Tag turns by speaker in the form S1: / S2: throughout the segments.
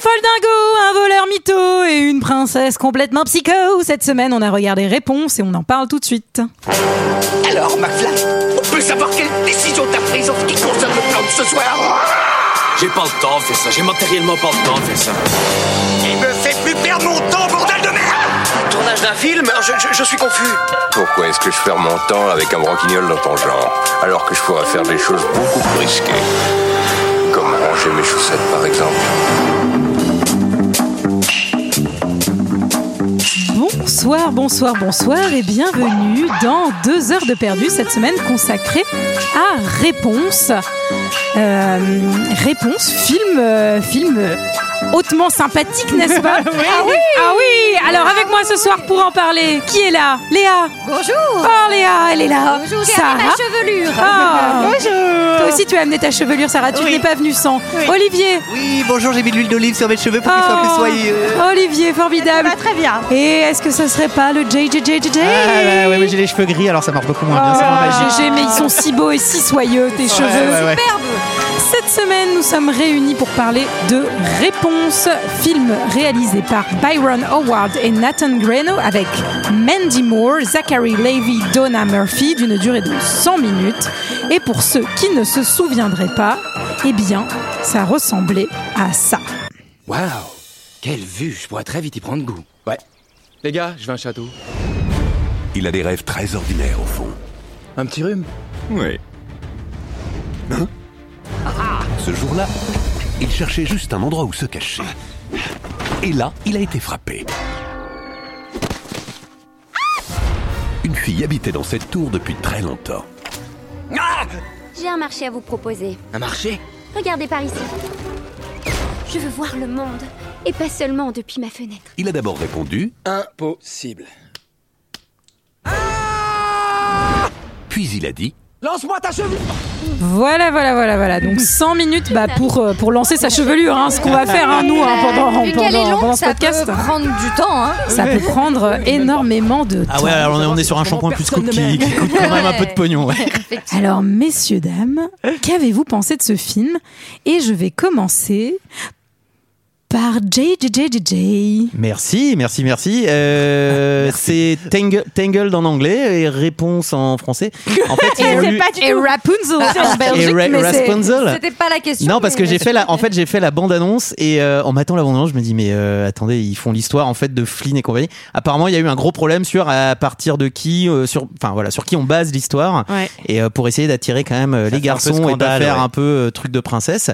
S1: drôle dingo, un voleur mytho et une princesse complètement psycho. Cette semaine, on a regardé Réponse et on en parle tout de suite.
S2: Alors, McFly, on peut savoir quelle décision t'as prise en ce qui concerne le plan de ce soir
S3: J'ai pas le temps de faire ça, j'ai matériellement pas le temps de faire ça.
S2: Il me fait plus perdre mon temps, bordel de merde
S4: Tournage d'un film je, je- je suis confus.
S5: Pourquoi est-ce que je perds mon temps avec un broquignol dans ton genre Alors que je pourrais faire des choses beaucoup plus risquées. Comme ranger mes chaussettes par exemple.
S1: Bonsoir, bonsoir, bonsoir et bienvenue dans deux heures de perdu cette semaine consacrée à Réponse. Euh, réponse, film, euh, film euh, hautement sympathique, n'est-ce pas Ah oui Ah oui Alors avec moi ce soir pour en parler, qui est là Léa
S6: Bonjour
S1: Oh Léa, elle est là
S6: Bonjour, j'ai
S1: Sarah
S6: amené ma chevelure
S1: Ah.
S7: Bonjour
S1: Toi aussi tu as amené ta chevelure, Sarah, tu
S7: Oui.
S1: n'es pas venue sans.
S7: Oui.
S1: Olivier
S8: Oui, bonjour, j'ai mis de l'huile d'olive sur mes cheveux pour qu'ils soient plus
S1: Oh.
S8: soyeux.
S1: Olivier,
S7: euh, Ça
S1: formidable
S7: va très bien.
S1: Et est-ce que ça serait pas le JJJJJ
S8: Ah bah ouais, mais j'ai les cheveux gris, alors ça marche beaucoup moins bien, c'est moins magique.
S1: Oh, j'ai mais ils sont si beaux et si soyeux, tes cheveux.
S8: ouais, ouais.
S1: Superbes. Cette semaine, nous sommes réunis pour parler de Réponse, film réalisé par Byron Howard et Nathan Greno avec Mandy Moore, Zachary Levy, Donna Murphy, d'une durée de 100 minutes. Et pour ceux qui ne se souviendraient pas, eh bien, ça ressemblait à ça.
S3: Waouh Quelle vue, je pourrais très vite y prendre goût. Ouais. Les gars, je veux un château.
S9: Il a des rêves très ordinaires au fond.
S3: Un petit rhume
S9: Oui. Ce jour-là, il cherchait juste un endroit où se cacher. Et là, il a été frappé. Une fille habitait dans cette tour depuis très longtemps.
S6: J'ai un marché à vous proposer.
S3: Un marché
S6: Regardez par ici. Je veux voir le monde, et pas seulement depuis ma fenêtre.
S9: Il a d'abord répondu,
S3: Impossible.
S9: puis il a dit
S3: Lance-moi ta cheville
S1: Voilà, voilà, voilà, voilà. Donc 100 minutes bah, pour, euh, pour lancer sa chevelure, hein, ce qu'on va faire hein, nous hein, pendant,
S6: Vu
S1: pendant,
S6: qu'elle est
S1: pendant
S6: longue,
S1: ce
S6: ça
S1: podcast.
S6: peut prendre du temps, hein
S1: Ça peut prendre énormément de temps.
S8: Ah ouais, alors on est, on est sur un shampoing plus cool qui, qui coûte quand même un peu de pognon. ouais.
S1: Alors, messieurs, dames, qu'avez-vous pensé de ce film Et je vais commencer par JJJJJ.
S8: Merci, merci, merci. Euh, C'est Tangle- Tangled en anglais et réponse en français. En fait, ils
S1: Ah,
S8: ont lu-
S1: Et Rapunzel en Belgique,
S8: et Ra-
S1: mais c'est-
S8: Rapunzel.
S6: C'était pas la question.
S8: Non, parce que
S6: mais-
S8: j'ai fait la, en fait, j'ai fait la bande annonce et euh, en m'attendant la bande annonce, je me dis mais euh, attendez, ils font l'histoire en fait de Flynn et compagnie. Apparemment, il y a eu un gros problème sur à partir de qui, euh, sur, enfin voilà, sur qui on base l'histoire
S7: Ouais.
S8: et euh, pour essayer d'attirer quand même euh, les
S4: fait un peu
S8: garçons et pas
S4: scandale,
S8: faire
S4: ouais.
S8: un peu euh, truc de princesse.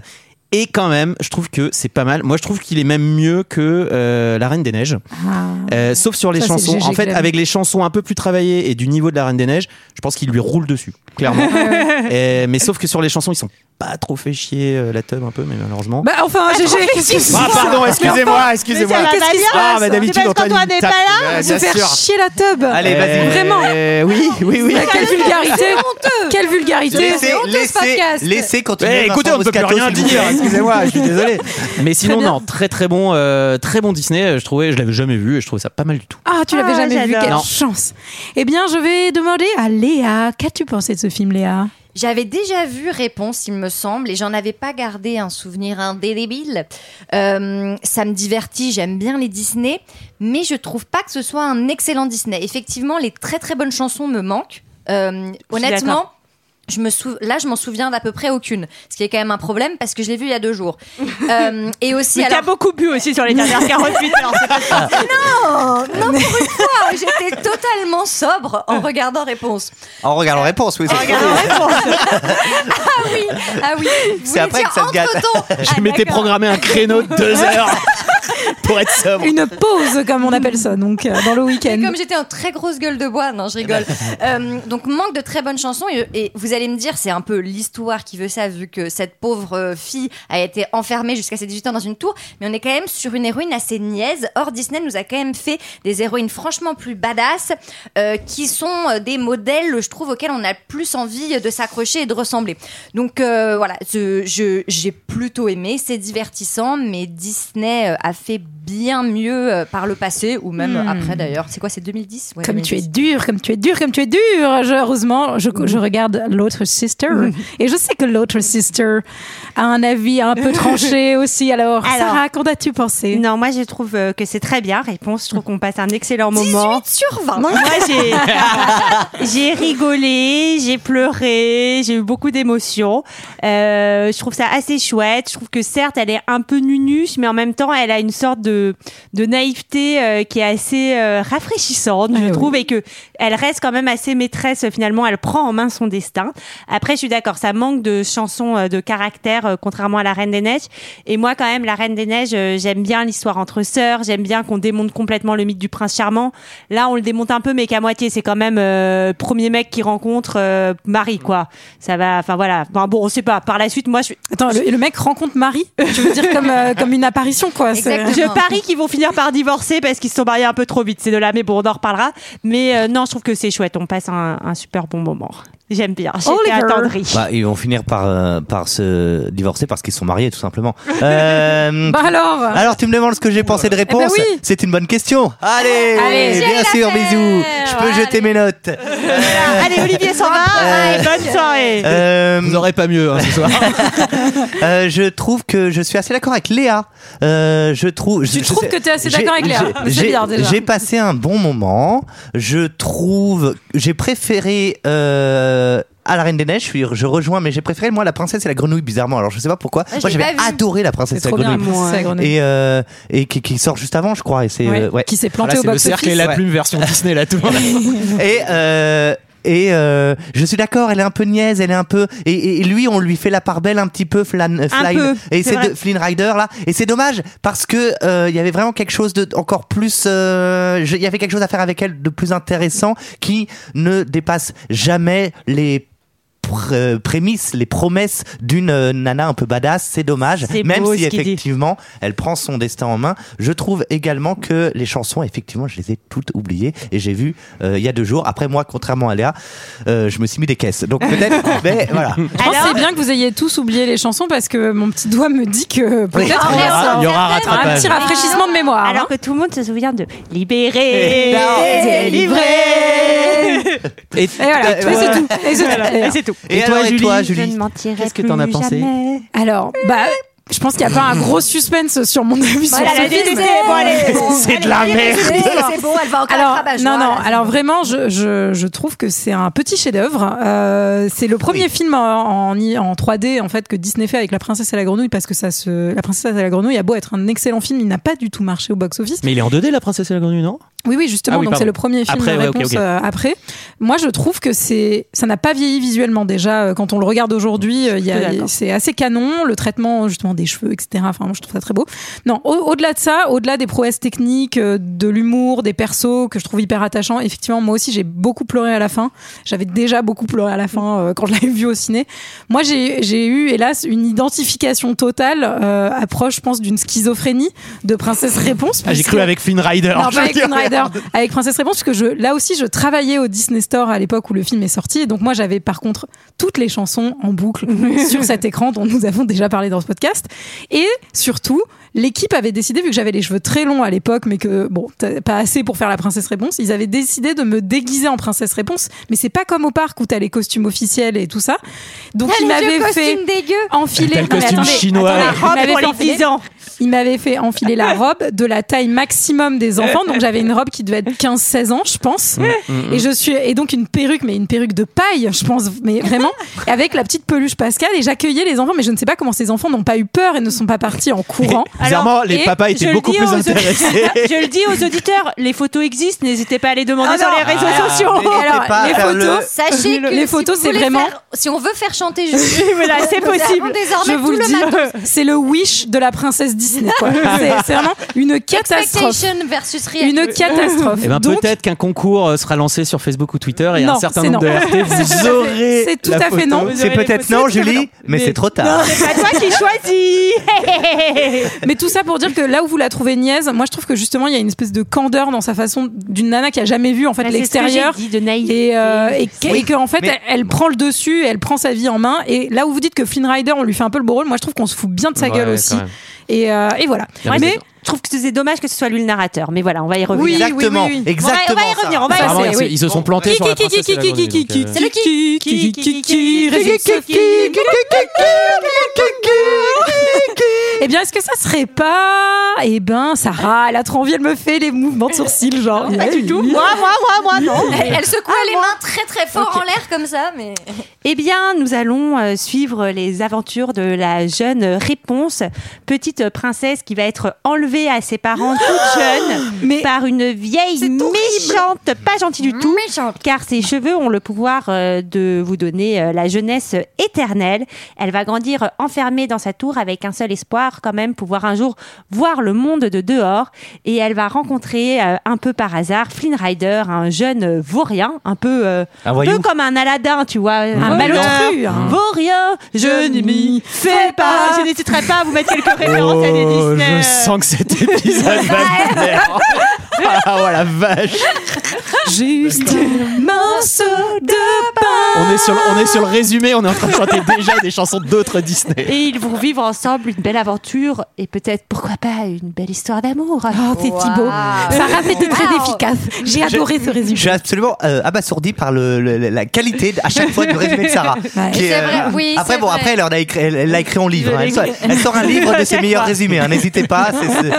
S8: Et quand même, je trouve que c'est pas mal. Moi, je trouve qu'il est même mieux que euh, La Reine des Neiges.
S1: Ah.
S8: Euh, sauf sur les
S1: Ça, c'est le
S8: chansons.
S1: GG
S8: En fait,
S1: Club.
S8: avec les chansons un peu plus travaillées et du niveau de la Reine des Neiges, je pense qu'il lui roule dessus, clairement. Euh, mais sauf que sur les chansons, ils sont pas trop fait chier euh, la teub un peu, mais malheureusement.
S1: Bah enfin, GG, qu'est-ce que c'est
S8: Ah, pardon, excusez-moi, excusez-moi.
S1: Mais qu'est-ce qui se
S8: Ah,
S1: passe
S8: mais d'habitude,
S7: C'est parce
S8: Antoine,
S7: qu'Antoine
S8: il
S7: n'est
S8: tape.
S7: pas là.
S8: Ouais,
S1: se
S8: bien
S1: faire
S8: sûr.
S1: chier la teub
S8: Bah, Allez, vas-y.
S1: Vraiment
S8: Euh, oui, oui, oui.
S1: Bah, Quelle vulgarité Quelle vulgarité
S8: Laissez-
S1: C'est honteux, ce podcast.
S8: laissez
S4: continuer
S8: Eh, écoutez, on ne peut plus rien dire. Excusez-moi, je suis désolé. Mais sinon,
S1: Très bien.
S8: non, très très bon, euh, très bon Disney. euh, Je trouvais, je l'avais jamais vu et je trouvais ça pas mal du tout.
S1: Ah, tu l'avais
S7: Ah,
S1: jamais vu,
S7: j'adore.
S1: quelle
S8: Non.
S1: chance Eh bien, je vais demander à Léa, qu'as-tu pensé de ce film, Léa
S6: J'avais déjà vu Réponse, il me semble, et j'en avais pas gardé un souvenir indélébile. Euh, ça me divertit, j'aime bien les Disney, mais je trouve pas que ce soit un excellent Disney. Effectivement, les très très bonnes chansons me manquent. Euh, honnêtement.
S7: d'accord.
S6: Je me sou- Là, je m'en souviens d'à peu près aucune, ce qui est quand même un problème parce que je l'ai vu il y a deux jours. Euh, et aussi,
S7: Mais
S6: alors,
S7: t'as beaucoup bu aussi sur les dernières 48 heures. c'est pas-
S6: Oh, non, pour une fois, Ah, j'étais totalement sobre en regardant Réponse.
S4: En regardant réponse, oui. c'est-
S6: Ah oui, ah oui. vous voulez
S4: après
S6: dire
S4: que ça se gâte.
S6: entre-temps.
S8: Je
S6: Ah,
S8: m'étais
S6: d'accord.
S8: programmé un créneau de deux heures pour être sobre.
S1: Une pause, comme on appelle ça, donc, euh, dans le
S6: Et
S1: week-end.
S6: comme j'étais en très grosse gueule de bois, non, je rigole. Euh, donc, manque de très bonnes chansons. Et, et vous allez me dire, c'est un peu l'histoire qui veut ça, vu que cette pauvre euh, fille a été enfermée jusqu'à ses 18 ans dans une tour. Mais on est quand même sur une héroïne assez niaise. Or, Disney nous a quand même fait des héroïnes franchement plus badass, euh, qui sont euh, des modèles, je trouve, auxquels on a plus envie de s'accrocher et de ressembler. Donc, euh, voilà, ce- je- j'ai plutôt aimé. C'est divertissant, mais Disney euh, a fait bien mieux euh, par le passé ou même
S1: Hmm.
S6: après d'ailleurs. C'est quoi, c'est 2010 Ouais,
S1: Comme
S6: 2010.
S1: tu es dur, comme tu es dur, comme tu es dur. Je- heureusement, je, je regarde l'autre sister. Et je sais que l'autre sister a un avis un peu tranché aussi. Alors,
S10: Alors.
S1: Sarah, qu'en as-tu pensé
S10: Non, moi je trouve euh, que c'est très bien. Réponse, je trouve qu'on passe un excellent moment.
S6: 18 sur 20.
S10: Moi j'ai j'ai rigolé, j'ai pleuré, j'ai eu beaucoup d'émotions. Euh, je trouve ça assez chouette. Je trouve que certes elle est un peu nunuche, mais en même temps elle a une sorte de de naïveté euh, qui est assez euh, rafraîchissante, je
S1: oui.
S10: trouve, et que elle reste quand même assez maîtresse euh, finalement. Elle prend en main son destin. Après, je suis d'accord, ça manque de chansons euh, de caractère, euh, contrairement à La Reine des Neiges. Et moi, quand même, La Reine des Neiges, euh, j'aime bien l'histoire entre sœurs. J'aime bien qu'on démonte complètement le mythe du prince charmant. Là, on le démonte un peu, mais qu'à moitié. C'est quand même euh, premier mec qui rencontre euh, Marie, quoi. Ça va. Enfin voilà. Enfin, bon, on sait pas. Par la suite, moi, je,
S1: Attends, le, le mec rencontre Marie Tu veux dire comme, euh, comme une apparition, quoi c'est-
S6: Exactement.
S10: Je parie qu'ils vont finir par divorcer parce qu'ils se sont mariés un peu trop vite. C'est de là, mais bon, on en reparlera. Mais euh, non, je trouve que c'est chouette. On passe un, un super bon moment. J'aime bien. J'étais
S1: Oliver.
S10: attendrie.
S8: Bah, ils vont finir par, euh, par se divorcer parce qu'ils sont mariés, tout simplement. Euh,
S1: Bah alors
S8: alors, tu me demandes ce que j'ai pensé de réponse
S1: Eh ben oui.
S8: C'est une bonne question. Allez,
S1: Allez, j'ai
S8: bien
S6: la
S8: sûr,
S6: paix.
S8: bisous. Je peux
S6: Allez.
S8: jeter mes notes.
S10: Allez, Olivier s'en va. Bye, Bonne soirée.
S8: Euh,
S3: Vous n'aurez pas mieux hein, ce soir.
S8: euh, je trouve que je suis assez d'accord avec Léa. Euh, je trouve.
S1: Tu
S8: je
S1: trouves
S8: sais-
S1: que t'es assez
S8: j'ai-
S1: d'accord avec Léa.
S8: j'ai-
S1: C'est
S8: j'ai-
S1: bizarre, déjà.
S8: J'ai passé un bon moment. Je trouve. J'ai préféré. euh, à la Reine des Neiges, je, suis- je rejoins, mais j'ai préféré moi la princesse et la grenouille bizarrement. Alors je sais pas pourquoi.
S6: Ouais, je
S8: moi
S6: l'ai
S8: j'avais
S6: pas vu.
S8: adoré la
S1: C'est
S8: princesse et la
S1: trop bien,
S8: grenouille.
S1: moi, c'est Grenoble.
S8: et, euh, et qui, qui sort juste avant, je crois. Et c'est
S1: Ouais.
S8: euh, ouais.
S1: Qui s'est
S3: Là,
S1: planté
S3: c'est
S1: au
S3: le
S1: box-office.
S3: cercle et la
S8: Ouais.
S3: plume version Disney là tout.
S8: Et euh, et euh, je suis d'accord, elle est un peu niaise, elle est un peu et, et- et lui on lui fait la part belle un petit peu Flan, euh,
S10: Un
S8: Flynn-
S10: peu,
S8: et
S10: c'est
S8: c'est
S10: vrai.
S8: de- Flynn Rider là et c'est dommage parce que euh, il y avait vraiment quelque chose de encore plus euh, je- il y avait quelque chose à faire avec elle de plus intéressant qui ne dépasse jamais les pr- euh, prémices, les promesses d'une euh, nana un peu badass, c'est dommage.
S10: C'est
S8: Même
S10: beau
S8: si
S10: ce qu'il dit.
S8: effectivement elle prend son destin en main, je trouve également que les chansons, effectivement, je les ai toutes oubliées et j'ai vu euh, il y a deux jours. Après moi, contrairement à Léa, euh, je me suis mis des caisses. Donc peut-être, mais voilà.
S1: Je pense que
S10: Alors
S1: c'est bien que vous ayez tous oublié les chansons parce que mon petit doigt me dit que peut-être
S6: Ah,
S1: on va
S6: ouais,
S1: se-
S6: ouais.
S3: Il y aura un
S1: un
S3: rattrapage.
S1: petit rafraîchissement de mémoire. hein.
S10: Alors que tout le monde se souvient de libérer,
S8: Et-
S10: délivrer.
S3: Et,
S1: Et voilà,
S8: Et
S1: et
S8: Bah, voilà.
S1: c'est tout. Et c'est tout.
S10: Voilà, et c'est tout.
S8: Et, alors, et toi, Julie,
S10: Je ne mentirai
S3: Qu'est-ce que
S10: plus
S3: t'en as pensé
S10: jamais.
S1: Alors, bah, je pense qu'il n'y a pas un gros suspense sur mon avis sur
S6: Voilà,
S1: ce
S6: la
S1: film.
S6: détestée, bon, allez, bon,
S8: C'est
S6: allez,
S8: de la
S6: allez,
S8: merde.
S6: détestée, C'est bon, elle va encore
S1: Alors,
S6: être rabat-joie,
S1: non, non,
S6: là.
S1: alors vraiment, je, je, je trouve que c'est un petit chef-d'œuvre. Euh, c'est le premier film en, en, en 3D en fait que Disney fait avec La Princesse et la Grenouille parce que ça se, La Princesse et la Grenouille a beau être un excellent film, il n'a pas du tout marché au box-office.
S3: Mais il est en 2D la princesse et la grenouille, non
S1: Oui, oui, justement.
S3: Ah oui,
S1: donc
S3: pardon.
S1: c'est le premier film
S3: Après, ouais,
S1: réponse
S3: ok, ok.
S1: euh, après. Moi, je trouve que c'est, ça n'a pas vieilli visuellement déjà. Euh, Quand on le regarde aujourd'hui, euh, il y
S10: plutôt
S1: a-
S10: d'accord.
S1: c'est assez canon. Le traitement justement des cheveux, etc. Enfin, moi, je trouve ça très beau. Non, au- au-delà de ça, au-delà des prouesses techniques, euh, de l'humour, des persos que je trouve hyper attachants. Effectivement, moi aussi, j'ai beaucoup pleuré à la fin. J'avais déjà beaucoup pleuré à la fin euh, quand je l'avais vu au ciné. Moi, j'ai j'ai eu, hélas, une identification totale, euh, approche, je pense, d'une schizophrénie de Princesse Réponse.
S3: ah, J'ai
S1: puisque-
S3: cru avec Flynn Rider.
S1: non,
S3: Je
S1: pas
S3: veux
S1: avec
S3: dire,
S1: Tomb Raider, avec Princesse Réponse, parce que je, là aussi, je travaillais au Disney Store à l'époque où le film est sorti. Et donc, moi, j'avais par contre toutes les chansons en boucle sur cet écran dont nous avons déjà parlé dans ce podcast. Et surtout, l'équipe avait décidé, vu que j'avais les cheveux très longs à l'époque, mais que, bon, t'as pas assez pour faire la Princesse Réponse, ils avaient décidé de me déguiser en Princesse Réponse. Mais c'est pas comme au parc où t'as les costumes officiels et tout ça. Donc,
S6: Ah,
S1: ils
S6: les vieux
S1: m'avaient fait euh,
S6: costumes dégueux.
S1: enfiler.
S3: T'as le
S1: Non, mais
S3: costume
S1: attendez,
S3: chinois.
S1: attendez,
S10: La
S1: ils
S10: robe
S1: m'avaient
S10: pour
S1: fait
S10: les
S1: enfiler-
S10: 10 ans.
S1: il m'avait fait enfiler la robe de la taille maximum des enfants. Donc j'avais une robe qui devait être 15-16 ans, je
S3: Mm,
S1: pense. Et je suis et donc une perruque, mais une perruque de paille, je pense, mais vraiment et avec la petite peluche Pascal. Et j'accueillais les enfants, mais je ne sais pas comment ces enfants n'ont pas eu peur et ne sont pas partis en courant.
S3: Bizarrement, les
S1: et
S3: papas
S10: je
S3: étaient
S10: le
S3: beaucoup
S10: dis
S3: plus
S10: aux-
S3: intéressés.
S10: Je le dis aux auditeurs, les photos existent, n'hésitez pas à les demander
S8: Ah
S1: Ah
S10: sur les réseaux sociaux.
S8: n'hésitez
S1: Alors,
S8: pas à
S1: les
S8: faire
S1: photos,
S8: le-
S6: Sachez que
S1: les
S6: si
S1: photos,
S6: vous
S1: c'est
S6: voulez
S1: vraiment- Bah,
S6: faire- si on veut faire chanter Julie,
S10: Voilà, c'est
S6: nous avons
S10: possible.
S1: je
S6: désormais
S1: vous
S6: tout
S1: le
S6: le matin.
S1: dis, c'est le wish de la princesse Disney. quoi. C'est c'est vraiment une catastrophe.
S6: Expectation versus réalité.
S1: Une catastrophe.
S3: Eh ben,
S1: Donc,
S3: peut-être qu'un concours euh, sera lancé sur Facebook ou Twitter et
S1: Non,
S3: un certain
S1: c'est
S3: nombre
S1: non.
S3: de RT vous
S1: fait-
S3: aurez.
S1: c'est tout
S3: la
S1: à fait
S3: photo.
S1: non.
S8: c'est peut-être non, Julie, mais c'est trop tard.
S10: C'est pas toi qui choisis.
S1: Mais tout ça pour dire que là où vous la trouvez niaise, moi je trouve que justement il y a une espèce de candeur dans sa façon d'une nana qui a jamais vu en
S10: Bah,
S1: fait l'extérieur.
S10: de
S1: Et, euh, et, que-
S8: Oui,
S1: et qu'en fait,
S8: mais-
S1: elle, elle prend le dessus, elle prend sa vie en main. Et là où vous dites que Flynn Rider, on lui fait un peu le beau rôle, moi je trouve qu'on se fout bien de sa
S3: Ouais,
S1: gueule
S3: ouais,
S1: aussi.
S3: quand même.
S1: Et, euh, et voilà.
S3: Il y a oh,
S1: mais
S3: raison.
S10: trouve que c'est dommage que ce soit lui le narrateur. Mais voilà, on va y revenir.
S8: Oui, Exactement, oui, oui, oui.
S10: On va- On va y
S8: exactement ça.
S10: revenir. On va y
S1: Eh
S8: Apparemment,
S10: revenir.
S8: ils se-
S10: Oui.
S8: ils se sont
S10: Bon.
S8: plantés
S10: Qui,
S8: sur la
S10: qui, qui,
S8: princesse
S10: qui,
S8: et la
S10: qui,
S8: grenouille,
S10: qui,
S8: donc,
S10: qui,
S8: euh,
S10: C'est le qui, qui, qui, qui, qui, résume Sophie.
S1: Eh bien, est-ce que ça serait pas. Eh ben, Sarah, elle a trop envie, elle me fait les mouvements de sourcils, genre.
S6: pas du tout.
S10: Moi, moi, moi, moi, non.
S6: Elle, elle secoua
S1: Ah,
S6: les mains très très fort en l'air comme ça, mais.
S1: Oh,
S10: Eh bien, nous allons euh, suivre les aventures de la jeune Réponse, petite princesse qui va être enlevée à ses parents toute jeune
S1: Mais-
S10: par une vieille méchante, pas gentille du tout,
S6: Méchante.
S10: car ses cheveux ont le pouvoir euh, de vous donner euh, la jeunesse éternelle. Elle va grandir euh, enfermée dans sa tour avec un seul espoir, quand même, pouvoir un jour voir le monde de dehors. Et elle va rencontrer, euh, un peu par hasard, Flynn Rider, un jeune euh, vaurien, un peu, euh,
S8: Un
S10: un
S8: voyou.
S10: peu comme un Aladdin, tu vois.
S1: Un malotru, hein.
S10: Vaurien, je ne m'y fais pas. Je n'hésiterai pas à vous mettre quelques références à des
S3: Oh,
S10: Disney. euh.
S3: je sens que cet épisode va me plaire. Ah oh, la vache
S1: Juste un morceau de pain.
S3: on est, sur le, on est sur le résumé, on est en train de chanter déjà des chansons d'autres Disney.
S10: Et ils vont vivre ensemble une belle aventure et peut-être, pourquoi pas, une belle histoire d'amour.
S1: Oh, t'es
S6: Wow.
S1: Thibaut. Sarah, c'était très
S6: Wow.
S1: efficace. J'ai adoré ce
S8: Je suis
S1: résumé.
S8: absolument euh, abasourdi par le, le- la qualité de- à chaque fois du résumé de Sarah. Qui est, euh,
S6: C'est vrai, oui,
S8: après,
S6: c'est
S8: bon,
S6: vrai.
S8: après, elle en a écrit, elle elle l'a écrit en livre. hein. Elle, sort,
S10: l'ai écrit.
S8: elle sort un livre de ses
S10: Chaque
S8: meilleurs
S10: fois.
S8: résumés. hein. N'hésitez pas. c'est- c'est-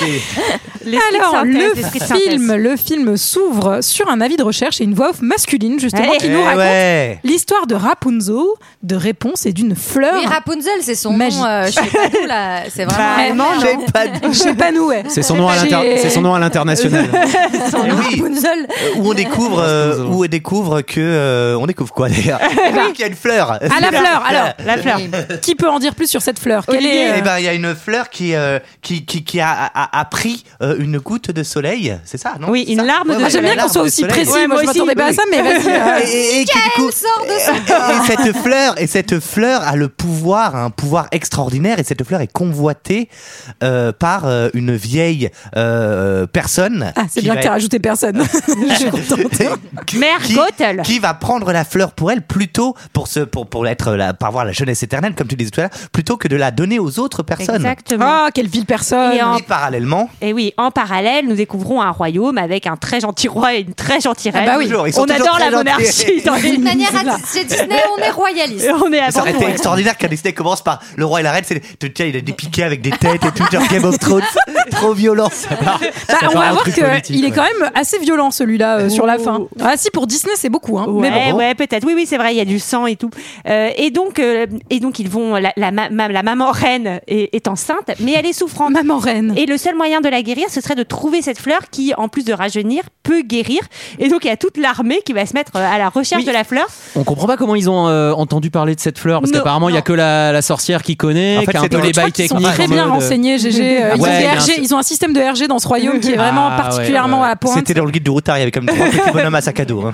S8: c'est-
S10: L'esprit de
S1: Alors,
S10: synthèse,
S1: le
S10: l'esprit de synthèse.
S1: film, le film s'ouvre sur un avis de recherche et une voix off masculine, justement,
S10: Ouais.
S1: qui nous
S8: Eh
S1: raconte
S8: ouais.
S1: l'histoire de Rapunzel, de réponse et d'une fleur.
S6: Oui, Rapunzel, c'est son
S1: Magique. Bah,
S6: nom. euh, je sais pas d'où là. C'est vraiment.
S1: Vraiment,
S8: J'ai pas de-
S1: Je sais pas nous, ouais.
S3: C'est son nom à l'inter-
S1: J'ai-
S3: c'est son nom à l'international.
S8: Eh oui.
S1: Rapunzel.
S8: Euh, Où on découvre, euh, où on découvre que euh, on découvre quoi d'ailleurs Qu'il y a une fleur.
S1: À Eh ben, Ah, la fleur, alors,
S10: Oh, La fleur.
S1: qui peut en dire plus sur cette fleur Quelle
S8: Olivier,
S1: est,
S8: eh
S1: euh,
S8: ben, il y a une fleur qui, euh, qui, qui, qui a, a, a pris euh, une goutte de soleil, c'est ça, non
S10: Oui,
S8: C'est
S10: une
S8: ça
S10: larme de-
S1: Ah, J'aime bien qu'on
S8: une larme
S1: soit
S8: de
S1: aussi
S8: soleil.
S1: précis.
S10: Ouais,
S1: moi,
S10: moi
S1: je
S10: aussi.
S1: m'attendais pas à ça, mais vas-y. euh,
S8: Et, et- et qui, du coup,
S6: sort de
S8: et, et cette fleur, et cette fleur a le pouvoir, un pouvoir extraordinaire, et cette fleur est convoitée euh, par euh, une vieille euh, personne.
S1: Ah, c'est
S8: qui
S1: bien
S8: va
S1: que t'aies
S8: être-
S1: rajouté personne. Ah, je suis contente.
S10: Mère
S8: qui,
S10: Gothel.
S8: qui va prendre la fleur pour elle plutôt pour se pour pour être la par voir la jeunesse éternelle comme tu disais tout à l'heure plutôt que de la donner aux autres personnes.
S10: Exactement.
S1: Oh, quelle ville personne.
S10: Et en-
S8: Et parallèlement,
S10: Et oui, en parallèle, nous découvrons un royaume avec un très gentil roi et une très gentille reine.
S8: bah oui. Toujours, ils sont
S10: on
S8: toujours
S10: adore
S8: très
S10: la
S8: gentils.
S10: monarchie dans les
S6: D'une manière
S1: là.
S6: à chez Disney, on est royaliste.
S10: Et on est à
S8: ça aurait
S10: fond,
S8: été
S10: ouais.
S8: extraordinaire qu'un Disney commence par le roi et la reine, c'est tu- tiens, il a des piquets avec des têtes et tout, genre Game of Thrones, trop violent.
S1: Bah, on
S3: part
S1: va
S3: un
S1: voir
S3: truc politique,
S1: qu'il est
S3: ouais.
S1: quand même assez violent celui-là euh, sur la
S10: Oh.
S1: fin. Ah si, pour Disney c'est beaucoup. Hein.
S10: Ouais,
S1: Mais bon.
S10: ouais, peut-être. Oui, oui, c'est vrai. Il y a du sang et tout. Euh, et donc, euh, et donc, ils vont. La, la, ma- ma- la maman reine est, est enceinte, mais elle est souffrante.
S1: Maman reine.
S10: Et le seul moyen de la guérir, ce serait de trouver cette fleur qui, en plus de rajeunir, peut guérir. Et donc, il y a toute l'armée qui va se mettre euh, à la recherche
S3: Oui.
S10: de la fleur.
S3: On comprend pas comment ils ont euh, entendu parler de cette fleur parce
S10: Non,
S3: qu'apparemment il y a que la, la sorcière qui connaît,
S8: En fait,
S3: qui a un
S8: c'est
S3: peu
S8: dans-
S3: les
S8: je
S1: crois
S3: bails
S1: qu'ils sont
S3: techniques.
S1: très
S3: en
S1: bien
S3: mode, euh,
S1: renseignés, GG. Euh, Ils, ont
S3: Ouais,
S1: des
S3: bien
S1: RG,
S3: sûr.
S1: ils ont un système de RG dans ce royaume qui est vraiment
S3: Ah, ouais,
S1: particulièrement
S3: ouais,
S1: à la pointe.
S8: C'était dans le guide du routard, il y avait comme trois petits bonhommes à sac à dos. hein.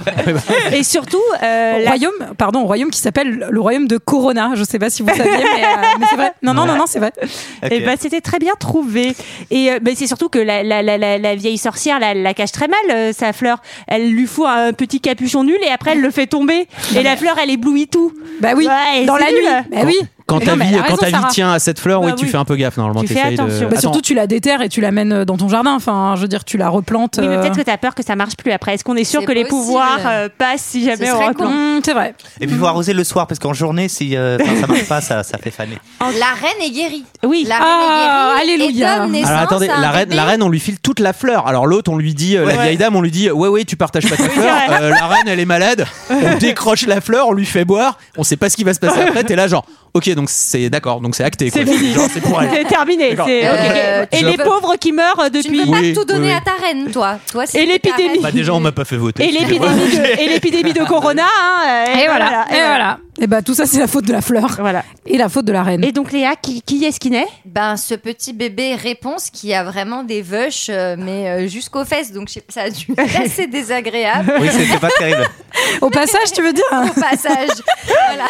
S10: Et surtout, euh,
S1: Oh,
S10: la-
S1: Royaume, pardon, royaume qui s'appelle le royaume de Corona. Je sais pas si vous saviez, mais, euh, mais c'est vrai. Non, non, non, non, c'est vrai.
S8: Ok.
S10: Eh ben, c'était très bien trouvé. Et euh, ben, c'est surtout que la, la, la, la, la vieille sorcière la, la cache très mal, euh, sa fleur. Elle lui fout un petit capuchon nul et après elle le fait tomber. Et la fleur, elle éblouit tout.
S1: Bah oui,
S10: Ouais,
S1: dans
S10: c'est
S1: la
S10: nul.
S1: nuit. Bah oui.
S3: Quand
S1: Mais
S3: ta
S1: non, mais
S3: vie,
S1: elle a
S3: quand ta
S1: raison,
S3: vie
S1: Sarah.
S3: tient à cette fleur,
S10: Bah
S3: oui, tu
S10: oui.
S3: fais un peu gaffe normalement.
S10: Tu fais
S3: t'essayes de-
S10: attention.
S1: Bah,
S3: Attends,
S1: surtout, tu la déterres et tu l'amènes dans ton jardin. Enfin, je veux dire, tu la replantes.
S10: Oui, mais
S1: euh,
S10: peut-être que t'as peur que ça marche plus après. Est-ce qu'on est sûr
S6: C'est
S10: que les
S6: possible.
S10: pouvoirs euh, passent si jamais
S6: Ce
S10: on
S6: serait
S10: raconte
S6: con.
S1: hmm, c'est vrai.
S8: Et puis faut arroser le soir parce qu'en journée, si euh, enfin, ça marche pas, ça, ça fait faner.
S6: La reine est guérie.
S10: Oui.
S6: La reine
S1: Ah,
S6: est guérie.
S1: alléluia.
S6: Et donne naissance
S3: Alors attendez,
S6: à un
S3: la reine,
S6: bébé.
S3: la reine, on lui file toute la fleur. Alors l'autre, on lui dit, euh, la
S8: Ouais.
S3: vieille dame, on lui dit, ouais, ouais, tu partages pas ta fleur.
S10: c'est
S3: Euh, la reine, elle est malade. On décroche la fleur, on lui fait boire. On sait pas ce qui va se passer après. T'es là, genre, ok, donc c'est d'accord, donc c'est acté. quoi.
S10: C'est fini.
S3: Genre, c'est pour elle.
S10: C'est terminé.
S3: D'accord.
S10: c'est-
S6: Euh,
S10: ok. Et
S3: je-
S10: les pauvres qui meurent euh,
S6: Tu ne
S10: depuis.
S6: peux pas
S3: Oui,
S6: tout donner
S3: oui, oui.
S6: à ta reine, toi. toi si
S10: Et
S6: t'es ta
S10: l'épidémie.
S6: reine,
S3: Bah, déjà, on m'a pas fait voter.
S10: Et l'épidémie de, et l'épidémie de Corona. hein, euh,
S1: Et, voilà. Et
S10: Et voilà.
S1: voilà. Et bah, tout ça, c'est la faute de la fleur.
S10: Voilà.
S1: Et la faute de la reine.
S10: Et donc Léa, qui, qui est-ce qui naît
S6: Ben, ce petit bébé réponse qui a vraiment des veuches, euh, mais euh, jusqu'aux fesses, donc je sais pas, ça a dû être assez désagréable
S8: Oui, c'était pas terrible.
S1: hein, Au passage, tu veux dire
S6: au passage. voilà.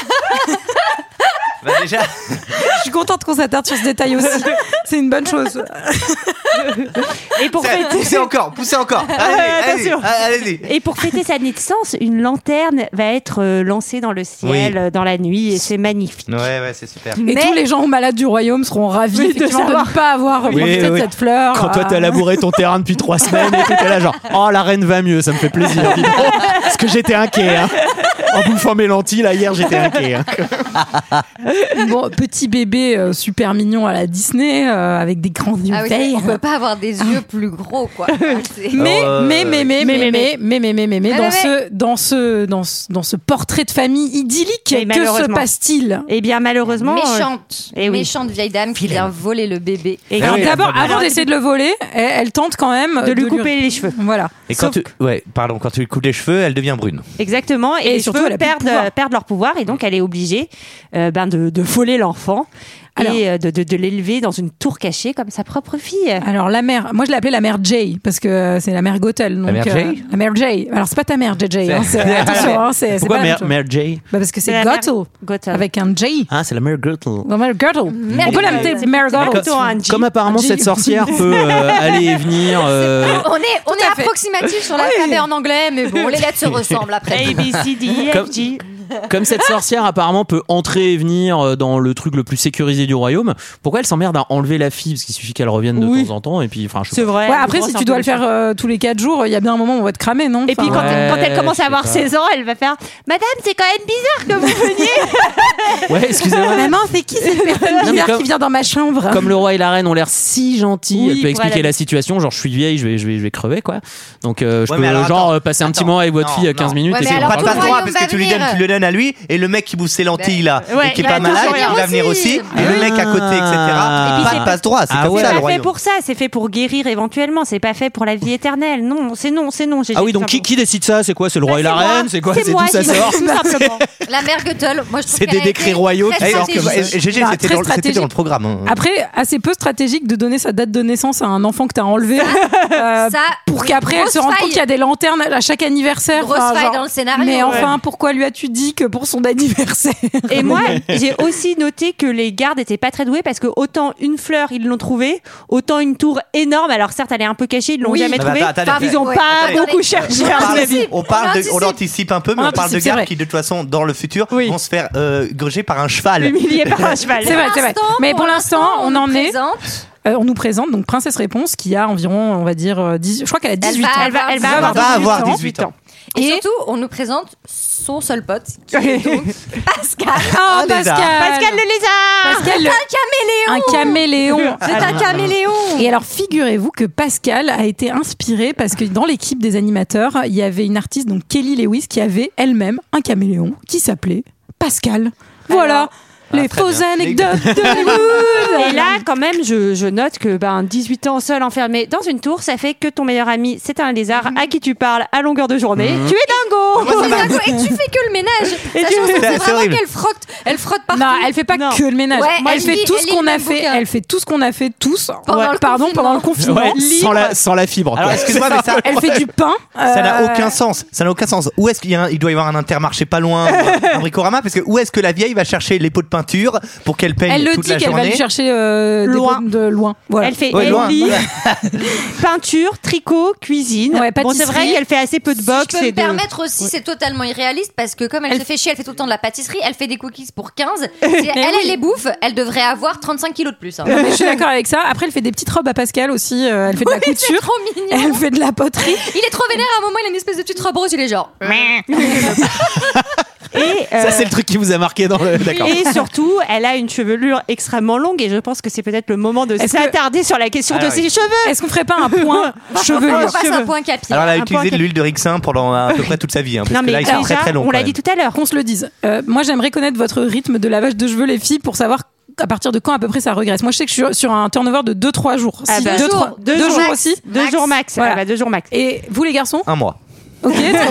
S8: Bah, déjà,
S1: Je suis contente qu'on s'attarde sur ce détail aussi. C'est une bonne chose.
S10: Et pour fêter.
S8: poussez encore, poussez encore.
S10: Ah,
S8: Allez, allez,
S10: attention.
S8: allez.
S10: Et pour fêter sa naissance, une lanterne va être euh, lancée dans le ciel
S8: Oui.
S10: euh, dans la nuit et c'est magnifique.
S8: Ouais, ouais, c'est super.
S1: Et tous les gens malades du royaume seront ravis
S10: Oui, de
S1: effectivement, de,
S10: savoir.
S1: ne pas avoir
S3: Oui,
S1: profité de
S3: oui.
S1: cette fleur.
S3: Quand toi
S1: Ah.
S3: t'as labouré ton terrain depuis trois semaines et tout, t'es là genre oh la reine va mieux, ça me fait plaisir. Dis donc, parce que j'étais inquiet. hein. En bouffant mes lentilles là hier j'étais inquiet. hein.
S1: Bon, petit bébé euh, super mignon à la Disney euh, avec des grands yeux
S6: Ah oui,
S1: verts.
S6: on peut pas avoir des yeux plus gros, quoi. Hein, C'est-
S1: Mais,
S8: Alors, euh,
S1: mais, mais, mais, mais, mais, mais, mais, mais, mais, mais, mais,
S6: Ah,
S1: dans
S6: mais-
S1: ce, dans ce, dans ce, dans ce portrait de famille idyllique,
S10: Et
S1: que se
S10: malheureusement.
S1: passe-t-il
S10: Eh bien, malheureusement. euh,
S6: Méchante,
S10: Eh oui.
S6: méchante vieille dame qui vient voler le bébé.
S10: euh, et
S8: Ah
S1: Alors
S8: oui,
S1: d'abord,
S8: la bonne
S1: avant
S10: mère.
S1: d'essayer de le voler, elle, elle tente quand même
S10: de lui couper les cheveux.
S1: Voilà.
S8: Et quand
S1: Sauf-
S8: tu, ouais, pardon, quand tu lui coupes les cheveux, elle devient brune.
S10: Exactement. Et,
S1: Et
S10: les
S1: surtout,
S10: cheveux
S1: elle a plus de
S10: perdent,
S1: pouvoir.
S10: euh, perdent leur pouvoir et donc elle est obligée euh, ben, de, de voler l'enfant
S1: Alors-
S10: et euh, de, de- de l'élever dans une tour cachée comme sa propre fille.
S1: Alors la mère, moi je l'ai appelée la mère Jay parce que euh, c'est la mère Gothel. Donc,
S8: mère
S1: euh,
S8: Jay
S1: La mère Jay. Alors c'est pas ta mère JJ. hein, c'est- attention, hein, c'est c'est pas
S3: Pourquoi
S1: la même
S3: Mère,
S1: chose.
S3: Mère Jay
S1: Bah, parce que
S10: la
S1: c'est
S10: mère
S1: Gothel
S10: Gothel.
S1: avec un J.
S3: Ah c'est la Mère Gertle.
S1: La mère Gothel. On peut l'appeler
S10: C'est-
S1: mère
S10: c'est pas
S1: Gothel.
S10: plutôt un J.
S3: Comme apparemment
S1: J.
S3: cette sorcière peut euh, aller et venir. euh,
S6: On est, on est
S1: à fait.
S6: approximatif sur l'alphabet en anglais, mais bon, les lettres se ressemblent après.
S10: A, B, C, D, E, F, G.
S3: Comme cette sorcière apparemment peut entrer et venir euh, dans le truc le plus sécurisé du royaume, pourquoi elle s'emmerde à enlever la fille Parce qu'il suffit qu'elle revienne de
S10: Oui.
S3: temps en temps et puis enfin je sais
S10: C'est
S3: pas.
S10: vrai.
S1: Ouais,
S10: elle
S1: après
S10: grosse
S1: si
S10: un
S1: tu
S10: peu
S1: dois le
S10: les
S1: faire euh, tous les 4 jours, il y a bien un moment où on va te cramer, non
S10: Et puis
S1: Enfin,
S10: quand, elle, quand elle
S3: Ouais,
S10: commence
S3: je
S10: à
S3: sais
S10: avoir
S3: pas.
S10: 16 ans, elle va faire Madame, c'est quand même bizarre que vous veniez.
S3: Ouais, excusez-moi.
S1: Maman, c'est qui cette personne
S3: mais
S1: bizarre
S3: comme-
S1: qui vient dans ma chambre
S3: Comme le roi et la reine ont l'air si gentils,
S10: Oui,
S3: elle
S10: pour
S3: peut
S10: aller
S3: expliquer
S10: avec-
S3: la situation, genre je suis vieille, je vais, je vais, je vais crever quoi. Donc euh, je
S8: Ouais,
S3: peux
S8: mais alors,
S3: genre
S8: attends,
S3: euh, passer un petit
S8: attends,
S3: moment avec votre
S8: non,
S3: fille euh,
S8: non.
S3: 15 minutes
S6: Ouais,
S3: et
S6: mais
S3: c'est
S6: alors,
S3: bon.
S8: Pas,
S6: tout
S8: pas
S6: le
S8: le droit
S6: royaume
S8: parce que
S6: va
S8: tu lui donnes,
S6: venir.
S8: tu le donnes à lui et le mec qui bouffe ses lentilles là
S6: Ouais,
S8: et qui est
S10: il va
S8: pas
S10: toujours
S8: malade,
S10: venir
S8: il va venir aussi, et le mec à côté, etc.
S3: Ah.
S10: Et puis
S8: Pas
S10: c'est- Bah,
S8: de passe droit, c'est
S3: Ah
S8: comme
S3: ouais.
S8: ça
S10: C'est
S8: le
S10: pas fait
S8: royaume.
S10: pour ça, c'est fait pour guérir éventuellement, c'est pas fait pour la vie éternelle. Non, c'est non, c'est non. j'ai-
S3: Ah
S10: j'ai
S3: oui, donc
S10: tout
S3: qui, qui décide ça C'est quoi C'est le
S10: simplement-
S3: roi et la
S10: Bah, c'est moi,
S3: reine C'est quoi C'est
S10: moi
S3: d'où ça
S10: qui le
S3: sort
S10: dis, tout simplement.
S6: La mère Gothel, moi je trouve
S3: C'est
S6: qu'elle
S3: des
S6: a
S3: décrets
S6: été
S3: royaux
S6: très
S3: qui
S8: Eh, alors que-
S6: stratégique.
S8: eh, GG,
S1: Bah,
S8: c'était
S1: très
S8: dans, c'était
S1: stratégique.
S8: dans le programme. hein.
S1: Après, assez peu stratégique de donner sa date de naissance à un enfant que t'as enlevé euh,
S6: Ça,
S1: pour qu'après elle
S6: grosse
S1: se rende
S6: faille.
S1: compte qu'il y a des lanternes à chaque anniversaire.
S6: Grosse faille dans le scénario.
S1: hein. Mais
S6: Ouais.
S1: enfin, pourquoi lui as-tu dit que pour son anniversaire
S10: Et moi, j'ai aussi noté que les gardes étaient pas très doués parce que autant une fleur ils l'ont trouvée, autant une tour énorme. Alors certes, elle est un peu cachée, ils l'ont
S1: Oui.
S10: jamais
S8: Ah bah,
S10: trouvée.
S8: attends, attends,
S10: ils ont
S6: ouais,
S10: pas
S6: attendez.
S10: beaucoup cherché.
S8: On
S10: à mon
S8: parle-
S10: avis.
S8: On parle, de- on
S6: anticipe.
S8: l'anticipe un peu, mais
S1: On
S8: on, parle de
S1: anticipe, c'est
S8: gardes
S1: vrai.
S8: qui, de toute façon, dans le futur,
S10: Oui.
S8: vont se faire euh, gruger par un cheval.
S10: Humilié par un cheval.
S1: C'est vrai, c'est vrai. Mais pour l'instant, on en
S6: nous
S1: est-
S6: présente.
S1: Euh, On nous présente donc Princesse Réponse qui a environ, on va dire, euh, 10 je crois qu'elle a 18 ans.
S10: Elle va, elle va
S8: Elle
S10: avoir,
S8: va avoir
S10: 18
S8: 18
S10: ans.
S8: ans.
S6: Et,
S1: Et-
S6: surtout, on nous présente son seul pote, qui est donc Pascal.
S1: Oh,
S3: Ah,
S8: Un
S1: Pascal
S8: lézard.
S10: Euh, Pascal le lézard.
S1: Pascal, le- un caméléon
S6: C'est un caméléon.
S1: Et alors, figurez-vous que Pascal a été inspiré parce que dans l'équipe des animateurs, il y avait une artiste, donc Kelly Lewis, qui avait elle-même un caméléon qui s'appelait Pascal. Voilà les
S8: très
S1: fausses
S8: bien.
S1: anecdotes d'Hollywood
S10: Et là, quand même, je, je note que ben, 18 ans seul enfermé dans une tour, ça fait que ton meilleur ami, c'est un lézard à qui tu parles à longueur de journée.
S8: Mm-hmm.
S10: Tu es dingo
S8: Moi, ça m'a-
S6: Dingo, Et tu fais que le ménage.
S10: Et
S6: Sachant
S10: tu-
S6: que
S8: C'est
S6: c'est vraiment
S8: horrible.
S6: qu'elle frotte, elle frotte partout.
S1: Non, elle fait pas
S10: Non.
S1: que le ménage.
S6: Ouais,
S1: elle,
S6: elle
S1: fait
S6: lit-
S1: tout
S6: elle
S1: ce
S6: lit
S1: qu'on
S6: le
S1: a
S6: même
S1: fait.
S6: bouquin.
S1: Elle fait tout ce qu'on a fait tous.
S6: Pendant le
S1: pardon,
S6: confinement.
S1: pendant le confinement.
S3: Ouais, sans, la, sans la fibre. quoi.
S8: Alors, excuse-moi, mais ça,
S1: Elle fait du pain.
S8: ça n'a
S1: euh,
S8: aucun sens. Ça n'a aucun sens. Où est-ce qu'il y a un- il doit y avoir un intermarché pas loin, ou un bricorama Parce que où est-ce que la vieille va chercher les pots de peinture pour qu'elle peigne
S1: Elle le
S8: toute
S1: dit
S8: la
S1: qu'elle va
S8: journée
S1: lui chercher euh, des
S10: Loin.
S1: pommes de loin. Voilà.
S10: Elle fait
S8: Ouais,
S10: elle
S8: loin,
S10: lit,
S8: voilà.
S10: peinture, tricot, cuisine.
S1: Ouais,
S10: bon, c'est vrai
S1: pâtisserie.
S10: qu'elle fait assez peu de
S6: Si
S10: box.
S6: je peux
S10: et
S6: me
S10: de-
S6: permettre aussi, c'est totalement irréaliste parce que comme elle,
S1: Elle-
S6: se fait chier, elle fait tout le temps de la pâtisserie, elle fait des cookies pour 15. Si elle, elle les bouffe, elle devrait avoir 35 kilos de plus. hein.
S1: Non, mais je suis d'accord avec ça. Après, elle fait des petites robes à Pascal aussi. euh, elle fait de la
S6: C'est
S1: couture.
S6: trop mignon.
S1: Elle fait de la poterie.
S6: Il est trop vénère à un moment, il a une espèce de petite robe rose, il est genre.
S10: Et, euh,
S3: Ça c'est le truc qui vous a marqué dans le. D'accord.
S10: et surtout, elle a une chevelure extrêmement longue et je pense que c'est peut-être le moment de
S1: Est-ce que-
S10: s'attarder sur la question de
S8: Alors,
S10: ses cheveux.
S1: Est-ce qu'on ferait pas un point
S6: On
S1: chevelu
S6: passe un point capillaire.
S8: Alors, elle a
S10: Un
S8: utilisé
S10: point-
S8: de l'huile de ricin pendant à peu près toute sa vie. hein, parce
S10: Non
S8: que
S10: mais
S8: là, ils sont
S10: déjà,
S8: très très longs.
S10: on l'a
S8: quand
S10: dit tout à l'heure.
S1: Qu'on se le dise. Euh, moi, j'aimerais connaître votre rythme de lavage de cheveux, les filles, pour savoir à partir de quand à peu près ça regresse. Moi, je sais que je suis sur un turnover de 2-3 jours.
S10: Ah
S1: Si,
S10: bah,
S1: deux,
S10: jours,
S1: trois-
S10: deux
S1: deux
S10: jours
S1: jours
S10: max.
S1: aussi.
S10: Deux
S6: Max.
S10: jours max.
S1: Voilà.
S10: Ah bah, deux jours max.
S1: Et vous, les garçons
S8: Un mois.
S1: Ok. très bien.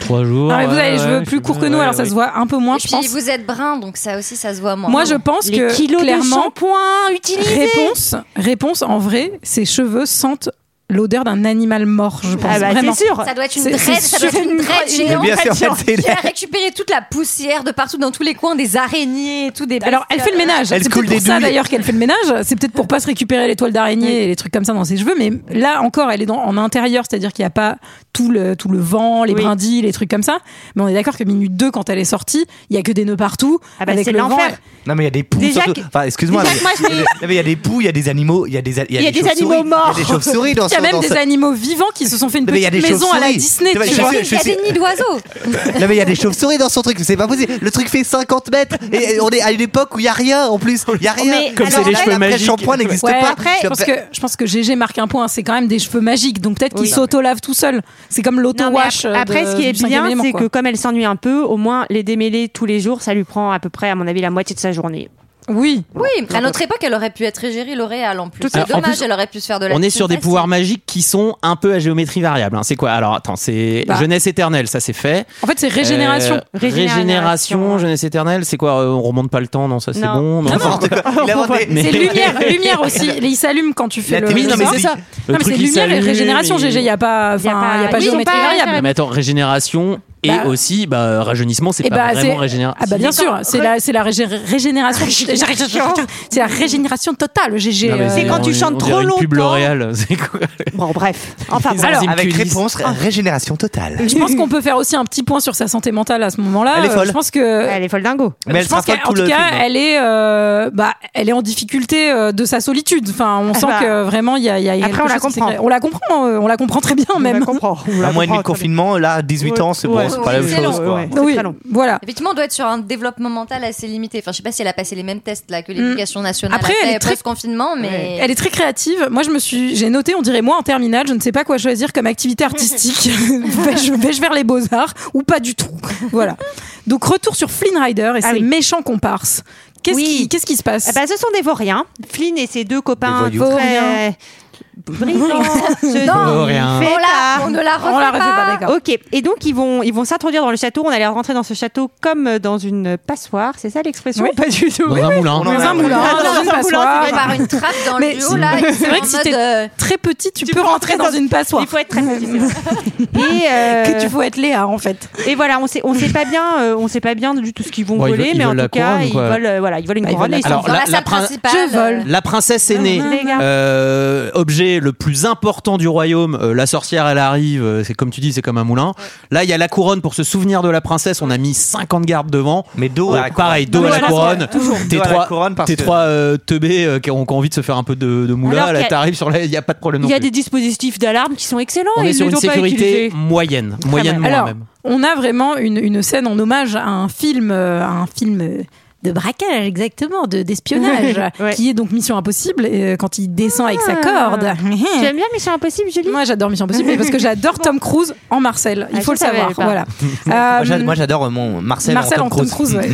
S3: Trois jours.
S1: Non, mais vous avez les
S3: ouais,
S1: cheveux
S3: ouais,
S1: plus courts que nous,
S3: ouais,
S1: alors ça
S3: ouais.
S1: se voit un peu moins,
S6: Et
S1: je
S6: puis
S1: pense.
S6: vous êtes brun, donc ça aussi, ça se voit moins.
S1: Moi, je pense
S10: Les
S1: que
S10: kilos de
S1: clairement,
S10: shampoing utilisés.
S1: réponse, réponse en vrai, ses cheveux sentent l'odeur d'un animal mort, je pense.
S10: Ah bah, c'est
S1: vraiment.
S10: sûr.
S6: Ça doit être une
S1: C'est-
S6: dread,
S1: c'est
S6: ça doit être une
S1: sûr.
S6: dread
S1: Mais
S6: géante
S8: bien sûr, c'est-
S6: qui a récupéré toute la poussière de partout, dans tous les coins, des araignées et tout, des
S1: Alors, elle fait le ménage.
S8: Elle
S1: C'est
S8: coule
S1: peut-être pour
S8: des
S1: ça
S8: douilles.
S1: d'ailleurs qu'elle fait le ménage. C'est peut-être pour pas se récupérer les toiles d'araignée et les trucs comme ça dans ses cheveux. Mais là encore, elle est dans, en intérieur, c'est-à-dire qu'il n'y a pas tout le, tout le vent, les
S10: Oui.
S1: brindilles, les trucs comme ça. Mais on est d'accord que minute 2, quand elle est sortie, il y a que des nœuds partout.
S10: Ah bah,
S1: avec
S10: c'est
S1: le vent.
S10: l'enfer.
S8: Non, mais il y a des poux.
S10: Déjà
S8: surtout.
S10: que-
S8: Enfin, excuse-moi.
S10: déjà
S8: mais-
S10: que moi,
S8: il
S10: je
S8: y a des- non, mais il y a des poux, il y a des animaux, il y a des, a- il
S10: Il y a des
S8: chauves-souris,
S10: animaux morts.
S8: Il y a des chauves-souris dans
S1: Il y a
S8: ce-
S1: même
S8: dans
S1: des
S8: ce-
S1: animaux vivants qui se sont fait une
S8: Mais il y a
S1: petite
S8: des
S1: maison à la
S8: chauves-souris.
S1: Disney.
S8: Tu vois,
S1: tu
S8: je
S1: vois.
S8: suis-
S6: Il y a des nids d'oiseaux.
S8: Non mais il y a des chauves-souris dans son truc, c'est pas possible. Le truc fait 50 mètres et on est à une époque où il y a rien en plus, il y a rien.
S10: Mais Comme alors- c'est
S3: les
S8: Là,
S3: cheveux
S8: l'après-
S3: magiques.
S8: shampoing n'existe
S1: Ouais,
S8: pas.
S1: après, je pense, que, je pense que GG marque un point. C'est quand même des cheveux magiques, donc peut-être qu'ils
S10: Oui.
S1: s'auto-lavent tout seuls. C'est comme
S10: Non, mais
S1: l'auto-wash.
S10: ap- après,
S1: de-
S10: ce qui est
S1: du cinquième
S10: bien,
S1: élément,
S10: c'est
S1: quoi.
S10: que comme elle s'ennuie un peu, au moins les démêler tous les jours, ça lui prend à peu près, à mon avis, la moitié de sa journée.
S1: Oui,
S6: Oui, à notre époque, elle aurait pu être égérie L'Oréal en plus.
S3: à
S6: C'est
S3: fait. En
S6: dommage,
S3: plus,
S6: elle aurait pu se faire de la
S3: On est sur des
S6: petite
S3: pouvoirs magiques qui sont un peu à géométrie variable. hein. C'est quoi Alors attends, c'est
S1: Bah.
S3: jeunesse éternelle, ça c'est fait.
S1: en fait, c'est régénération.
S3: Euh,
S10: Régénération.
S3: régénération, jeunesse éternelle, c'est quoi Euh, On remonte pas le temps, non Ça c'est
S10: Non.
S3: bon.
S8: Non,
S3: enfin,
S8: n'importe quoi. Il a inventé-
S3: Mais-
S1: C'est lumière, lumière aussi. Il s'allume quand tu fais
S8: La
S1: le.
S8: télé,
S1: le
S8: non, mais
S1: sort.
S8: c'est
S3: ça. Le
S1: Non, mais
S3: truc,
S1: c'est
S3: il
S1: lumière et
S3: s'allume,
S1: régénération,
S3: il-
S1: GG. Il n'y a pas,
S10: Y a
S1: enfin,
S10: pas-
S1: il n'y a pas
S10: Oui, ils ont
S1: géométrie
S10: pas-
S1: variable.
S3: Non, mais attends, régénération et
S1: Bah.
S3: aussi bah, rajeunissement, c'est
S1: Eh
S3: pas
S1: bah,
S3: vraiment
S1: c'est-
S3: régénération.
S1: Ah bah bien sûr, c'est la, c'est la régé-
S10: Ah,
S1: régénération. C'est la régénération totale, GG.
S3: Non, mais
S1: euh,
S10: C'est quand tu chantes
S3: on dirait
S10: trop
S3: une pub
S10: longtemps.
S3: L'Oréal, c'est quoi
S10: Bon, bref. Enfin,
S3: Les
S10: bon.
S3: enzymes
S8: Avec
S3: culisses.
S8: réponse régénération totale.
S1: Je pense qu'on peut faire aussi un petit point sur sa santé mentale à ce moment-là.
S8: Elle est
S1: Euh,
S8: folle.
S1: Je pense que.
S10: Elle est folle dingo.
S8: Mais elle
S1: je
S8: sera
S1: pense
S8: folle
S1: qu'en
S8: tout
S1: tout
S8: le
S1: cas,
S8: film. hein.
S1: elle est, euh, bah, elle est en difficulté euh, de sa solitude. Enfin, on sent
S10: bah.
S1: que vraiment, il y a, il y a quelque
S10: Après, on
S1: chose
S10: la
S1: qui
S10: comprend.
S1: s'est créé. On la comprend, euh, on la comprend très bien même.
S8: Un mois et demi de confinement, là 18 ans, c'est bon,
S10: Ouais.
S8: c'est pas la même
S6: C'est
S8: chose
S10: long,
S8: quoi.
S10: ouais.
S1: Oui,
S10: très long.
S1: voilà.
S6: Effectivement, on doit être sur un développement mental assez limité. Enfin, je sais pas si elle a passé les mêmes tests là que
S8: Mm.
S6: l'éducation nationale
S1: Après, elle est très-
S6: confinement, mais
S1: Elle est très créative. Moi, je me suis, j'ai noté, on dirait moi en terminale, je ne sais pas quoi choisir comme activité artistique. Vais-je vais-je vers les beaux arts ou pas du tout Voilà. Donc retour sur Flynn Rider et
S10: Ah
S1: ses
S10: oui.
S1: méchants comparses. Qu'est-ce
S10: Oui.
S1: qui, qu'est-ce qui se passe
S10: Eh ben, ce sont des vauriens. Flynn et ses deux copains
S8: Des
S10: très brillants. se
S6: Non,
S3: Vauriens.
S10: fait
S6: on, la,
S10: tard.
S6: on ne la refait
S1: On la refait pas,
S6: pas.
S1: d'accord.
S10: Ok, et donc ils vont ils vont s'introduire dans le château. On allait rentrer dans ce château comme dans une passoire, c'est ça l'expression
S1: Oui.
S10: Pas du tout.
S3: Dans un moulin.
S8: On en
S1: Dans
S8: a-
S1: un moulin,
S10: Ah,
S1: dans
S10: dans
S1: une
S10: un moulin,
S1: passoire.
S10: c'est bien.
S6: par une trappe dans
S1: Mais
S6: le haut là.
S1: c'est vrai que si t'es-
S6: euh,
S1: Très petit, tu, peux rentrer dans une passoire.
S10: Il faut être très satisfait. et, euh,
S1: Que tu faut être Léa en fait.
S10: et voilà, on sait on sait pas bien euh, on sait pas bien du tout ce qu'ils vont
S3: Bon, ils
S10: voler,
S3: veulent- ils
S10: mais en
S3: veulent la
S10: tout cas
S3: couronne,
S10: ils
S3: quoi.
S10: veulent euh, voilà ils veulent une
S1: Bah, ils
S10: couronne.
S1: veulent
S10: et
S3: la-
S10: ils sont-
S3: Alors,
S6: dans la,
S3: la
S6: salle
S3: prin-
S6: principale. euh,
S1: Je vole.
S3: La princesse est née.
S10: Les gars.
S3: Euh, objet le plus important du royaume. euh, la sorcière, elle arrive. euh, c'est comme tu dis, c'est comme un moulin. Là, il y a la couronne pour se souvenir de la princesse. On a mis 50 gardes devant.
S8: Mais dos
S3: Ouais,
S8: à la
S3: pareil, dos
S10: Non,
S3: à
S10: mais
S3: la
S10: voilà,
S3: couronne.
S8: toujours.
S3: Tes
S8: Dos à la
S3: trois,
S8: couronne parce
S3: tes
S8: que-
S3: trois euh, teubés euh, qui ont qui ont envie de se faire un peu de, de moulin.
S10: Alors qu'il
S3: Là,
S10: y a-
S3: t'arrives sur la. Il n'y a pas de problème non
S10: Il y a
S3: plus.
S10: des dispositifs d'alarme qui sont excellents.
S3: On
S10: et
S3: est
S10: ils
S3: sur
S10: les
S3: une
S10: ont pas
S3: sécurité
S10: utilisés.
S3: moyenne, moyenne moins
S1: Alors,
S3: même.
S1: on a vraiment une, une scène en hommage à un film, euh, à un film euh, de braquage exactement, de d'espionnage,
S10: Ouais.
S1: qui est donc Mission Impossible euh, quand il descend avec sa
S10: Ah.
S1: corde.
S10: Tu aimes bien Mission Impossible, Julie
S1: Moi, j'adore Mission Impossible mais parce que j'adore Tom Cruise en Marcel. Il
S10: Ah,
S1: faut le
S10: je savais
S1: savoir.
S10: pas.
S1: Voilà.
S8: Moi, j'a-
S1: Euh,
S8: Moi j'adore euh, mon Marcel,
S1: Marcel
S8: en Tom Cruise.
S1: ouais.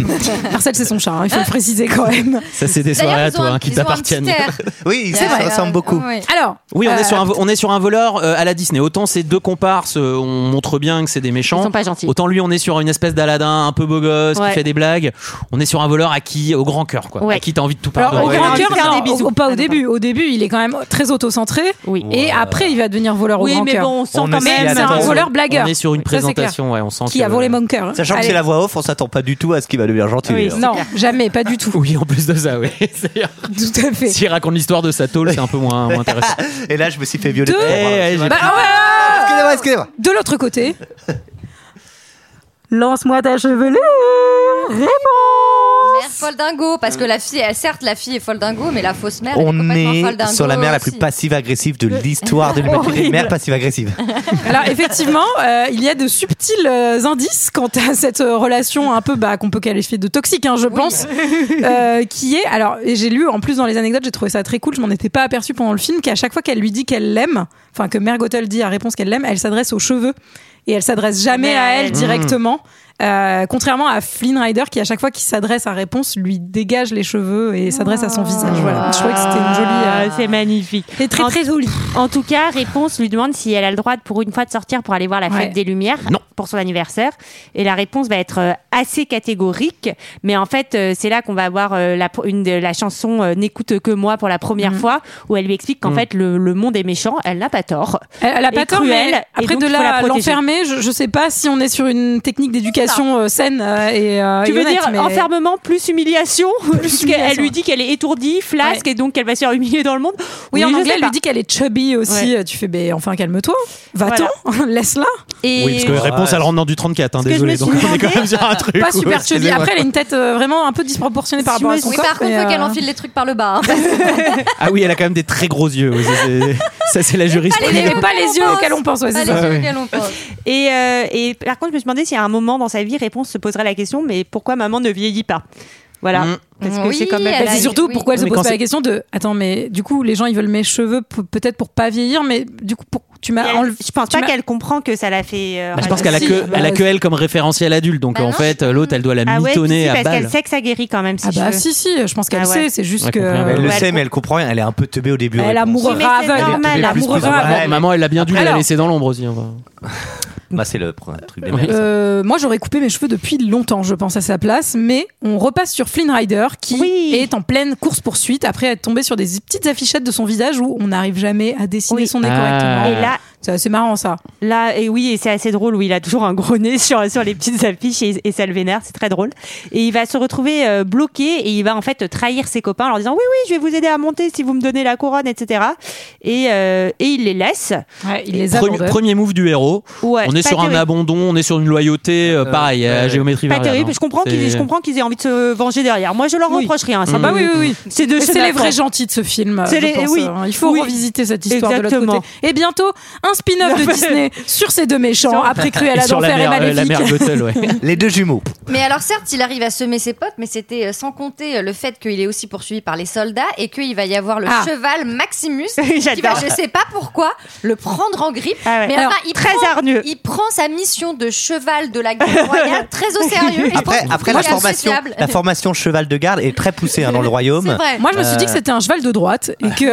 S1: Marcel, c'est son chat. hein, il faut le préciser quand même.
S3: Ça, c'est des soirées
S6: D'ailleurs,
S3: à
S6: ils ont
S3: toi
S6: un-
S3: hein, qui
S6: ils ont un
S3: t'appartiennent.
S6: petit air. Euh,
S8: Oui, ils
S6: Il y a-
S8: se ressemblent beaucoup.
S6: Oui.
S1: Alors,
S3: Oui, on
S1: Euh,
S3: est sur un vo- on est sur un voleur euh, à la Disney. Autant ces deux comparses, euh, on montre bien que c'est des méchants.
S10: Ils sont pas gentils.
S3: Autant lui, on est sur une espèce d'Aladin un peu beau gosse
S10: Ouais.
S3: qui fait des blagues. On est sur un voleur à qui, au grand cœur, quoi.
S10: Ouais.
S3: À qui t'as envie de tout
S1: alors,
S3: pardonner.
S1: au
S8: ouais,
S1: grand
S8: ouais,
S1: cœur,
S10: ouais.
S1: non,
S10: Faire des bisous.
S1: au- pas au
S10: Ah,
S1: début. Au début, il est quand même très autocentré.
S10: Oui.
S1: Et après, il va devenir voleur
S10: Oui,
S1: au grand
S10: mais
S1: cœur.
S10: bon, on sent
S8: On
S10: quand
S8: est-
S10: même.
S1: C'est un
S8: attends,
S1: voleur blagueur
S3: On est sur une
S1: Ça, c'est clair.
S3: présentation, ouais, on sent
S1: qui
S3: que-
S1: a volé mon cœur. hein.
S8: Sachant
S1: Allez.
S8: que c'est la voix off, on s'attend pas du tout à ce qu'il va devenir gentil.
S10: Oui,
S8: d'ailleurs.
S1: Non, jamais, pas du tout.
S3: Oui, en plus de ça, oui. C'est-à-dire,
S1: Tout à fait.
S3: S'il raconte l'histoire de sa tôle, c'est un peu moins, moins intéressant.
S8: Et là je me suis fait violer.
S1: Deux.
S8: Pardon,
S3: Eh, eh, j'ai-
S1: Bah, ouais.
S8: Excusez-moi, excusez-moi.
S1: De l'autre côté. Lance-moi ta chevelure, Raymond.
S6: Mère folle dingo, parce que la fille, elle- certes, la fille est folle dingo, mais la fausse mère, elle
S8: On
S6: est, complètement folle
S8: est
S6: dingo
S8: sur la mère la
S6: aussi.
S8: plus passive-agressive de l'histoire de l'humanité. Mère passive-agressive.
S1: Alors effectivement, euh, il y a de subtils euh, indices quant à cette euh, relation un peu bah, qu'on peut qualifier de toxique, hein, je pense, euh, qui est alors et j'ai lu en plus dans les anecdotes, j'ai trouvé ça très cool, je m'en étais pas aperçu pendant le film qu'à chaque fois qu'elle lui dit qu'elle l'aime, enfin que Mère Gothel dit à réponse qu'elle l'aime, elle s'adresse aux cheveux et elle s'adresse jamais
S10: Mais
S1: à
S10: à
S1: elle
S10: elle.
S1: directement. Euh, contrairement à Flynn Rider qui à chaque fois qu'il s'adresse à réponse lui dégage les cheveux et s'adresse à son visage. Voilà. Je trouvais que c'était une jolie. euh,
S10: Ah, c'est magnifique.
S1: et très
S10: En-
S1: très jolie.
S10: En tout cas, réponse lui demande si elle a le droit de, pour une fois de sortir pour aller voir la fête
S1: Ouais.
S10: des Lumières
S3: Non.
S10: pour son anniversaire. Et la réponse va être euh, assez catégorique. Mais en fait, euh, c'est là qu'on va avoir euh, la, pro- une de, la chanson euh, N'écoute que moi pour la
S1: Mm.
S10: première fois, où elle lui explique qu'en fait, le, le monde est méchant. Elle n'a pas tort.
S1: Elle, elle a
S10: Et
S1: pas tort,
S10: cruelle,
S1: mais
S10: et
S1: après
S10: donc
S1: de
S10: il faut la
S1: là à
S10: protéger.
S1: l'enfermer, je, je sais pas si on est sur une technique d'éducation euh, saine euh, et. euh,
S10: Tu
S1: et
S10: veux
S1: honnête,
S10: dire
S1: mais-
S10: enfermement plus humiliation Puisqu'elle
S1: humiliation.
S10: lui dit qu'elle est étourdie, flasque et donc qu'elle va se faire humilier dans le monde.
S1: Oui, en
S10: je
S1: anglais,
S10: sais
S1: elle
S10: pas.
S1: lui dit qu'elle est chubby aussi. Tu fais, ben enfin, calme-toi, va-t'en, laisse-la.
S10: Et-
S3: Oui, parce que réponse, elle rentre dans du 34, hein,
S10: que je
S3: désolé.
S10: me suis
S3: Donc on est
S10: demandé-
S3: quand même sur un truc.
S1: Pas
S3: où-
S1: super
S3: c'est
S1: chubby.
S3: vrai.
S1: Après, elle a une tête euh, vraiment un peu disproportionnée par
S10: Si
S1: rapport à
S10: moi,
S1: son
S6: Oui,
S1: corps.
S6: par contre,
S1: mais,
S6: faut qu'elle
S1: euh,
S6: enfile les trucs par le bas. hein.
S3: Ah oui, elle a quand même des très gros yeux. oui, c'est- c'est- Ça, c'est la
S1: Elle
S3: jurisprudence.
S1: n'avait pas les yeux auxquels on pense, ouais,
S6: Pas
S1: c'est
S6: les
S1: ça.
S6: yeux
S3: ouais.
S6: auxquels on pense.
S10: Et, euh, et par contre, je me suis demandé si à un moment dans sa vie, Réponse se poserait la question, mais pourquoi maman ne vieillit pas Voilà.
S3: Mm.
S10: Parce que
S6: Oui,
S10: c'est quand même...
S1: Bah,
S6: Elle a-
S1: c'est surtout
S6: oui.
S1: pourquoi elle
S3: Non,
S1: se
S3: mais
S1: pose
S3: quand
S1: pas la
S3: c'est-
S1: question de attends mais du coup les gens ils veulent mes cheveux p- peut-être pour pas vieillir mais du coup pour- tu m'as
S10: Elle-
S1: enlevé
S10: je pense
S1: tu
S10: pas
S1: m'as-
S10: qu'elle comprend que ça l'a fait. euh,
S3: Bah, je pense
S10: rager.
S3: qu'elle a
S1: Si,
S3: que,
S1: bah,
S3: elle a que elle comme référentiel adulte, donc
S6: Bah
S3: en
S6: non,
S3: fait l'autre elle doit la
S10: Ah ouais, si,
S3: mitonner
S10: si,
S3: à
S10: parce qu'elle
S3: balle.
S10: sait que ça guérit quand même. Si
S1: ah
S10: je
S1: bah
S10: veux.
S1: si si je pense qu'elle
S10: Ah ouais.
S1: sait c'est juste
S3: Ouais,
S1: que
S3: comprends bien.
S8: Elle le
S10: Ouais,
S8: sait,
S10: elle
S8: mais elle comprend rien. Elle est un peu teubée au début.
S1: elle
S8: réponse.
S10: Oui, mais
S1: amourera
S10: c'est
S1: aveugle
S10: normal,
S1: elle
S10: plus,
S8: plus,
S1: amourera
S8: plus,
S1: aveugle
S8: Ouais,
S3: Maman, elle l'a bien dû la
S1: Alors-
S3: laisser dans l'ombre aussi. enfin.
S8: Bah, c'est le pr- truc de
S3: Ah Oui.
S8: merde.
S1: Euh, moi, j'aurais coupé mes cheveux depuis longtemps, je pense, à sa place. Mais on repasse sur Flynn Rider, qui
S10: Oui.
S1: est en pleine course-poursuite après être tombé sur des petites affichettes de son visage où on n'arrive jamais à dessiner
S10: Oui.
S1: son nez
S3: Ah.
S1: correctement.
S10: Et là,
S1: C'est assez marrant, ça.
S10: là, et oui, et c'est assez drôle où il a toujours un gros nez sur, sur les petites affiches et, et ça le vénère, c'est très drôle. Et il va se retrouver euh, bloqué et il va en fait trahir ses copains en leur disant oui, oui, je vais vous aider à monter si vous me donnez la couronne, etc. Et, euh, et il les laisse.
S1: il les
S3: Premier,
S1: abandonne.
S3: premier move du héros.
S10: Ouais,
S3: on est
S10: pas
S3: sur un
S10: terrible.
S3: abandon, on est sur une loyauté, euh,
S8: Euh,
S3: pareil, à
S8: ouais.
S3: géométrie
S10: Pas
S3: variable.
S10: terrible,
S3: hein.
S10: je comprends qu'ils
S3: C'est-
S10: je comprends qu'ils aient envie de se venger derrière. Moi, je leur
S1: Oui.
S10: reproche rien. ça
S1: Ah bah
S10: me-
S1: oui, oui, oui.
S10: C'est de
S1: Mais
S10: chez
S1: C'est les
S10: Nathan.
S1: vrais gentils de ce film.
S10: C'est
S1: je
S10: les-
S1: pense,
S10: oui.
S1: hein. Il faut
S10: Oui.
S1: revisiter cette histoire de
S10: Exactement.
S1: l'autre côté. Et bientôt, un spin-off de Disney sur ces deux méchants, après Cruella
S3: Et sur la
S1: d'Enfer et
S3: mère, euh, la mère
S1: Maléfique.
S3: Bethel, ouais.
S8: Les deux jumeaux.
S6: Mais alors certes, il arrive à semer ses potes, mais c'était euh, sans compter euh, le fait qu'il est aussi poursuivi par les soldats et qu'il va y avoir le
S1: Ah.
S6: cheval Maximus qui va,
S10: J'adore.
S6: je sais pas pourquoi, le prendre en grippe.
S10: Ah ouais.
S6: Mais
S10: Alors,
S6: enfin, il
S10: très
S6: prend,
S10: hargneux.
S6: Il prend sa mission de cheval de la guerre royale très au sérieux. et je
S8: Après,
S6: pense qu'il
S8: après
S6: est
S8: la formation,
S6: insociable.
S8: la formation cheval de garde est très poussée hein, dans le
S6: C'est
S8: royaume.
S6: vrai.
S1: Moi, je me suis
S3: Euh.
S1: dit que c'était un cheval de droite et qu'il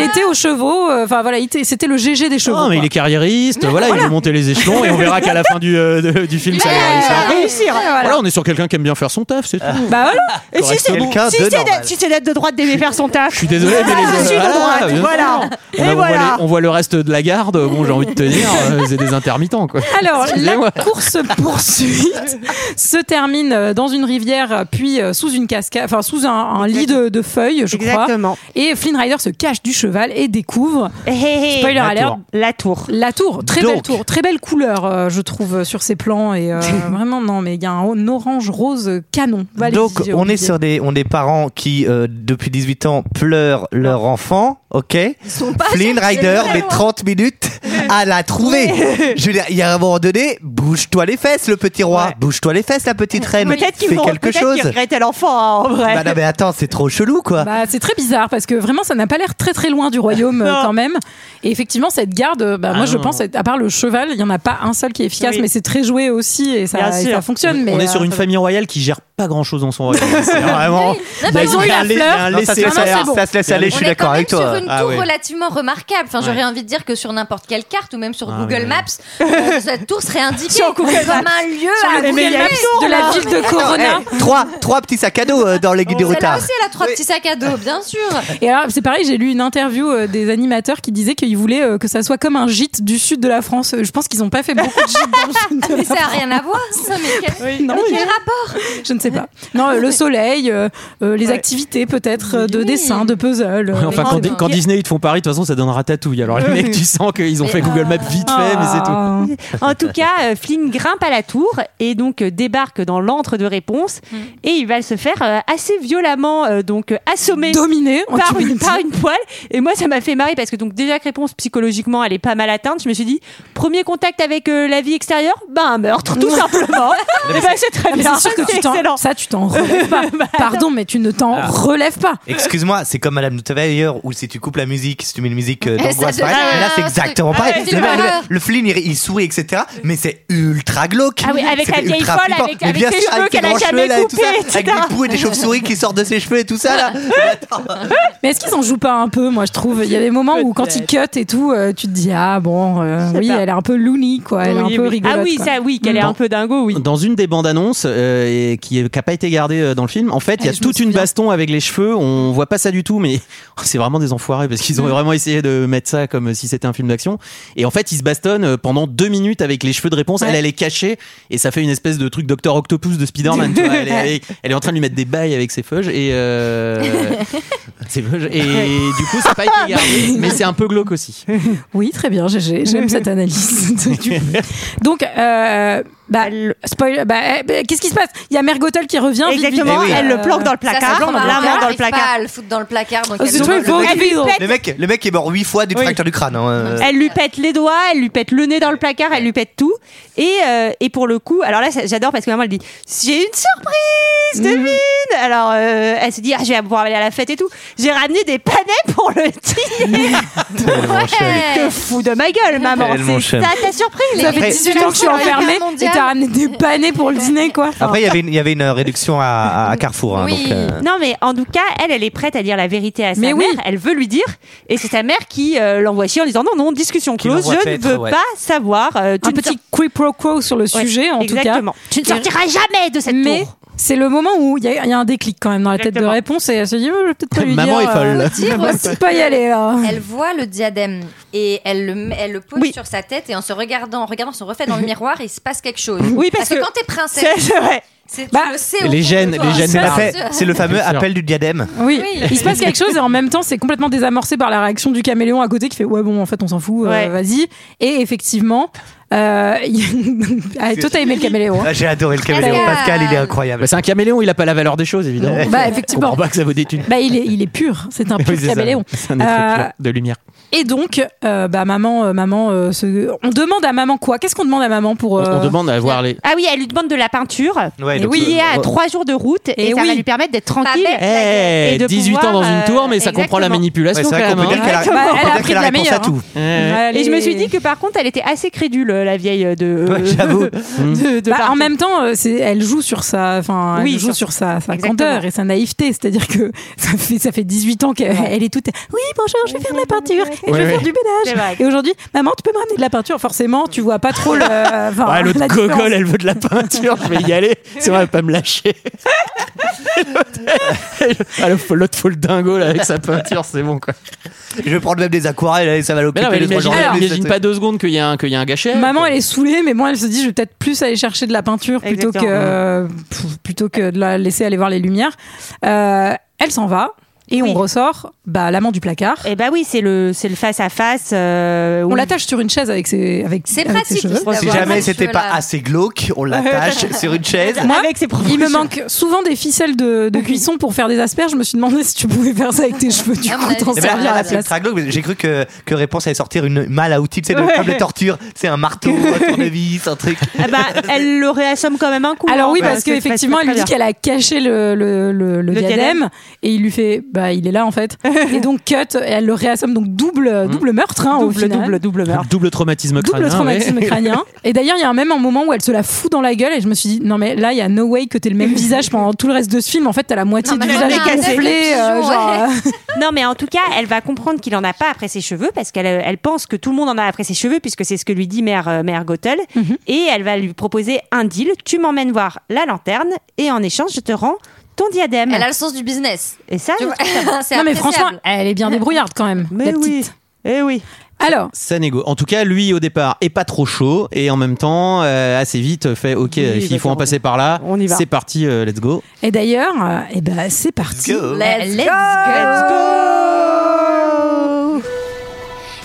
S1: était aux chevaux. euh, Enfin, voilà, il était- c'était le GG des chevaux.
S3: Non, Ah, mais
S1: quoi.
S3: il est carriériste, voilà, il veut monter les échelons et on verra qu'à la fin du, euh, de- du film ça réussira.
S10: va réussir.
S3: Voilà, on est sur quelqu'un qui aime bien faire son taf, c'est tout.
S1: Bah voilà.
S10: Et si c'est
S8: Quelqu'un
S10: si
S8: de
S10: c'est d'être-
S8: normal.
S10: si c'est d'être de droite d'aimer faire son taf. Ah,
S3: Je suis désolé, mais les
S10: je suis de
S3: voilà,
S10: droite.
S3: bien sûr.
S10: Voilà.
S3: On, a-
S10: Et
S3: on voit
S10: voilà.
S3: les- on voit le reste de la garde. Bon, j'ai envie de te dire, euh, c'est des intermittents, quoi.
S1: Alors,
S3: Excusez-moi.
S1: la course-poursuite se termine euh, dans une rivière, euh, puis euh, sous une cascade, enfin sous un, un lit de, de feuilles, je
S10: Exactement.
S1: crois. Et Flynn Rider se cache du cheval et découvre
S10: Hé, hé, hé.
S1: Spoiler
S10: la
S1: alert.
S10: tour. La tour.
S1: la tour. Très belle
S8: Donc.
S1: tour, très belle couleur, euh, je trouve, euh, sur ces plans. Et euh, vraiment, non, mais il y a un, un orange rose canon.
S6: Bah,
S1: Va les
S8: Donc,
S1: viser,
S8: on
S1: Olivier.
S8: est sur des, on est des parents qui, euh, depuis 18 ans, pleurent leur enfant, ok
S6: sont pas
S8: Flynn
S6: gentils.
S8: Rider,
S6: Ouais,
S8: mais 30 minutes à la trouver. Je veux dire, il y a un moment donné, bouge-toi les fesses, le petit roi.
S10: Ouais.
S8: Bouge-toi les fesses, la petite reine.
S10: Peut-être qu'ils
S8: Fais
S10: vont-
S8: quelque
S10: peut-être
S8: chose.
S10: qu'ils regrettent l'enfant hein, en vrai.
S8: Bah non, mais attends, c'est trop chelou, quoi.
S1: Bah, c'est très bizarre parce que vraiment ça n'a pas l'air très très loin du royaume euh,
S10: Non.
S1: quand même. Et effectivement cette garde, euh, bah,
S3: Ah
S1: moi je
S3: non.
S1: pense être- à part le cheval, il y en a pas un seul qui est efficace,
S10: Oui.
S1: mais c'est très joué aussi et ça,
S10: Bien
S1: et
S10: sûr.
S1: ça fonctionne. Mais
S3: on est
S1: euh,
S3: sur une
S1: ça-
S3: famille royale qui gère pas grand chose dans son royaume. C'est vraiment.
S1: bah, ils ont eu la
S3: Il y a
S1: fleur.
S3: un
S8: Non, ça,
S3: laisser
S8: se laisse
S1: non, c'est
S8: aller,
S1: bon.
S8: ça se laisse aller, je
S6: On
S8: suis
S6: est quand
S8: d'accord
S6: même
S8: avec
S6: sur
S8: toi.
S6: une
S3: Ah
S6: tour
S3: ouais.
S6: relativement remarquable. Enfin, j'aurais
S3: Ouais.
S6: envie de dire que sur n'importe quelle carte ou même sur
S3: Ah
S6: Google
S3: ouais.
S6: Maps, euh, cette tour serait indiquée
S10: Sur
S6: comme
S10: Google Maps.
S6: un lieu à Google
S10: le Google
S6: Maps.
S10: Maps.
S1: de la ville de Corona.
S8: Eh, trois, trois petits sacs à dos euh, dans les guides du
S6: Celle-là
S8: retard.
S6: aussi, elle a trois petits sacs à dos, bien sûr. Ah,
S1: Et alors c'est pareil, j'ai lu une interview euh, des animateurs qui disaient qu'ils voulaient euh, que ça soit comme un gîte du sud de la France. Euh, Je pense qu'ils ont pas fait beaucoup de gîtes dans le sud de
S6: Mais
S1: la
S6: ça n'a rien à voir. ça, mais quel-
S1: Non,
S6: mais
S1: mais-
S6: quel rapport
S1: Je ne sais pas. Non, euh, le soleil, euh, euh, les activités peut-être euh, de
S6: Oui.
S1: dessin, de puzzle. euh,
S3: Enfin, quand,
S1: etc.
S3: quand Disney ils te font Paris, de toute façon ça donnera tatouille. Alors les mecs, tu sens qu'ils ont fait Google Maps vite fait, mais c'est tout.
S1: Ah.
S10: En tout cas, euh, Flynn grimpe à la tour et donc euh, débarque dans l'antre de réponse
S1: Mm.
S10: et il va se faire euh, assez violemment euh, donc euh, assommer.
S1: Dominé, on
S10: par
S1: peut le
S10: une,
S1: dire.
S10: par une poêle et moi ça m'a fait marrer parce que donc déjà que réponse psychologiquement elle est pas mal atteinte je me suis dit premier contact avec euh, la vie extérieure bah un meurtre tout simplement et bah c'est très
S1: Ah, mais
S10: bien
S1: c'est sûr que tu
S10: excellent Bah,
S1: t'en, ça tu t'en relèves pas. Pardon, mais tu ne t'en relèves pas.
S8: Excuse-moi, c'est comme Madame Nutteveyer où si tu coupes la musique, si tu mets une musique euh, d'angoisse,
S6: devient
S8: pareil. Mais là, c'est
S6: un
S8: exactement
S10: Ah,
S8: mais le, mec, le mec, le Flynn, il, il sourit, etc. Mais c'est ultra glauque.
S10: Ah oui, avec
S8: C'est
S10: la vieille
S8: ultra
S10: folle,
S8: flippant.
S10: avec-
S8: Mais
S10: avec
S8: bien
S10: ses
S8: sûr,
S10: cheveux
S8: avec ses
S10: qu'elle a
S8: grands
S10: jamais
S8: cheveux, là, et tout
S10: coupés,
S8: ça,
S10: etc.
S8: Avec des poux et des chauves-souris qui sortent de ses cheveux et tout ça, là.
S1: Mais est-ce qu'ils en jouent pas un peu, moi, je trouve Il y a des moments où quand ils cut et tout, euh, tu te dis, ah bon, euh, oui,
S10: pas.
S1: elle est un peu loony, quoi. Elle est
S10: Oui,
S1: un peu
S10: oui.
S1: rigolote.
S10: Ah oui,
S1: quoi. Mm.
S10: ça, oui, qu'elle est
S3: Bon.
S10: un peu dingo, oui.
S3: Dans une des bandes annonces euh, et qui n'a pas été gardée euh, dans le film, en fait, il y a
S1: Ah, je me
S3: toute une
S1: souviens.
S3: baston avec les cheveux. On voit pas ça du tout, mais c'est vraiment des enfoirés parce
S1: Mm.
S3: qu'ils ont vraiment essayé de mettre ça comme si c'était un film d'action. Et en fait, ils se bastonnent euh, pendant deux minutes avec les cheveux de réponse. Elle, elle est cachée et ça fait une espèce de truc Docteur Octopus de Spider-Man. tu vois. elle, est- elle est- elle est en train de lui mettre des bails avec ses feuges et euh, ses feuges. Et du coup, c'est pas été gardé, mais c'est un peu glauque aussi.
S1: Oui, très bien, GG. J'aime cette analyse. Du- Donc, euh, bah, le- spoil, bah, eh, bah, qu'est-ce qui se passe Il y a Mergotel qui revient. vite, vite,
S10: Exactement,
S1: vite.
S10: elle
S1: Euh,
S10: le planque dans le
S6: Ça, ça
S10: placard,
S6: plante
S10: la
S6: placard,
S10: main dans le
S6: arrive pas
S10: placard.
S6: à le foutre dans le placard. Donc
S1: Oh,
S6: elle
S1: c'est
S6: le-
S1: toi, il faut
S6: le-
S1: que tu-
S8: Le mec, le mec est mort huit fois du fracture du crâne. hein, euh.
S10: Elle lui pète les doigts, elle lui pète le nez dans le placard, elle lui pète tout. Et, euh, et pour le coup, alors là, ça- j'adore parce que maman, elle dit J'ai une surprise, devine Alors euh, elle se dit Ah, je vais pouvoir aller à la fête et tout. J'ai ramené des panais pour le dîner.
S6: Ouais.
S10: Te fous de ma gueule, maman.
S8: Tellement
S10: C'est
S8: chum.
S10: ça ta surprise.
S1: Ça fait 18 ans que je suis enfermée et t'as ramené des panais pour le dîner, quoi.
S8: Après, il y avait une- il y avait une réduction à, à Carrefour. hein,
S6: Oui.
S8: donc, euh,
S10: Non, mais en tout cas, elle, elle est prête à dire la vérité à sa
S1: Mais
S10: mère.
S1: oui.
S10: Elle veut lui dire. Et c'est sa mère qui euh, l'envoie chier en disant Non, non, discussion close,
S8: l'envoie
S10: je ne
S8: paître,
S10: veux
S8: ouais.
S10: pas savoir. euh, tu
S1: Un
S10: ne
S1: petit quiproquo sur le
S10: Ouais,
S1: sujet, en
S10: exactement. Tu ne sortiras jamais
S1: tout
S10: de
S1: cas.
S10: cette
S1: Mais
S10: tour.
S1: c'est le moment où il y, a- il y a un déclic quand même dans la tête de
S10: Exactement.
S1: réponse et elle se dit, oh, je vais peut-être pas lui
S3: Maman
S1: dire,
S3: est
S1: euh,
S3: folle.
S6: Dire
S1: on va
S6: aussi-
S1: peut-être pas y aller hein. là.
S6: Elle voit le diadème et elle le, met- elle le pose
S10: Oui.
S6: sur sa tête et en se regardant, en regardant son reflet dans le miroir, il se passe quelque chose.
S10: Oui, parce que-
S6: quand t'es
S10: C'est
S6: princesse,
S10: c'est vrai.
S6: c'est, tu
S1: Bah,
S6: le sais
S3: les
S6: au fond de
S3: gènes-
S6: toi.
S3: les gènes
S8: C'est
S6: Ça,
S8: l'appel-
S6: c'est-
S8: c'est le fameux
S3: Bien sûr.
S8: appel du diadème.
S1: Oui.
S6: Oui.
S1: il se passe quelque chose et en même temps c'est complètement désamorcé par la réaction du caméléon à côté qui fait ouais bon en fait on s'en fout euh,
S10: Ouais.
S1: vas-y et effectivement euh, il- Ah, toi t'as aimé le caméléon hein.
S8: Ah, J'ai adoré le caméléon.
S6: Pascal.
S8: Pascal, il est incroyable.
S3: Bah, c'est un caméléon, il a pas la valeur des choses évidemment.
S1: bah
S3: Je comprends
S1: effectivement
S3: pas que ça vaut des thunes.
S1: bah il est, il est pur c'est un pur
S3: Oui, c'est ça.
S1: caméléon
S3: C'est un être
S1: Euh,
S3: pur de lumière.
S1: et donc euh, bah maman euh, maman euh, se- on demande à maman quoi qu'est-ce qu'on demande à maman pour
S3: On-
S1: euh,
S3: On demande à voir les.
S10: Ah oui, elle lui demande de la peinture.
S8: Ouais,
S1: Mais
S8: donc,
S10: oui, il est à
S3: euh,
S10: trois jours de route et,
S1: Et
S10: ça va
S1: oui.
S10: lui permettre d'être
S6: Pas
S10: tranquille.
S6: bête.
S3: Eh,
S10: Et de
S3: 18 ans dans une
S10: pouvoir,
S3: tour, mais
S10: euh,
S3: ça comprend la
S10: exactement.
S8: ouais, c'est
S3: manipulation
S8: vrai
S3: quand
S8: qu'on peut
S3: même.
S8: dire
S3: hein.
S8: qu'elle a,
S1: Bah,
S8: on peut
S1: elle a
S8: dire
S1: appris
S8: qu'elle a
S1: de la
S8: réponse à
S1: meilleure, hein.
S8: tout.
S3: Ouais.
S1: Allez.
S10: Euh, Et je me suis dit que par contre, elle était assez crédule, euh, la vieille de.
S8: Ouais, j'avoue.
S10: de- de
S1: Bah, en
S10: partir.
S1: même temps, euh, c'est, elle joue sur sa, enfin, elle
S10: Oui,
S1: joue
S10: sur-
S1: sur sa, sa
S10: Exactement.
S1: grandeur et sa naïveté. C'est-à-dire que ça fait, ça fait 18 ans qu'elle elle est toute, oui, bonjour, je vais faire de la peinture et je vais
S3: Ouais,
S1: faire
S3: ouais.
S1: du
S10: C'est
S1: ménage.
S10: vrai.
S1: Et aujourd'hui, maman, tu peux me ramener de la peinture? Forcément, tu vois pas trop le,
S10: Oh,
S1: enfin,
S3: Ouais,
S1: la
S3: Ah, l'autre
S1: différence.
S3: gogole, elle veut de la peinture, je vais y aller. C'est vrai, elle va pas me lâcher. Ah, le- L'autre faut le dingo là, avec sa peinture, c'est bon quoi.
S8: Je vais prendre même des aquarelles et ça va
S3: Mais
S8: l'occuper
S3: non, mais
S8: les trois
S3: imagine,
S8: journées.
S3: alors, imagine pas deux secondes qu'il y, a un- qu'il y a un gâchette.
S1: Maman, elle est saoulée, mais moi, elle se dit, je vais peut-être plus aller chercher de la peinture plutôt
S10: Exactement.
S1: que, pff, plutôt que de la laisser aller voir les lumières. Euh, elle s'en va. Et
S10: Oui.
S1: on ressort, bah, l'amant du placard.
S10: Eh bah oui, c'est le c'est le face à face. euh,
S1: On
S10: où-
S1: l'attache sur une chaise avec ses, avec,
S6: C'est
S1: avec ses
S6: pratique,
S1: cheveux.
S8: Si
S6: d'avoir
S8: jamais
S6: ces
S8: c'était
S6: cheveux-là.
S8: pas assez glauque, on l'attache sur une chaise.
S1: Moi,
S10: avec ses propres
S1: Il me
S10: cheveux.
S1: manque souvent des ficelles de, de cuisson pour faire des asperges. Je me suis demandé si tu pouvais faire ça avec tes cheveux, du
S6: Ah,
S1: coup,
S6: mon avis,
S1: t'en
S8: Eh ben,
S1: servir à la
S8: c'est
S1: place.
S8: ultra glauque, mais J'ai cru que, que Réponse allait sortir une malle à outils, tu sais, le-
S10: Ouais.
S8: comme les tortures. C'est un marteau, un tournevis, un truc.
S10: Ah bah, elle le réassomme quand même un coup.
S1: Alors
S10: hein,
S1: oui,
S10: bah,
S1: parce
S10: c'est-
S1: qu'effectivement,
S10: c'est
S1: elle lui dit
S10: très bien.
S1: qu'elle a caché le, le, le- le
S10: Le
S1: diadème,
S10: diadème.
S1: et il lui fait, bah, il est là en fait. et donc cut, et elle le réassomme, donc double, double meurtre hein, au
S10: Mm. double
S1: final.
S10: double double meurtre.
S3: Double traumatisme
S1: Double
S3: crânien.
S1: traumatisme crânien. Et d'ailleurs, il y a un même un moment où elle se la fout dans la gueule et je me suis dit non mais là, il y a no way que t'aies le même visage pendant tout le reste de ce film. En fait, t'as la moitié du
S6: Non, mais
S1: visage
S10: elle a cassé
S1: gonflé.
S6: le
S1: euh,
S6: pigeon,
S1: genre,
S6: ouais.
S1: euh,
S10: Non, mais en tout cas, elle va comprendre qu'il en a pas après ses cheveux parce qu'elle euh, elle pense que tout le monde en a après ses cheveux puisque c'est ce que lui dit mère euh, mère Gothel
S1: Mhm.
S10: et elle va lui proposer un deal. Tu m'emmènes voir la lanterne et en échange, je te rends ton diadème.
S6: Elle a le sens du business.
S10: Et ça,
S6: Tu vois, c'est
S1: Non mais
S6: appréciable.
S1: franchement, elle est bien débrouillarde quand même.
S10: mais
S1: la
S10: oui.
S1: petite.
S10: Eh oui.
S1: Alors,
S3: Ça négo. En tout cas, lui au départ est pas trop chaud et en même temps euh, assez vite fait OK,
S10: Oui,
S3: les filles, il faut en
S10: d'accord.
S3: passer par là.
S10: On y va.
S3: C'est parti, euh, let's go.
S1: Et d'ailleurs, euh, eh ben, c'est parti.
S8: Go.
S6: Let's, go.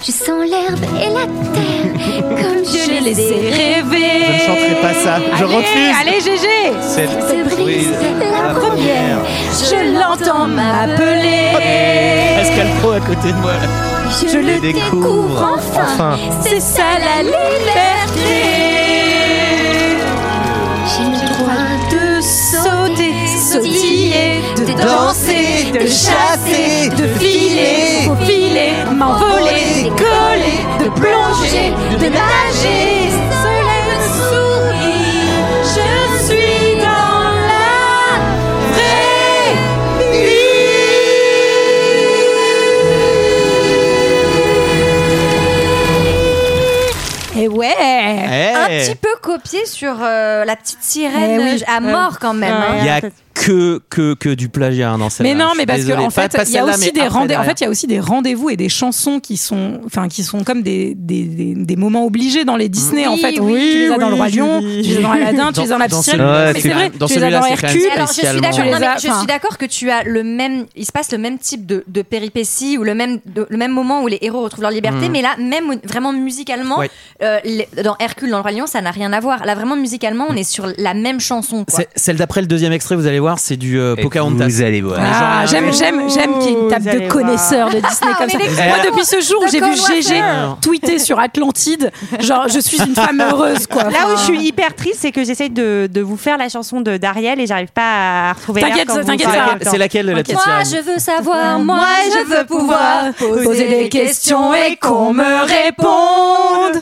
S11: Je sens l'herbe et la terre comme je les ai
S1: rêver.
S3: Je ne chanterai pas ça. Je refuse.
S1: Allez, GG
S8: Cette
S11: se brise la première.
S1: Je l'entends m'appeler.
S3: Pascal Pro à côté de moi. là.
S11: Je le découvre enfin.
S1: C'est ça la liberté.
S11: J'ai le droit
S1: De sauter, sautiller, de
S8: danser, de chasser, de filer,
S1: faufiler, m'envoler, décoller, de
S11: de plonger, de nager. Soleil me sourit, je suis dans la vraie
S1: Et ouais
S3: Eh,
S6: Un petit peu copié sur euh, la petite sirène
S1: Eh oui.
S6: à mort quand
S10: Ah.
S6: même. hein.
S3: Il y a que, que, que du plagiat hein, dans
S1: mais
S3: celle-là.
S1: non,
S3: Je
S1: mais
S3: suis
S1: parce
S3: désolé.
S1: que en
S3: Pas-
S1: fait,
S3: pas
S1: il y a
S3: celle-là,
S1: aussi
S3: mais
S1: des
S3: après,
S1: rendez. En
S3: derrière.
S1: fait, il y a aussi des rendez-vous et des chansons qui sont, enfin, qui sont comme des, des, des, des moments obligés dans les Disney.
S6: Oui,
S1: en fait,
S6: oui,
S1: tu les as
S6: oui,
S1: dans le Roi
S6: Julie.
S1: Lion, tu les as dans Aladdin, tu les as dans la
S3: Dans-
S1: petite sirène.
S3: dans
S1: mais
S3: celui-là, c'est
S1: c'est vrai,
S3: quand- dans
S1: tu les as
S3: celui-là,
S1: dans
S3: c'est quand même
S1: Hercule.
S6: Alors, je suis
S3: spécialement-
S6: d'accord.
S1: Tu les
S6: non, mais
S1: as-
S6: je suis
S1: enfin-
S6: d'accord que tu as le même, il se passe le même type de, de péripéties ou le même, de- le même moment où les héros retrouvent leur liberté,
S1: Mm.
S6: mais là, même au- vraiment musicalement,
S3: Ouais.
S6: euh, les- dans Hercule, dans le Roi Lion, ça n'a rien à voir. Là, vraiment musicalement, on est sur la même chanson. Quoi.
S3: C'est- Celle d'après le deuxième extrait, vous allez voir, c'est du euh, Pocahontas. Vous allez voir.
S1: Ah, j'aime, j'aime, j'aime qu'il y ait une table
S3: Vous
S1: de
S3: allez
S1: connaisseurs de
S3: voir.
S1: Disney
S3: Ah,
S1: comme
S3: on
S1: ça.
S3: est des
S1: Moi,
S3: grands
S1: depuis ce jour où j'ai vu
S3: D'accord,
S1: GG
S3: Water.
S1: tweeter sur Atlantide, genre, je suis une femme heureuse, quoi.
S10: Là où je
S1: Enfin,
S10: suis hyper triste, c'est que j'essaye de, de vous faire la chanson de Dariel et j'arrive pas à retrouver.
S1: T'inquiète, t'inquiète, Sarah.
S3: C'est laquelle, la petite
S6: Moi,
S3: sirène
S6: je veux savoir, moi, je veux pouvoir poser des questions et qu'on me
S1: réponde.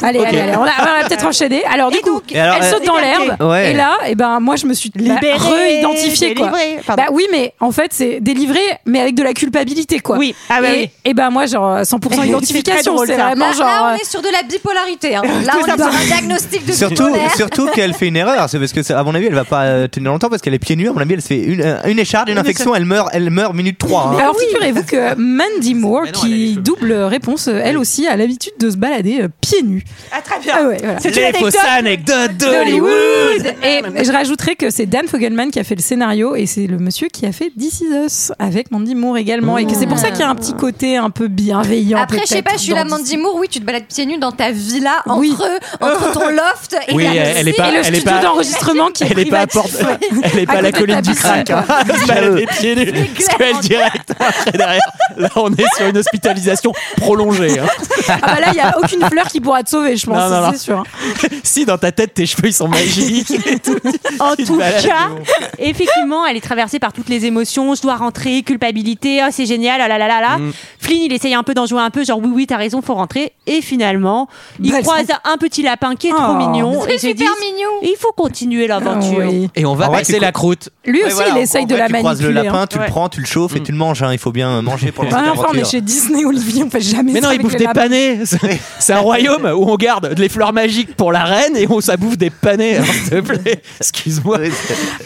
S1: Allez,
S6: Ok.
S1: allez, allez, on va, on va peut-être enchaîner. Alors, du coup,
S8: Et alors,
S1: elle
S8: euh,
S1: saute dans l'herbe.
S8: Ouais.
S1: Et là, et ben, moi, je me suis
S10: Libérée,
S1: re-identifiée, quoi.
S10: délivrée, pardon.
S1: Bah oui, mais en fait, c'est délivré, mais avec de la culpabilité, quoi.
S10: Oui. Ah bah
S1: et,
S10: oui.
S1: Et ben, moi, genre, 100%
S10: C'est très
S1: identification.
S10: drôle,
S1: C'est
S10: ça.
S1: vraiment
S6: Là,
S1: genre.
S6: Bah,
S1: euh,
S6: là, on est sur de la bipolarité. hein. Là, on est sur un diagnostic de
S8: Surtout,
S6: bipolaire.
S8: surtout qu'elle fait une erreur, c'est parce que ça- à mon avis elle va pas euh, tenir longtemps parce qu'elle est pieds nus, à mon avis elle se fait une, euh, une écharde, une
S1: Une
S8: infection, elle meurt, elle meurt minute 3. hein.
S1: Alors figurez-vous que Mandy Moore, qui double réponse, euh, elle aussi a l'habitude de se balader euh, pieds nus.
S10: Ah très bien.
S1: Ah ouais, voilà.
S3: C'est Les fausses anecdotes d'Hollywood
S1: Et je rajouterais que c'est Dan Fogelman qui a fait le scénario et c'est le monsieur qui a fait This Is Us avec Mandy Moore également. Et que c'est pour ça qu'il y a un
S3: Ah.
S1: petit côté un peu bienveillant.
S6: Après, je sais pas, je suis
S1: dans
S6: la
S1: This-
S6: Mandy Moore. Oui, tu te balades pieds nus dans ta villa entre,
S1: Oui.
S6: entre ton loft et
S3: Oui,
S6: la
S3: elle- elle est
S6: musique.
S3: pas-
S1: Et le
S3: Bah, elle est
S1: studio
S3: pas-
S1: d'enregistrement qui est
S3: Elle est pas à porte,
S1: privatif.
S3: elle est pas à
S1: côté
S3: la
S1: de
S3: colline
S1: la
S3: du
S1: piscine, hein.
S3: crack. hein. Elle se balade les pieds nus. Ce qu'elle direct après derrière. Là, on est sur une hospitalisation prolongée. hein.
S1: Ah bah là, il y a aucune fleur qui pourra te sauver, je pense,
S3: Non, non, non.
S1: c'est sûr.
S3: Si dans ta tête tes cheveux ils sont magiques. et tout.
S10: En
S3: Tu te
S10: tout
S3: balades.
S10: cas, effectivement, elle est traversée par toutes les émotions. Je dois rentrer, culpabilité, oh, c'est génial, ah là là là là.
S3: Mm.
S10: Flynn, il essaye un peu d'en jouer un peu, genre oui, oui, t'as raison, faut rentrer. Et finalement, il
S3: Bah, elles
S10: croise un petit lapin qui est trop
S3: Oh.
S10: mignon.
S6: C'est
S10: et se
S6: super
S10: disent,
S6: mignon.
S10: Il faut continuer l'aventure.
S3: Et on va
S8: En vrai,
S3: passer
S8: tu cro-
S3: la croûte.
S1: Lui
S8: Ouais,
S1: aussi,
S8: voilà,
S1: il essaye
S8: en
S1: de
S8: vrai,
S1: la
S8: Tu croises le
S1: manipuler. hein. Mm.
S8: lapin, tu le prends, tu le chauffes et tu le manges. hein. Il faut bien manger pour le
S1: Ah, enfin, on est chez Disney, Olivier, on fait jamais
S3: Mais
S1: ça
S3: non, ils
S1: avec
S3: bouffent
S1: les
S3: des
S1: lapins.
S3: panais. C'est- C'est un royaume où on garde les fleurs magiques pour la reine et on ça bouffe des panais. Alors, S'il te plaît, excuse-moi.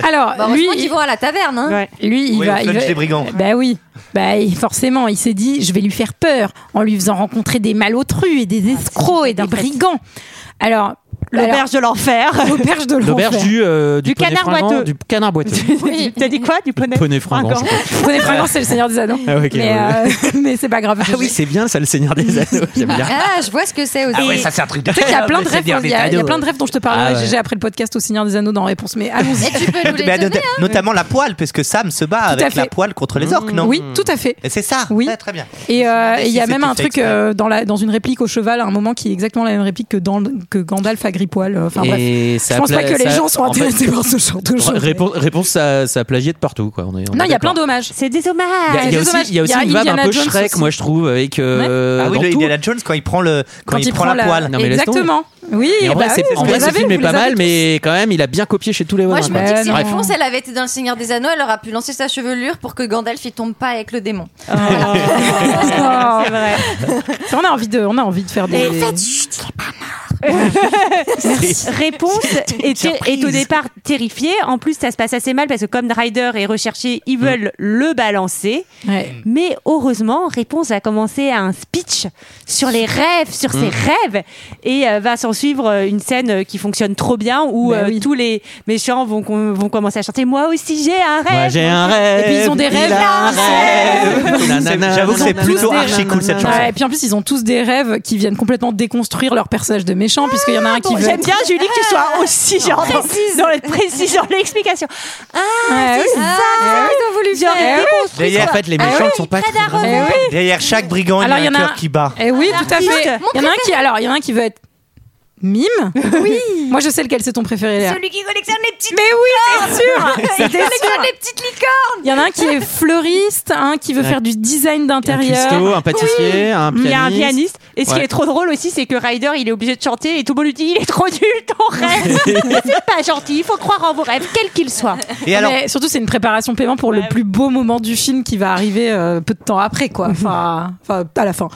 S1: Alors,
S6: Bah,
S1: lui,
S6: heureusement qu'ils vont à la taverne. hein.
S1: lui, il
S3: Oui,
S1: va.
S3: on
S1: il
S3: flunch
S1: va-
S3: les brigands.
S1: Bah oui. Bah il- forcément, il s'est dit, je vais lui faire peur en lui faisant rencontrer des malautrus et des
S3: Ah,
S1: escrocs et des brigands. Alors,
S10: L'auberge de l'enfer.
S1: L'auberge de l'enfer.
S3: L'auberge du, euh, du,
S10: Du
S3: poney
S10: canard
S3: fringant,
S10: boiteux.
S3: Du canard boiteux.
S10: Oui. T'as dit quoi du poney
S3: Poney fringant. je sais
S1: Vous connaissez vraiment, c'est le Seigneur des Anneaux.
S3: Ah, ok,
S1: mais
S3: ouais.
S1: euh, mais c'est pas grave.
S3: pas. Ah oui, c'est bien ça, le Seigneur des Anneaux. J'aime bien.
S6: Ah, je vois ce que c'est aussi.
S3: c'est un truc
S1: Tu sais qu'il y a plein de rêves, il y a, il y a plein de rêves dont je te parlerai.
S8: Ah, ouais.
S1: J'ai après le podcast au Seigneur des Anneaux dans Réponse. Mais allons-y.
S6: Et tu peux nous les
S8: Mais
S6: donner.
S8: not- Notamment la poêle, parce que Sam se bat
S1: hein. Tout à
S8: avec
S1: fait. Mmh.
S8: la poêle contre les orques, non
S3: Hmm.
S1: Oui, tout à fait.
S8: Et c'est ça
S1: Oui.
S8: Ouais, Très bien.
S1: Et euh, et il y a
S8: si
S1: même
S8: c'était
S1: un
S8: fait
S1: truc
S8: exprès.
S1: euh, dans, la, dans une réplique au cheval à un moment qui est exactement la même réplique que, dans, le- que Gandalf à Grippoil. Enfin bref.
S3: Et
S1: Je
S3: ça
S1: pense pas
S3: pla-
S1: que les
S3: ça-
S1: gens sont
S3: en fait-
S1: intéressés par ce genre de choses.
S3: Réponse, réponse ça, ça plagiait de partout. Quoi. On est- on
S1: Non,
S3: est
S1: il y a plein
S3: d'accord.
S1: d'hommages.
S10: C'est des hommages.
S3: Il y a- il y a aussi, il y a aussi une vibe un peu Shrek, moi je trouve, avec. euh,
S8: ah oui,
S3: dans
S8: le
S3: tout.
S8: Indiana Jones quand il prend le quand, il, prend, la poêle.
S3: Non, mais laisse
S1: Exactement. Oui,
S3: Mais en vrai,
S1: bah
S3: c'est-
S1: oui,
S3: en
S1: on
S3: vrai,
S1: les
S3: ce
S1: avait,
S3: film est
S1: vous
S3: pas
S1: les
S3: mal,
S1: avez
S3: mais quand même, il a bien copié chez tous les
S6: Moi,
S3: voisins.
S6: je me dis que si
S3: Bref.
S6: Réponse, elle avait été dans le Seigneur des Anneaux, elle aurait pu lancer sa chevelure pour que Gandalf il tombe pas avec le démon.
S1: tous.
S10: C'est vrai.
S1: Oh, On a envie de, on a envie de faire des.
S10: Et- Réponse est, est au départ terrifiée. En plus, ça se passe assez mal parce que comme Ryder est recherché, ils
S3: Mm.
S10: veulent le balancer.
S1: Ouais.
S10: Mais heureusement, Réponse va commencer à un speech sur les rêves, sur ses rêves, et euh, va s'en suivre euh, une scène euh, qui fonctionne trop bien où
S1: Bah
S10: euh,
S1: oui.
S10: tous les méchants vont, com- vont commencer à chanter Moi aussi j'ai un
S3: Moi
S10: rêve.
S3: j'ai un
S1: Et
S3: rêve.
S1: puis ils ont des
S3: il
S1: rêves.
S3: a un rêve. Nanana,
S8: J'avoue que c'est
S3: nanana,
S8: plutôt
S3: nanana,
S8: archi cool cette
S3: nanana.
S8: chanson.
S1: Ouais, et puis en plus, ils ont tous des rêves qui viennent complètement déconstruire leur personnage de méchant, puisqu'il y en a un qui
S10: Ah Bon,
S1: veut.
S10: J'aime bien Julie que tu sois aussi genre dans-
S6: Précise.
S10: dans, le- précise dans l'explication. Ah,
S1: Ouais,
S10: c'est
S1: oui.
S10: ça.
S6: Ah, ils ont voulu
S10: Genre,
S6: faire.
S10: déconstruire.
S1: Ah
S3: D'ailleurs, en fait, les méchants ne sont pas très drôles.
S1: Eh oui.
S8: Derrière chaque brigand,
S1: Alors,
S8: il y a un
S1: a
S8: cœur qui bat.
S1: Eh oui, tout à fait.
S10: Mon
S1: Il y en a un qui, alors, il y en a un qui veut être mime. Oui. Moi, je sais lequel c'est ton préféré. Léa.
S6: Celui qui collectionne les petites
S1: Mais oui, c'est
S6: licornes.
S1: sûr, c'est
S6: L'école
S10: Ah,
S1: sûr.
S6: des petites licornes
S1: Il y en a un qui est fleuriste, un qui veut
S3: Un-
S1: faire du design d'intérieur.
S3: cuistot, un pâtissier, un
S10: Il y a un
S3: pianiste.
S10: pianiste. Et ce qui
S3: Ouais.
S10: est trop drôle aussi, c'est que Ryder, il est obligé de chanter et tout le monde lui dit il est trop nul ton rêve. Mais c'est pas gentil, il faut croire en vos rêves, quel qu'il soit.
S1: Et Mais surtout, c'est une préparation paiement pour le plus beau moment du film qui va arriver euh, peu de temps après, quoi. Enfin, enfin, à la fin.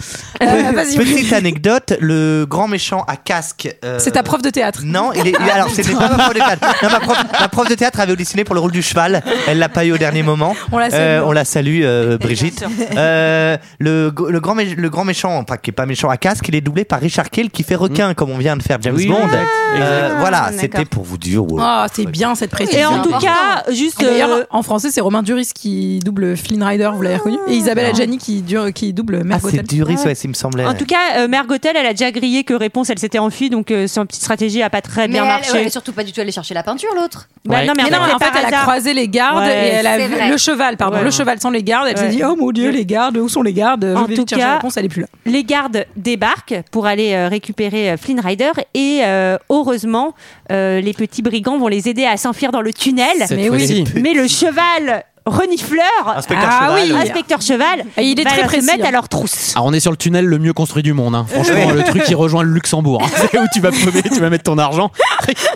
S1: Euh, vas-y.
S8: Petite anecdote, le grand méchant à casque. euh,
S1: C'est ta prof de théâtre.
S8: Non, il est- il- alors c'était pas ma prof de théâtre. Non, ma, prof, ma prof de théâtre avait auditionné pour le rôle du cheval. Elle l'a pas eu au dernier moment.
S1: On la salue.
S8: on la salue, euh, Brigitte. Euh, le, go- le grand mé- le grand méchant, enfin qui est pas méchant à casque, il est doublé par Richard Kiel qui fait requin comme on vient de faire James
S3: Oui,
S8: Bond.
S3: exact,
S8: Euh,
S3: exact.
S8: voilà,
S1: Ah,
S8: c'était
S1: d'accord.
S8: pour vous dire. ouais.
S1: Ah, c'est bien cette précision.
S10: Et en tout cas, juste,
S1: Et d'ailleurs,
S10: euh,
S1: en français, c'est Romain Duris qui double Flynn Rider, vous l'avez reconnu, et Isabelle Adjani qui, dure- qui double
S8: Ah,
S1: Mergotel.
S8: c'est Duris, ouais, il me semblait.
S10: En tout cas, euh, Mergotel, elle a déjà grillé que réponse, elle s'était enfuie, donc euh, son petite stratégie a pas très
S6: Mais
S10: bien
S6: elle-
S10: marché.
S6: ouais, elle est surtout pas du tout allée chercher la peinture, l'autre.
S10: Bah non, mais
S1: Mais
S10: en fait,
S1: non,
S10: c'est
S1: en fait,
S10: par
S1: elle a
S10: hasard.
S1: croisé les gardes
S10: Ouais,
S1: et elle a
S6: c'est
S1: vu
S6: vrai.
S1: le cheval, pardon,
S10: Ouais.
S1: le cheval sans les gardes. Elle
S10: Ouais.
S1: s'est dit, oh mon dieu, les gardes, où sont les gardes Je
S10: En
S1: vais
S10: tout
S1: vite chercher
S10: cas-
S1: la réponse, elle est plus là.
S10: Les gardes débarquent pour aller euh, récupérer euh, Flynn Rider et euh, heureusement, euh, les petits brigands vont les aider à s'enfuir dans le tunnel.
S3: Cette Mais oui. fois-ci.
S10: mais le cheval renifleur,
S8: Inspecteur
S1: Ah cheval. oui.
S10: inspecteur cheval,
S1: Et il est
S10: va
S1: très
S10: leur se
S1: précis,
S10: mettre
S1: hein.
S10: à leur trousse.
S3: Alors on est sur le tunnel le mieux construit du monde. hein. Franchement, le truc qui rejoint le Luxembourg. hein. C'est où tu vas paumer, tu vas mettre ton argent.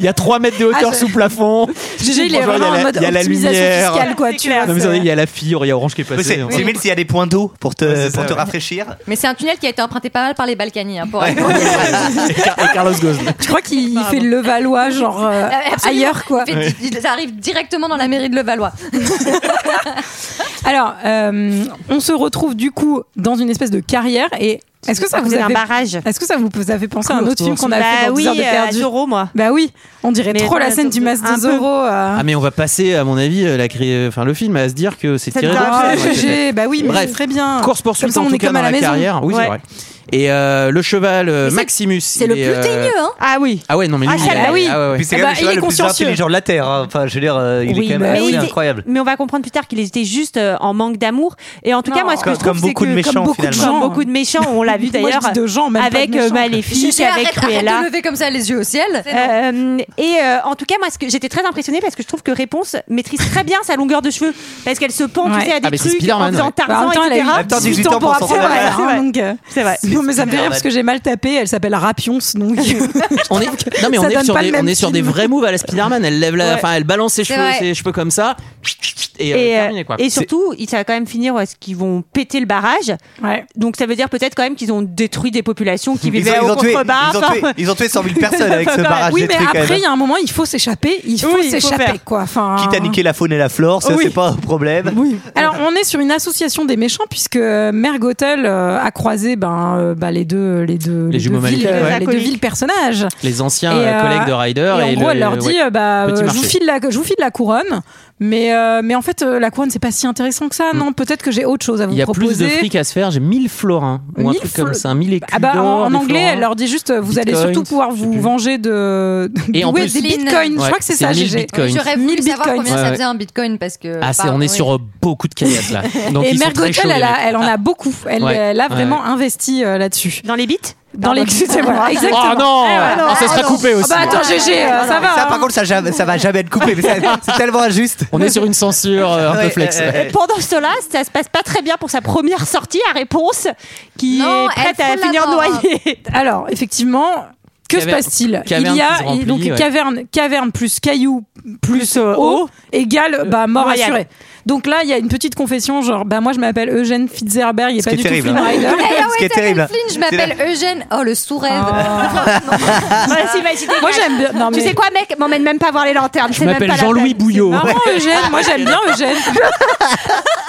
S3: Il y a 3 mètres de hauteur
S1: Ah, je-
S3: sous plafond.
S1: GG, il est
S3: Franchement,
S1: vraiment en mode
S3: il y a la
S1: optimisation
S3: lumière.
S1: fiscale, quoi.
S10: C'est
S1: tu
S10: clair.
S1: vois,
S3: Non, mais
S1: c'est-
S3: attendez, il y a la fille, il y a Orange qui est
S8: Mais
S3: passée.
S8: C'est
S3: hein.
S8: c'est mille s'il y a des points d'eau pour te,
S3: Ouais, c'est
S8: pour
S3: ça,
S8: te
S3: ouais.
S8: rafraîchir.
S6: Mais c'est un tunnel qui a été emprunté pas mal par les Balkany, hein, pour
S8: Ouais.
S3: Et Car- et Carlos Ghosn.
S1: Je crois qu'il fait le Levallois, genre euh,
S10: Ah,
S6: Absolument.
S1: ailleurs, quoi.
S6: Il fait- il- Ça arrive directement dans la mairie de Levallois.
S1: Alors, euh, on se retrouve du coup dans une espèce de carrière et est-ce que ça vous
S10: C'est
S1: a
S10: un
S1: fait
S10: barrage
S1: Est-ce que ça vous a fait penser à un autre film qu'on a
S10: bah
S1: fait dans 10
S10: oui,
S1: heures de
S10: euh,
S1: perdu
S10: à Zorro, moi.
S1: Bah oui, on dirait
S10: Mais
S1: trop la
S10: dans-
S1: scène du masque
S10: un
S1: de
S10: peu.
S1: Zorro. euh.
S3: Ah mais on va passer à mon avis euh, la cré- enfin le film à se dire que c'est
S10: Ça
S3: tiré
S10: devrait
S3: d'un
S1: Ah,
S10: ouais,
S3: film, ouais, tout à fait.
S1: GG, bah oui, mais
S3: Bref,
S1: c'est très bien.
S3: course
S1: Comme
S3: poursuite
S1: ça,
S3: en
S1: on
S3: tout
S1: est
S3: cas
S1: comme
S3: dans
S1: à la
S3: la
S1: maison.
S3: carrière. Oui,
S10: Ouais.
S3: c'est vrai. Et euh, le cheval euh,
S6: Mais c'est-
S3: Maximus.
S6: C'est le
S3: il
S6: plus
S3: est, euh,
S6: teigneux, hein.
S10: Ah oui.
S3: Ah ouais non mais lui.
S10: Ah,
S3: il est-
S10: celle-là, oui.
S3: ouais, ouais.
S8: Puis c'est
S1: Ah
S8: quand
S1: bah,
S8: même
S1: il est
S8: le cheval le plus
S1: consciencieux.
S8: intelligent de la Terre. hein. Enfin, je veux dire, euh, il
S1: Oui,
S8: est quand même
S1: mais
S8: assez
S1: oui.
S8: incroyable.
S10: Mais on va comprendre plus tard qu'il était juste euh, en manque d'amour. Et en tout cas,
S1: Non.
S10: moi, ce que
S8: Comme-
S10: je trouve,
S8: comme
S10: c'est
S8: beaucoup de
S10: que-
S8: méchants,
S10: comme beaucoup de
S8: finalement.
S10: gens, beaucoup de méchants, on l'a vu
S1: Moi,
S10: d'ailleurs,
S1: je dis de gens, même pas de
S10: avec euh,
S1: méchants.
S10: Maléfique,
S6: Gigi,
S10: avec
S6: arrête, arrête
S10: Cruella.
S6: de lever comme ça les yeux au ciel.
S10: Euh, et euh, en tout cas, moi, ce que j'étais très impressionnée parce que je trouve que Réponse maîtrise très bien sa longueur de cheveux parce qu'elle se pend,
S1: Ouais.
S10: tu sais, à des
S3: Ah, mais c'est
S10: trucs en
S3: Spider-Man,
S10: faisant
S3: ouais.
S1: Bah, en
S10: Tarzan,
S1: même temps, elle a eu
S10: etc.
S8: 18 ans pour s'en
S1: C'est
S8: sortir.
S1: vrai,
S10: C'est vrai.
S1: hein, donc, euh,
S10: C'est vrai.
S1: Non, mais ça me fait rire
S8: Spider-Man.
S1: parce que j'ai mal tapé, elle s'appelle Rapionce, donc.
S3: On est, non mais on
S1: Ça
S3: est,
S1: donne
S3: sur
S1: pas
S3: des,
S1: le même
S3: on est sur des
S1: film.
S3: vrais moves à la Spider-Man. Elle lève la,
S10: Ouais.
S3: enfin elle balance ses
S6: C'est
S3: cheveux,
S6: vrai.
S3: ses cheveux comme ça. Et, euh,
S10: Et, euh,
S3: terminé, quoi.
S10: et surtout, il- ça va quand même finir parce qu'ils vont péter le barrage.
S1: Ouais.
S10: Donc ça veut dire peut-être quand même qu'ils ont détruit des populations qui
S8: Ils
S10: vivaient
S8: ont, ils
S10: au
S8: ont tué,
S10: contrebas.
S8: ils, ont tué, ils ont tué 100 000 personnes avec ce
S10: Enfin,
S8: barrage
S1: Oui, mais
S8: détruit, quand
S1: après, il
S8: même.
S1: y a un moment, il faut s'échapper, il faut
S10: Oui, il faut
S1: s'échapper,
S10: faire.
S1: quoi. Enfin,
S8: Quitte à niquer la faune et la flore, ça
S1: Oui.
S8: c'est pas un problème.
S1: Alors, on est sur une association des méchants puisque euh, Mergotel euh, a croisé ben, euh, bah, les deux, les deux,
S3: Les jumeaux
S1: villes,
S3: maléfiques,
S1: euh,
S10: ouais.
S1: les deux villes personnages.
S3: les anciens
S1: et,
S3: euh,
S1: euh,
S3: collègues de Ryder
S1: et en
S3: et,
S1: gros,
S3: le-
S1: elle leur
S3: ouais.
S1: dit, euh, bah,
S3: Petit
S1: euh, je
S3: marché.
S1: vous file la, je vous file la couronne, mais euh, mais en fait, euh, la couronne c'est pas si intéressant que ça. Non, peut-être que j'ai autre chose à vous
S3: Mm. Il y a plus
S1: proposer.
S3: de fric à se faire, j'ai 1000 florins ou un
S1: 1000
S3: truc comme
S1: fl-
S3: ça, 1000 écus
S1: Ah bah, en-
S3: d'or,
S1: en,
S3: des
S1: anglais,
S3: florins.
S1: elle leur dit juste, euh, vous allez
S3: Bitcoins,
S1: surtout pouvoir
S3: je sais
S1: vous
S3: plus.
S1: venger de
S3: Et en
S1: Ouais,
S3: plus-
S1: des bitcoins.
S3: Ouais,
S1: je crois que c'est
S3: c'est
S1: ça,
S3: 1000
S1: GG.
S3: bitcoins.
S6: J'aurais
S1: Mille
S6: voulu savoir
S1: bitcoins.
S6: combien
S3: Ouais,
S6: ça
S3: ouais.
S6: faisait un bitcoin parce que.
S3: Ah, c'est,
S6: pardon,
S3: on est
S6: oui.
S3: sur euh, beaucoup de caillasses là. Donc
S1: Et
S3: ils sont très
S1: Mergotel,
S3: chauds, les
S1: elle, a-
S3: mecs. Ah.
S1: elle en a beaucoup. Elle,
S3: Ouais.
S1: elle a vraiment
S3: Ouais.
S1: investi euh, là-dessus.
S10: Dans les bits
S1: Dans les. Voilà, exactement.
S3: Oh non,
S1: Ah, non.
S3: Ah, ça sera coupé
S1: Ah
S3: aussi.
S1: bah attends, GG, euh, ça va.
S8: Ça,
S1: hein.
S8: par contre, ça, jamais- ça va jamais être coupé, mais c'est c'est tellement injuste.
S3: On est sur une censure euh, un peu
S8: Ouais,
S3: flex.
S8: euh,
S3: ouais.
S8: euh,
S10: Pendant cela, ça se passe pas très bien pour sa première sortie à réponse, qui
S6: Non,
S10: est prête
S6: elle
S10: à
S6: fout la
S10: finir
S6: mort.
S10: noyée.
S1: Alors, effectivement, que
S3: Caverne-
S1: se passe-t-il
S3: caverne
S1: Il y
S3: qui se
S1: a
S3: remplit,
S1: donc
S3: ouais.
S1: caverne, caverne plus caillou plus euh,
S10: eau,
S1: eau
S3: Euh,
S1: égale bah, mort
S10: royale.
S1: assurée. Donc là, il y a une petite confession, genre bah moi je m'appelle Eugène Fitzerberg, il est
S8: Ce
S1: pas
S8: qui est
S1: du tout
S8: terrible.
S1: Flynn
S3: hein.
S1: Rider.
S6: D'ailleurs,
S8: Ce
S6: ouais,
S8: qui est
S6: t'appelles
S8: terrible.
S6: Eh
S8: hein.
S6: Flynn, je
S8: C'est la-
S6: m'appelle Eugène. Oh, le sous-rêve.
S1: Oh.
S10: Voilà, c'est imaginé.
S1: Moi j'aime bien. Non,
S10: Tu
S1: mais-
S10: sais quoi, mec M'emmène même pas voir les lanternes.
S3: Je m'appelle Jean-Louis Bouillot.
S1: Marrant, Eugène, moi j'aime bien Eugène.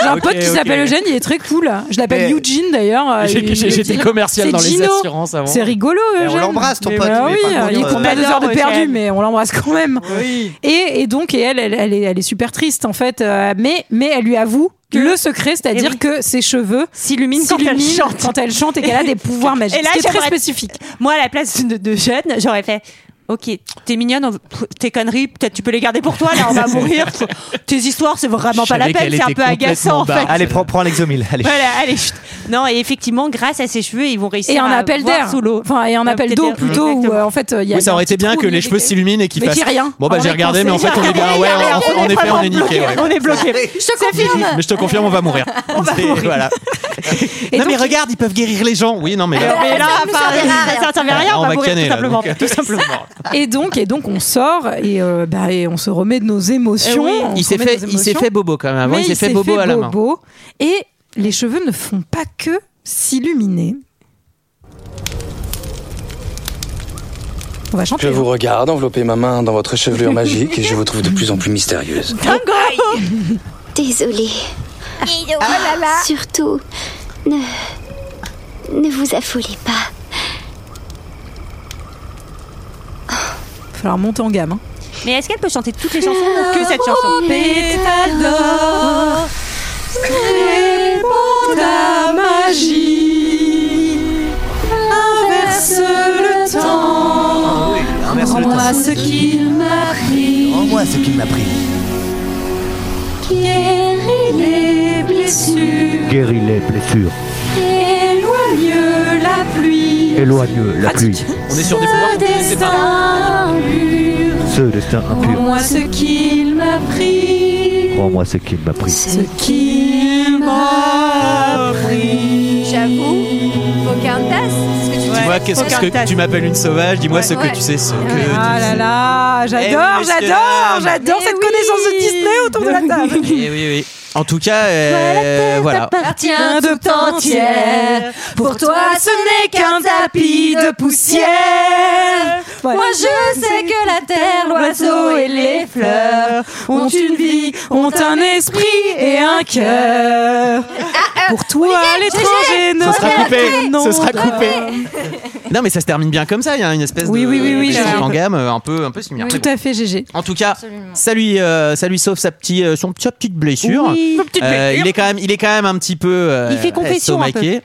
S1: J'ai un
S3: Ok,
S1: pote qui
S3: ok.
S1: s'appelle Eugène, il est très cool. Je l'appelle
S8: Mais-
S1: Eugene d'ailleurs. euh, il-
S3: J'ai- j'ai- J'étais
S1: il-
S3: commercial
S1: c'est
S3: dans les
S1: Gino.
S3: assurances avant.
S1: C'est rigolo,
S8: on
S1: Eugène.
S8: l'embrasse, ton
S1: Mais
S8: pote,
S1: bah
S8: mais
S1: oui,
S8: par contre,
S1: il
S8: euh,
S1: compte pas deux heures de
S10: Eugène.
S1: perdu, mais on l'embrasse quand même.
S3: Oui.
S1: Et, et donc, et elle, elle, elle est, elle est super triste en fait, euh, mais, mais elle lui avoue le secret, c'est-à-dire
S10: Eh oui.
S1: que ses cheveux
S10: S'illumine quand elle
S1: s'illuminent
S10: chante.
S1: quand elle chante et qu'elle a des pouvoirs magiques.
S10: Et là,
S1: C'est très
S10: j'aimerais-
S1: spécifique.
S10: Moi, à la place de, de jeune, j'aurais fait. Ok, t'es mignonne, on- pff, tes conneries, peut-être tu peux les garder pour toi, là on va mourir. Tes histoires, c'est vraiment pas la peine, c'est un peu agaçant en fait.
S8: Allez, prends, prends l'exomil. Allez.
S10: Voilà, allez, chut. Non, et effectivement, grâce à ses cheveux, ils vont réussir
S1: Et un
S10: à
S1: appel
S10: euh, voir
S1: d'air.
S10: sous l'eau.
S1: Enfin, et un appel d'eau plutôt, où euh, en fait, euh, il y a.
S3: Oui, ça aurait été bien que les cheveux s'illuminent et qu'ils
S1: Mais
S3: fassent.
S1: qu'il y ait rien.
S3: Bon, bah
S1: On
S3: j'ai
S1: est
S3: regardé, mais en
S1: coincé,
S3: fait, on est
S1: il y a
S3: bien.
S1: rien, il
S3: Ouais,
S1: y a
S3: en
S1: rien,
S3: en
S1: on est
S3: effet, on
S1: vraiment
S3: est niqué.
S1: bloqué,
S3: ouais.
S1: on est bloqué.
S10: Je te
S1: confirme.
S3: Mais je te confirme, on va mourir. C'est- voilà. non, mais regarde, ils peuvent guérir les gens. Oui, non, mais là.
S10: Ah, Mais là, enfin, ça ne servira à rien, on,
S3: on
S10: va mourir
S3: canner,
S10: tout
S3: là,
S10: simplement.
S3: donc, tout simplement.
S1: Et donc, et donc, on sort et, euh, bah, et on se remet de nos émotions.
S3: Eh oui.
S1: on
S3: Il
S1: se
S3: s'est
S1: remet
S3: fait-
S1: de nos
S3: il s'est
S1: émotions.
S3: fait bobo quand même. Avant,
S1: Mais
S3: il s'est fait bobo à la main.
S1: bobo. Et les cheveux ne font pas que s'illuminer. On va chanter.
S12: Je vous regarde envelopper ma main dans votre chevelure magique et je vous trouve de plus en plus mystérieuse.
S11: Désolée. Surtout, ne. ne vous affolez pas.
S1: Il va falloir monter en gamme. hein.
S10: Mais est-ce qu'elle peut chanter toutes les chansons ou que cette chanson
S1: Pétale d'or, répand ta magie, inverse le temps.
S8: Inverse le
S1: Rends-moi
S8: temps.
S1: ce qu'il m'a pris.
S8: Rends-moi ce qu'il m'a pris.
S1: Guéris les blessures,
S8: Guéris les blessures.
S1: éloigne la pluie.
S8: Éloigne la pluie.
S3: On est sur des pouvoirs.
S1: Ce destin mûr,
S8: Ce destin
S1: rends-moi ce qu'il m'a pris.
S8: Rends-moi ce qu'il m'a pris.
S1: Ce qu'il m'a pris.
S6: J'avoue, Pocahontas, c'est ce que tu dis.
S3: Dis-moi, qu'est-ce que tu m'appelles une sauvage Dis-moi ce
S6: Ouais.
S3: que tu sais, ce que. tu
S1: Ah là
S3: sais.
S1: là,
S3: Eh
S1: j'adore,
S3: oui,
S1: j'adore,
S3: monsieur.
S1: j'adore cette connaissance de Disney autour de la table.
S3: Eh oui, oui. En tout cas, euh, voilà.
S6: Ah,
S1: Tiens de temps entière, pour toi ce n'est qu'un tapis de poussière. Moi je sais que la terre, l'oiseau et les fleurs ont une vie, ont un esprit et un cœur.
S10: Ah,
S1: Pour toi l'étranger,
S3: Ce
S1: non.
S3: sera coupé.
S1: non,
S3: Ce sera coupé. Non, mais ça se termine bien comme ça. Il y a une espèce
S1: Oui,
S3: de
S1: oui, oui, oui,
S3: quelque chose
S1: oui.
S3: en gamme, euh, un peu, un peu similaire. Mais
S1: Tout
S3: bon.
S1: à fait, GG.
S3: En tout cas, ça lui, euh, ça lui sauve sa petite, euh, son, sa petite blessure.
S10: Oui. Sa petite
S3: Euh,
S10: blessure.
S3: il est quand même, il est quand même un petit peu. euh,
S10: Il fait confession un peu.
S3: estomaqué.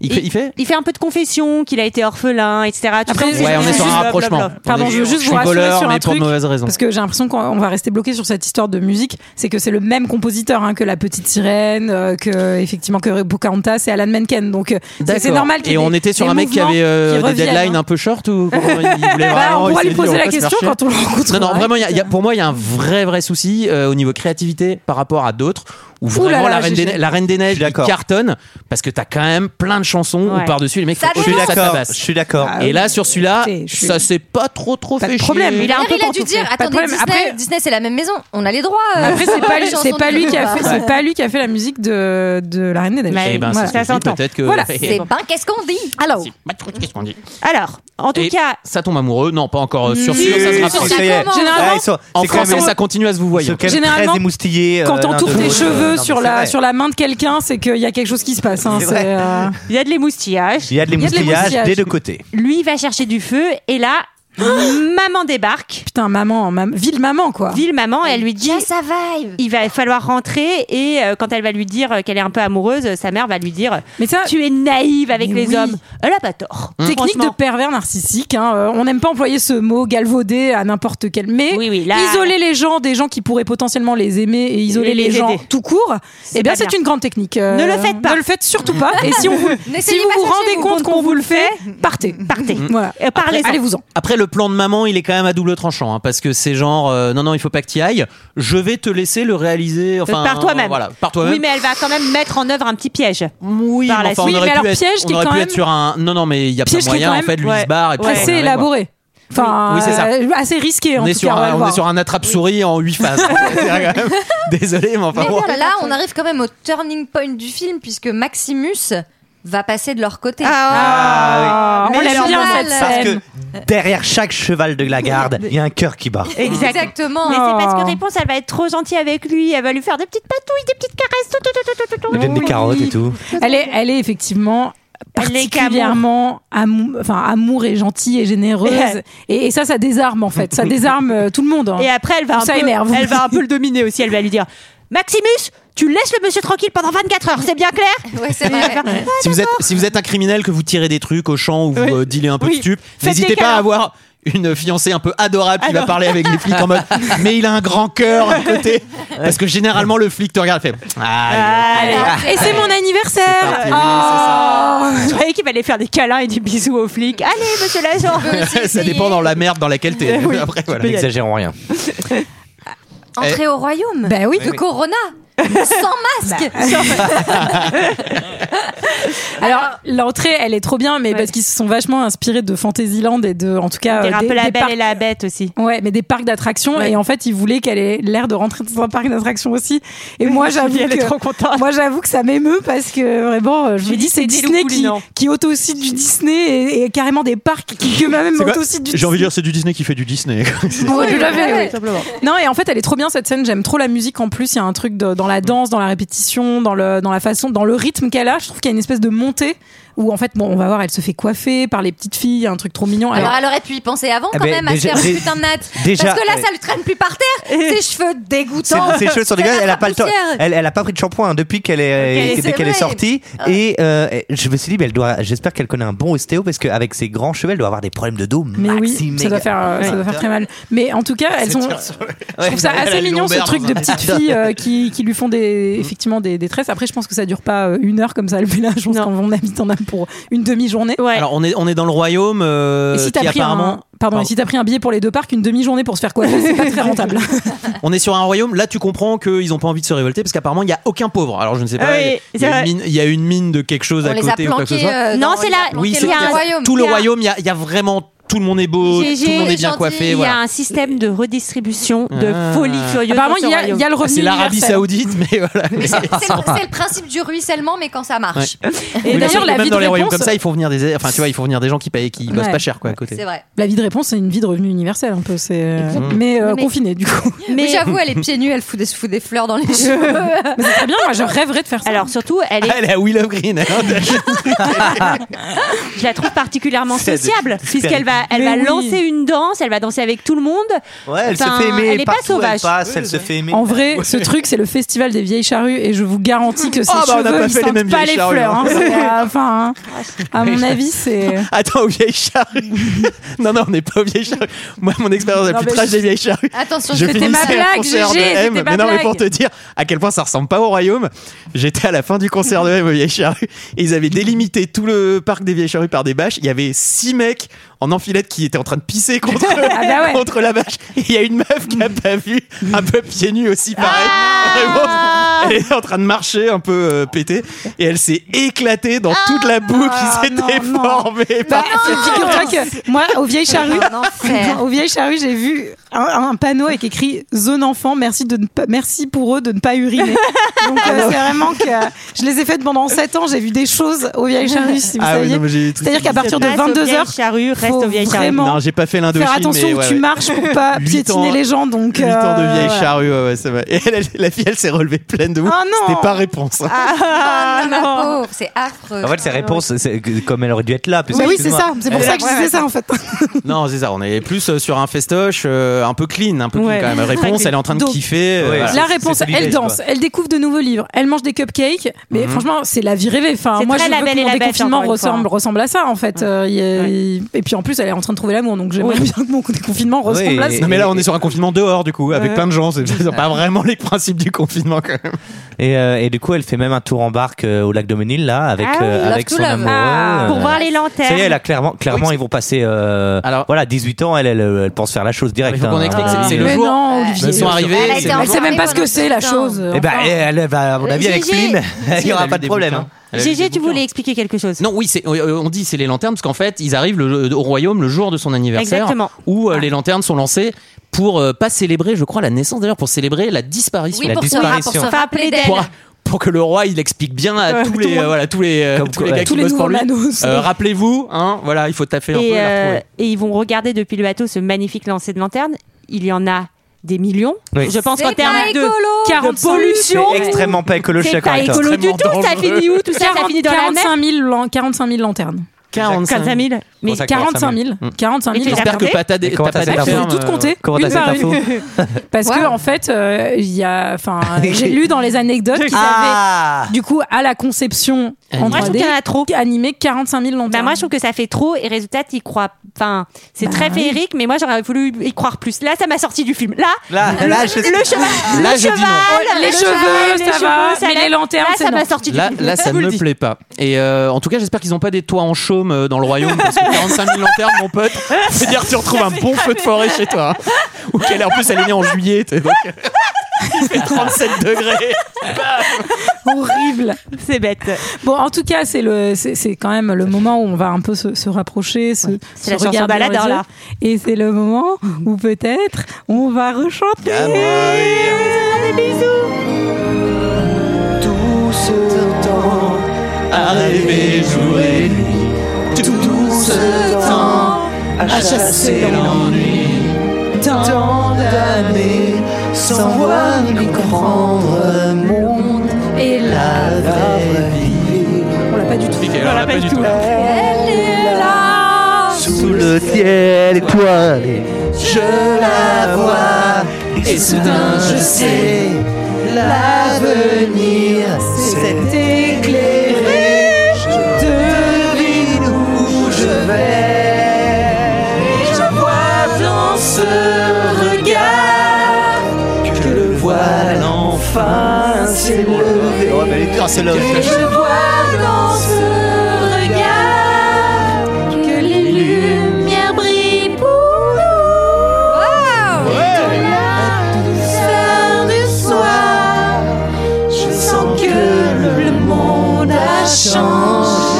S3: Il fait, il fait
S10: Il fait un peu de confession qu'il a été orphelin, etc. Tu
S1: Après,
S10: sens que
S1: Ouais,
S10: c'est
S3: on est
S10: juste
S3: sur un
S10: blablabla.
S3: rapprochement.
S1: Pardon,
S3: On est-
S1: je veux juste
S3: je
S1: vous
S3: suis
S1: rassurer
S3: voleur,
S1: sur un
S3: mais pour
S1: truc,
S3: de mauvaises raisons.
S1: Parce que j'ai l'impression qu'on on va rester bloqué sur cette histoire de musique. C'est que c'est le même compositeur hein, que La Petite Sirène, euh, que effectivement que Pocahontas et Alan Menken. Donc euh, c'est- c'est
S3: D'accord.
S1: normal. qu'il y
S3: Et
S1: ait
S3: on
S1: des-
S3: était sur
S1: des
S3: un mec qui
S1: mouvements
S3: avait euh, des
S1: reviennent,
S3: deadlines
S1: hein.
S3: un peu short ou comment il voulait
S1: Bah,
S3: vraiment,
S1: on
S3: il
S1: pourra
S3: s'est
S1: lui
S3: dit, on
S1: poser
S3: va
S1: la
S3: pas se
S1: question
S3: faire
S1: quand on le rencontrera.
S3: Non, non, vraiment, il y a- il y a- pour moi, il y a un vrai, vrai souci euh, au niveau créativité par rapport à d'autres où
S1: Ouh là
S3: vraiment
S1: là,
S3: la, Reine
S1: j'ai-
S3: des, Ne- la Reine des Neiges
S8: Je suis d'accord.
S3: cartonne parce que t'as quand même plein de chansons
S10: Ouais.
S3: où par-dessus les mecs
S6: Ça
S3: font autre
S8: Je suis
S3: chose, ça
S8: d'accord. Je
S3: tabasse.
S8: suis d'accord.
S1: Ah,
S3: Et là, sur celui-là,
S1: Écoutez, je suis-
S3: ça s'est pas trop, trop
S1: Pas de
S3: fait
S1: problème,
S3: chier.
S10: Il a un peu
S6: D'ailleurs, il a dû
S10: pantouflé.
S6: dire,
S1: Pas de
S6: attendez,
S1: problème.
S6: Disney,
S1: Après-
S6: Disney, c'est la même maison, on a les droits. euh,
S1: Après, c'est pas, lui-
S6: chansons
S1: c'est pas
S6: de
S1: lui qui a
S6: Disney,
S1: fait,
S6: quoi.
S1: c'est pas lui qui a fait la musique de, de la Reine des Neiges.
S10: Mais-
S3: Eh ben,
S1: Voilà.
S3: ça se
S10: Voilà.
S3: dit peut-être que. Bah,
S1: Voilà,
S6: C'est pas un qu'est-ce qu'on dit.
S1: Alors,
S3: C'est pas trop qu'est-ce qu'on dit.
S10: Alors, en tout
S3: Et
S10: cas,
S3: ça tombe amoureux, non, pas encore euh, sur
S1: Mm.
S3: sûr, ça se
S8: Si,
S3: rapproche.
S8: si, ça y est.
S1: commence. Généralement,
S8: Ah, ils sont-
S3: En
S8: c'est quand
S3: français,
S8: même-
S3: ça continue à se
S8: ils
S3: vouvoyer.
S8: sont quand même
S1: Généralement,
S8: très émoustillés. euh,
S1: quand
S8: l'un
S1: on tourne
S8: de
S1: tes
S8: l'autre. Non,
S1: cheveux
S8: mais
S1: sur
S8: c'est
S1: la
S8: vrai.
S1: sur la main de quelqu'un, c'est qu'il y a quelque chose qui se passe. hein,
S8: C'est
S1: c'est,
S8: vrai.
S1: euh,
S10: il y a de l'émoustillage.
S8: Il y a de
S1: y a de
S8: l'émoustillage
S1: l'émoustillage.
S8: des deux côtés.
S10: Lui va chercher du feu et là,
S1: Ah
S10: maman débarque.
S1: Putain, maman, mam- ville maman quoi.
S10: Ville maman, elle lui dit
S6: Tiens, ça vibe.
S10: il va falloir rentrer et euh, quand elle va lui dire euh, qu'elle est un peu amoureuse, euh, sa mère va lui dire
S1: Mais ça,
S10: tu es naïve avec
S1: Ah. Mais
S10: les
S1: oui. Mmh.
S10: hommes. Elle a pas tort.
S1: Technique de
S10: Mmh. Franchement.
S1: pervers narcissique. hein. Euh, On n'aime pas employer ce mot galvaudé à n'importe quel. Mais
S10: Oui, oui, là-
S1: isoler les gens des gens qui pourraient potentiellement les aimer et isoler
S10: Et
S1: les,
S10: les
S1: gens
S10: aider.
S1: tout court, eh bien,
S10: pas
S1: c'est
S10: bien.
S1: une grande technique. Euh,
S10: Ne le faites pas.
S1: Ne le faites surtout pas. Et si, on vous, si
S6: N'essayez
S1: vous
S6: pas
S1: vous
S6: ça chez
S1: rendez
S6: vous.
S1: compte qu'on vous le fait, partez. Mmh.
S10: Partez.
S1: Voilà.
S10: Euh, parlez-en.
S1: Allez-vous-en.
S3: Après, le plan de maman, il est quand même à double tranchant, hein, parce que c'est genre, euh, non, non, il faut pas que tu ailles, je vais te laisser le réaliser, enfin, euh,
S10: par toi-même.
S3: Voilà, par
S10: Oui,
S3: toi-même.
S10: mais elle va quand même mettre en œuvre un petit piège.
S3: Oui,
S10: par
S3: mais
S10: la
S3: enfin,
S1: suite.
S3: on
S1: Oui,
S3: aurait
S1: mais
S3: pu,
S1: alors,
S3: être,
S1: piège
S3: on
S1: qui est
S3: aurait
S1: quand
S3: pu
S1: même-
S3: être sur un. Non, non, mais il y a
S1: Piège qui est
S3: plein de moyens,
S1: quand
S3: en
S1: même-
S3: fait, lui il
S10: ouais,
S3: se barre et puis on
S10: ouais.
S1: Assez
S3: arrive, voilà.
S1: élaboré. Enfin,
S3: Oui, c'est ça.
S1: euh, assez risqué.
S3: On
S1: en
S3: est,
S1: tout
S3: sur
S1: cas, va
S3: un,
S1: le
S3: on est
S1: voir.
S3: sur un attrape-souris en 8 phases. C'est quand même- Désolé,
S1: Oh.
S3: mais enfin.
S6: Mais
S3: bon.
S6: là, là, on arrive quand même au turning point du film puisque Maximus va passer de leur côté.
S1: Ah,
S10: Ah,
S1: On
S6: Mais
S1: l'aime bien cette
S6: normal, euh,
S8: Parce
S1: scène.
S8: que derrière chaque cheval de la garde, il y a un cœur qui bat.
S10: Exact.
S6: Exactement.
S10: Mais c'est parce
S1: Oh.
S10: que réponse, elle va être trop gentille avec lui. Elle va lui faire des petites patouilles, des petites caresses. Tout, tout, tout, tout, tout, tout.
S8: Elle donne des carottes et tout.
S1: Elle est, elle est effectivement
S10: Elle est
S1: particulièrement amou- enfin, amour et gentille et
S10: Et
S1: généreuse.
S10: elle-
S1: Et, et ça, ça désarme en fait. Ça désarme euh, tout le monde. hein.
S10: Et après, elle va, un
S1: Ça
S10: peu,
S1: énerve.
S10: elle va un peu le dominer aussi. Elle va lui dire Maximus, tu laisses le monsieur tranquille pendant 24 heures, c'est bien clair
S6: Ouais, c'est vrai.
S3: Si vous, êtes, si vous êtes un criminel, que vous tirez des trucs au champ ou vous
S10: Oui.
S3: euh, dealez un peu
S10: Oui.
S3: de stup,
S10: Faites des
S3: n'hésitez pas
S10: câlins.
S3: à avoir une fiancée un peu adorable qui va
S13: Alors-
S3: parler avec les flics en mode mais il a un grand cœur à côté parce que généralement le flic te regarde et fait allez,
S10: Ah,
S1: Et c'est mon anniversaire.
S3: parti, oui,
S1: Oh.
S10: Je croyais qu'il fallait faire des câlins et des bisous aux flics. Allez, monsieur l'agent
S3: ça dépend dans la merde dans laquelle t'es
S1: Eh
S10: Oui,
S3: après voilà
S13: N'exagérons rien.
S6: Entrée au royaume
S1: Bah oui. Bah,
S6: de
S3: Oui.
S6: Corona sans masque.
S1: Alors l'entrée, elle est trop bien, mais parce qu'ils se sont vachement inspirés de Fantasyland et de, en tout cas,
S10: Des
S1: euh,
S10: rappels à Belle
S1: parcs-
S10: et la Bête aussi.
S1: Ouais, mais des parcs d'attractions
S10: Ouais.
S1: et en fait, ils voulaient qu'elle ait l'air de rentrer dans un parc d'attractions aussi. Et moi, j'avoue
S10: Julie, elle est
S1: que
S10: trop contente.
S1: moi, j'avoue que ça m'émeut parce que vraiment, euh, je me
S10: Julie,
S1: dis c'est
S10: c'est des
S1: Disney
S10: loups
S1: qui,
S10: coulinants.
S1: qui autocite du Disney et, et carrément des parcs qui eux même
S3: C'est quoi
S1: autocitent du
S3: j'ai envie de dire c'est du Disney qui fait du Disney
S1: Ah ouais, tout à fait,
S6: Ouais.
S1: oui. Non, et en fait, elle est trop bien cette scène. J'aime trop la musique en plus. Il y a un truc de- dans la danse, dans la répétition, dans, le, dans la façon, dans le rythme qu'elle a. Je trouve qu'il y a une espèce de montée où en fait, bon, on va voir, elle se fait coiffer par les petites filles. Il y a un truc trop mignon.
S6: Alors elle aurait pu y penser avant
S8: Ah
S6: quand
S8: ben,
S6: même à se
S8: déjà-
S6: faire une
S8: dé-
S6: putain de natte.
S8: déjà-
S6: Parce que là
S8: ouais.
S6: ça lui traîne plus par terre. Ses cheveux
S8: Ses,
S6: dégoûtants.
S8: ses cheveux sont dégueulasses, elle a pas le temps.
S6: poussière.
S8: Elle, elle a pas pris de shampoing hein, depuis qu'elle est,
S6: Ok, c'est
S8: dès qu'elle est
S6: vrai.
S8: sortie. Et euh, je me suis dit, mais elle doit. J'espère qu'elle connaît un bon ostéo parce qu'avec ses grands cheveux, elle doit avoir des problèmes de dos.
S1: mais oui,
S8: maxi-
S1: ça doit
S8: méga-
S1: faire, euh, ça doit faire très mal. Mais en tout cas, elles sont. Je trouve ça
S8: Ouais, elle a
S1: assez
S8: les
S1: mignon ce
S8: lombaires
S1: truc
S8: dans
S1: de
S8: un- Mm.
S1: petites filles euh, qui, qui lui font des, effectivement des, des tresses. Après, je pense que ça dure pas euh, une heure comme ça le mélange. Je pense qu'on habite en a pour une demi-journée.
S10: Ouais.
S3: alors on est on est dans le royaume euh,
S1: et si
S3: qui
S1: t'as pris, un...
S3: apparemment
S1: pardon, et si t'as pris un billet pour les deux parcs, une demi-journée pour se faire coiffer, c'est pas très rentable.
S3: On est sur un royaume, là tu comprends qu'ils n'ont pas envie de se révolter parce qu'apparemment il n'y a aucun pauvre. Alors je ne sais pas,
S10: Ah oui,
S3: il, y
S10: c'est
S3: a
S10: vrai.
S3: une mine, il y a une mine de quelque chose
S6: On
S3: à
S6: les a
S3: côté ou quoi que ce
S6: planqués.
S3: soit.
S6: euh,
S10: Non,
S6: dans-
S10: c'est
S6: ils ont
S10: la-
S6: planqué
S3: oui,
S6: le
S3: c'est c'est-
S6: royaume.
S3: tout le
S10: Il y a-
S3: royaume, il y a, il y a vraiment tout le monde est beau, tout le monde est bien
S6: gentil,
S3: coiffé.
S10: Il y
S3: Voilà.
S10: a un système de redistribution de
S3: Ah.
S10: folie furieuse.
S1: Apparemment,
S10: dans ce
S1: il y, a-
S10: royaume.
S1: il y a le
S3: Ah,
S1: revenu
S3: C'est l'Arabie
S1: universel.
S3: Saoudite, mais voilà. mais-
S6: C'est le, c'est le principe du ruissellement, mais quand ça marche.
S1: Et
S3: Oui, mais
S1: d'ailleurs,
S3: sauf que
S1: la
S3: même
S1: vie de
S3: dans les royaumes
S1: réponse,
S3: comme ça, il faut venir des, enfin tu vois, il faut venir des gens qui payent, qui bossent
S1: Ouais.
S3: pas cher quoi à côté.
S6: C'est vrai.
S1: la vie de réponse, c'est une vie de revenu universel un peu. C'est euh,
S3: Exactement.
S1: mais, euh,
S6: Mais-
S1: confinée du coup.
S6: Mais
S10: Mais-
S6: j'avoue, elle est pieds nus, elle fout des, fout des fleurs dans les cheveux.
S1: mais c'est très bien. Moi, je rêverais de faire ça.
S10: Alors surtout, elle
S3: Ah,
S10: est,
S3: Elle est à Willow Green. hein.
S10: je la trouve particulièrement
S8: C'est de-
S10: sociable
S8: c'est
S10: puisqu'elle va, elle
S1: Mais
S10: va
S1: oui.
S10: lancer une danse, elle va danser avec tout le monde.
S8: Ouais, elle
S10: Enfin,
S8: se fait aimer.
S10: elle est pas
S8: partout où
S10: sauvage.
S8: Elle, passe, elle se fait aimer.
S1: en vrai, ce truc, c'est le festival des vieilles charrues, et je vous garantis que ces
S3: Ah, bah, on
S1: cheveux,
S3: n'a pas
S1: ils
S3: fait les
S1: sentent
S3: mêmes
S1: pas les
S3: vieilles charrues,
S1: fleurs.
S3: hein.
S1: hein. C'est, euh, Enfin, à mon avis, c'est.
S3: Attends, aux vieilles charrues. non, non, on n'est pas aux vieilles charrues. Moi, mon expérience
S1: Non,
S3: la plus
S1: mais
S3: trash
S1: je-
S3: des vieilles charrues.
S6: Attention,
S3: je
S1: c'était
S3: finissais
S1: ma
S3: un
S1: blague,
S3: concert
S1: GG,
S3: de M.
S1: c'était ma
S3: mais non, mais
S1: blague.
S3: pour te dire à quel point ça ressemble pas au royaume, j'étais à la fin du concert de M aux Vieilles Charrues et ils avaient délimité tout le parc des Vieilles Charrues par des bâches. Il y avait six mecs en enfilette qui étaient en train de pisser contre,
S1: bah ouais.
S3: contre la bâche. Et il y a une meuf qui a pas vu, un peu pieds nus aussi, pareil.
S1: Ah
S3: Vraiment, elle est en train de marcher, un peu euh, pétée, et elle s'est éclatée dans toute la boue
S1: Ah,
S3: qui s'était
S1: non, non.
S3: formée.
S1: Bah,
S3: par-
S1: figure-toi que moi, aux vieilles charrues,
S6: Un enfer.
S1: aux vieilles charrues, j'ai vu un, un panneau avec écrit zone enfant. Merci de ne pas, merci pour eux de ne pas uriner. Donc
S3: Ah
S1: euh, c'est vraiment que euh, je les ai faites pendant 7 ans. J'ai vu des choses aux vieilles charrues. Si vous
S3: Ah oui,
S1: saviez.
S3: non, mais j'ai-
S1: C'est-à-dire qu'à partir de
S10: Passe aux
S1: 22
S10: vieilles
S1: heures,
S10: charrues, reste
S1: faut
S10: aux vieilles charrues.
S1: vraiment
S3: Non, j'ai pas fait l'Indochine.
S1: faire attention
S3: mais
S1: où
S3: ouais,
S1: tu
S3: ouais.
S1: marches pour pas
S3: Huit
S1: piétiner
S3: ans-
S1: les gens. Donc
S3: 8 ans de
S1: euh,
S3: vieille
S1: voilà.
S3: charrue, ouais, ouais, ça va. Et elle, elle- la fille, elle s'est relevée pleine de ouf.
S1: Ah non.
S3: C'était pas réponse. hein.
S10: Oh,
S6: Ah, la pauvre, c'est affreux.
S3: Ah,
S4: En fait, ses réponses, c'est que- comme elle aurait dû être là. parce
S1: Mais
S4: que,
S1: Bah oui, c'est
S4: excuse-moi,
S1: ça. C'est pour
S4: elle-
S1: ça que je disais ça en fait.
S3: Non, c'est ça. On est plus euh, sur un festoche euh, un peu clean, un peu clean
S10: Ouais.
S3: quand même. Réponse, elle est en train de
S1: Donc-
S3: kiffer. euh,
S4: Ouais.
S1: La
S3: voilà.
S4: c'est-
S1: réponse,
S4: c'est l'idée,
S1: elle danse, elle découvre de nouveaux livres, elle mange des cupcakes, mais franchement, c'est la vie rêvée. Enfin,
S10: C'est
S1: moi, je
S10: très
S1: veux
S10: La Belle
S1: que
S10: et
S1: mon
S10: la Bête,
S1: déconfinement
S10: encore une fois.
S1: ressemble, ressemble à ça, en fait. Euh, il y a- Et puis, en plus, elle est en train de trouver l'amour, donc j'aimerais bien que mon déconfinement ressemble
S4: Oui,
S1: à ça.
S4: et-
S3: Non, mais là, on est sur un confinement dehors, du coup, avec
S10: Ouais.
S3: plein de gens. C'est c'est pas vraiment les principes du confinement, quand même.
S4: Et, euh, et du coup, elle fait même un tour en barque euh, au lac Doménil, là, avec,
S10: Ah oui,
S4: euh,
S10: Love
S4: avec
S6: to
S4: son
S6: Love.
S4: amoureux.
S10: Ah, pour
S4: euh,
S10: voir les
S4: Ça y est,
S10: lanternes.
S4: elle a clairement, clairement, ils vont passer. euh,
S3: Alors-
S4: voilà, 18 ans, elle, elle, elle pense faire la chose directe.
S3: Il
S8: hein,
S3: faut qu'on explique, c'est- c'est le
S1: Mais
S3: jour.
S1: non, Olivier.
S3: Ils sont arrivés.
S6: Elle a
S3: c'est-
S6: été en-
S1: Elle sait même pas ce que c'est la
S6: Putain.
S1: chose.
S8: Eh
S4: Et ben, elle, elle va, à mon avis,
S6: Euh,
S4: avec
S6: Gégé.
S4: Plim, il
S3: Si,
S4: n'y
S3: elle a
S4: aura
S3: lu
S4: pas de
S3: des
S4: problème.
S3: bouquins.
S4: hein.
S3: Elle a lu
S10: Gégé,
S3: des
S10: tu
S3: bouquins.
S10: voulais expliquer quelque chose
S3: Non, oui, c'est, euh, on dit c'est les lanternes parce qu'en fait, ils arrivent le- au royaume le jour de son anniversaire
S10: Exactement.
S3: où euh, les lanternes sont lancées pour euh, pas célébrer, je crois, la naissance d'ailleurs, pour célébrer la disparition.
S6: Oui,
S3: La
S6: pour se, ra- pour se
S4: disparition.
S6: rappeler d'elle.
S3: pour, pour que le roi il explique bien à tous les euh, voilà tous les euh,
S4: Comme
S3: tous
S4: quoi,
S3: les
S4: ouais.
S3: gars
S1: Tous
S3: qui
S1: les
S3: bossent pour
S1: nouveaux
S3: lui.
S1: manos.
S3: Euh, rappelez-vous hein voilà il faut taper un peu et
S10: et,
S3: la
S10: euh,
S3: retrouver.
S10: et ils vont regarder depuis le bateau ce magnifique lancer de lanterne. Il y en a des millions.
S4: Oui.
S10: Je pense
S6: C'est
S10: qu'en termes
S6: pas
S10: de
S6: écolo.
S10: 40
S4: C'est
S10: pollution,
S4: extrêmement pas écologique,
S10: c'est
S4: d'accord
S10: pas
S4: avec toi.
S10: écolo du
S3: Extrêmement
S10: tout. Ça
S3: dangereux.
S10: finit où Tout ça, ça finit dans la mer.
S1: 45 000 lan- 45 000 lanternes.
S3: 45
S10: 45 000.
S1: Mais 45 000. 45 000.
S3: J'espère que pas t'as des- t'as pas des
S1: J'ai
S3: fermes,
S1: tout compté.
S3: euh, comment t'as
S1: une
S3: cette
S1: par
S3: info
S1: une. Parce que, en fait, euh, il y a, enfin, j'ai lu dans les anecdotes qu'ils
S10: Ah.
S1: avaient, du coup, à la conception en
S10: Bah, Moi, je trouve
S1: 3D,
S10: qu'il y en a trop.
S1: animé 45 000 lanternes.
S10: moi, je trouve que ça fait trop et résultat, t'y crois. Enfin, c'est très
S1: Bah oui.
S10: féerique, mais moi, j'aurais voulu y croire plus. Là, ça m'a sorti du film. Là,
S1: Là,
S10: le,
S1: là, je-
S10: le cheval,
S3: Là,
S10: le
S3: je dis non.
S10: cheval,
S1: Oh, les
S10: le
S1: cheveux, ça
S10: cheval, les
S1: va,
S10: cheveux, ça
S1: mais
S10: va.
S1: les lanternes,
S10: Là,
S1: c'est
S10: ça m'a
S1: non.
S10: sorti du
S3: Là,
S10: film.
S3: là,
S10: Je
S3: ça
S10: vous
S3: ne
S10: le
S3: me
S10: dis.
S3: plaît pas. Et euh, en tout cas, j'espère qu'ils ont pas des toits en chaume euh, dans le royaume parce que 45 000 lanternes, mon pote, c'est dire que tu retrouves un bon feu de forêt chez toi. hein. Ou qu'elle est en plus, elle est née en juillet. t'es- Donc, il fait 37 degrés.
S1: Horrible.
S10: C'est bête.
S1: Bon, en tout cas, c'est le, c'est c'est quand même le moment où on va un peu se, se rapprocher, se,
S10: C'est
S1: se
S10: la chanson
S1: regarder dans les
S10: Baladeur,
S1: yeux.
S10: là.
S1: Et c'est le moment où peut-être on va rechanter.
S2: Tout ce temps
S3: à rêver, jouer nuit. Tout
S2: ce temps à chasser l'ennui. Tant d'années sans voir ni comprendre le monde et la vraie vie.
S1: On l'a pas du tout.
S3: On l'a pas du tout.
S2: Elle est là
S8: Sous le ciel étoilé.
S2: Je la vois et soudain je sais l'avenir s'est éclairé. Je devine où je vais et je vois dans ce regard que le voile enfin s'est levé. Que je vois dans ce regard que les lumières brillent pour nous. Et de la douceur du soir, je sens que le monde a changé.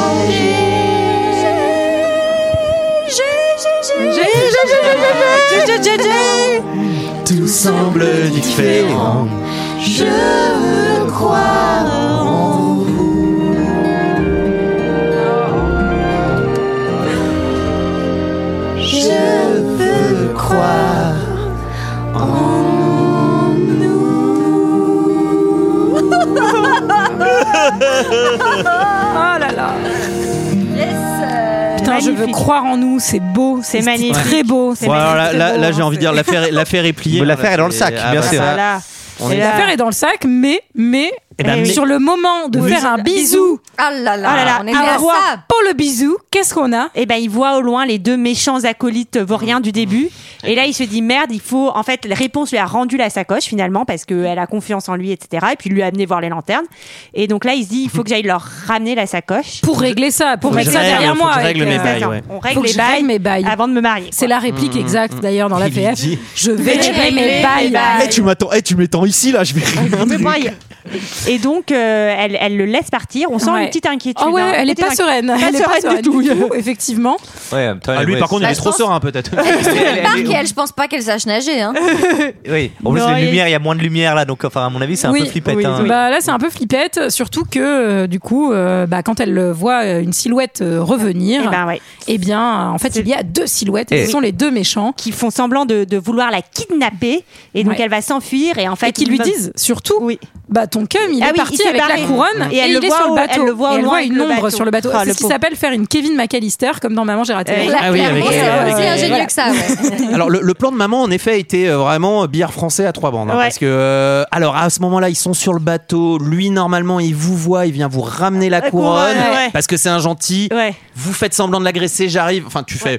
S2: Tout semble différent. Je veux croire en vous. Je veux croire
S1: Oh là là. Putain, je veux
S10: euh, Magnifique.
S1: croire en nous, c'est beau, c'est
S10: magnifique.
S1: très beau. c'est
S3: Bon, alors là,
S1: très
S3: là-
S1: beau,
S3: là,
S1: hein,
S3: j'ai envie de
S1: c'est-
S3: dire l'affaire est- l'affaire est pliée.
S8: Mais l'affaire
S3: hein,
S8: est dans le sac,
S3: Ah,
S8: bien
S3: bah,
S8: sûr.
S3: ça-
S10: Voilà.
S3: On
S10: Et
S3: est-
S10: là-
S1: L'affaire est dans le sac, mais, mais,
S3: Eh ben,
S1: euh,
S3: mais-
S1: sur le moment de
S3: Oui.
S1: faire un bisou
S6: Ah là là,
S1: Oh
S10: Ah là là,
S6: on est né
S10: ah
S6: à
S10: ouais.
S6: ça.
S1: pour le bisou, qu'est-ce qu'on a
S10: Et ben, il voit au loin les deux méchants acolytes vauriens du début. Et là, il se dit merde, il faut. En fait, la réponse lui a rendu la sacoche finalement parce qu'elle a confiance en lui, etc. Et puis il lui a amené voir les lanternes. Et donc là, il se dit il faut que j'aille leur ramener la sacoche.
S1: Pour régler ça, pour
S3: Faut que
S1: mettre
S3: je
S1: ça
S3: règle,
S1: derrière
S3: faut
S1: moi.
S3: que je
S1: avec,
S3: règle
S1: euh,
S3: mes bails,
S10: Attends,
S3: ouais.
S10: On
S1: Faut
S10: règle
S1: que
S10: les
S1: je règle
S10: bails
S1: mes bails.
S10: avant de me marier.
S1: C'est
S10: quoi.
S1: la réplique exacte d'ailleurs dans la
S3: Il
S1: PF.
S3: dit-
S1: Je vais régler mes bails.
S3: Eh, tu m'attends, eh, tu m'étends ici là, je vais rien
S10: Mais
S3: dire.
S10: pareil. Et donc, euh, elle, elle le laisse partir. On sent
S1: Ouais.
S10: une petite inquiétude.
S1: Oh ouais,
S10: hein.
S1: elle est
S10: Petite
S1: pas
S10: inqui-
S1: sereine.
S10: Pas
S1: Elle est pas
S10: sereine
S1: sereine
S10: du tout.
S1: effectivement.
S4: Ouais, en même temps,
S3: Ah,
S4: elle-
S3: lui,
S4: ouais,
S3: par contre, il
S6: Bah,
S3: est
S6: je
S3: trop
S6: pense-
S3: serein peut-être.
S6: Par qu'elle, je pense pas qu'elle sache nager. Hein.
S1: Ah
S4: c'est- oui. En plus,
S10: Non, il-
S4: les lumières, il y a moins de lumière là, donc enfin, à mon avis, c'est un peu flippette. hein.
S1: Bah, là, c'est un peu flippette, surtout que euh, du coup, euh, bah, quand elle euh, voit euh, une silhouette euh, revenir,
S10: Eh ben ouais.
S1: eh bien, euh, en fait, il y a deux silhouettes. et
S4: Eh.
S1: Ce sont les deux méchants
S10: Qui font semblant de, de vouloir la kidnapper. Et donc,
S1: Ouais.
S10: elle va s'enfuir. Et en fait,
S1: et qui lui disent surtout,
S10: Oui.
S1: bah ton cum, il
S10: Ah
S1: est
S10: oui, il
S1: parti
S10: s'est
S1: avec
S10: barré.
S1: la couronne
S10: Et
S1: et,
S10: elle
S1: il
S10: le
S1: est
S10: voit
S1: sur
S10: au-
S1: le
S10: elle
S1: bateau.
S10: le voit au
S1: Et elle
S10: loin
S1: voit
S10: avec
S1: une
S10: le
S1: ombre
S10: bateau.
S1: sur le bateau.
S10: Oh,
S1: c'est
S10: le
S1: ce qui
S10: pauvre.
S1: s'appelle faire une Kevin McAllister, comme dans Maman j'ai raté
S10: Eh,
S1: l'avion.
S6: Là,
S3: Ah oui,
S6: clairement,
S3: avec,
S6: c'est
S3: euh,
S6: aussi
S3: avec-
S6: ingénieux
S1: voilà.
S6: que ça. ouais.
S3: Alors le, le plan de maman en effet était euh, vraiment billard français à trois bandes hein,
S10: Ouais.
S3: parce que euh, alors à ce moment-là ils sont sur le bateau lui normalement il vous voit il vient vous ramener la,
S10: La
S3: couronne,
S10: couronne, ouais.
S3: parce que c'est un gentil
S10: Ouais.
S3: vous faites semblant de l'agresser j'arrive enfin tu fais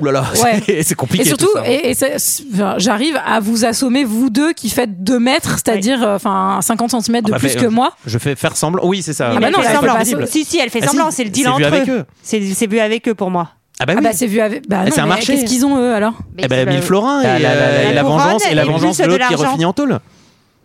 S3: oulala
S1: Ouais.
S3: c'est- c'est compliqué
S1: Et surtout,
S3: tout ça. hein.
S1: et, et ça- c'est- enfin, j'arrive à vous assommer, vous deux qui faites 2 mètres, c'est-à-dire euh, enfin 50 cm de
S3: Ah bah,
S1: plus
S3: mais,
S1: que
S3: euh,
S1: moi.
S3: je fais faire semblant oui c'est ça
S1: Ah bah
S10: elle
S1: non,
S10: fait
S1: là,
S10: semblant.
S1: c'est pas possible.
S10: Si, si, elle fait
S3: Ah si,
S10: semblant. C'est le deal
S3: c'est vu
S10: entre
S3: avec eux.
S10: C'est c'est vu avec eux pour moi.
S3: ah bah
S1: Ah
S3: oui
S1: bah c'est vu avec. Bah,
S3: Ah,
S1: non,
S3: c'est un
S1: mais
S3: marché.
S1: Qu'est-ce qu'ils ont eux alors
S3: eh ben,
S10: c'est
S3: 1000
S10: le-
S3: florins et,
S4: La- la-
S3: euh,
S4: la-
S3: et la,
S4: la
S3: vengeance
S10: couronne
S3: et la
S10: et
S3: vengeance
S10: plus
S3: de
S10: de
S3: l'autre qui
S10: l'argent.
S3: refinit en tôle.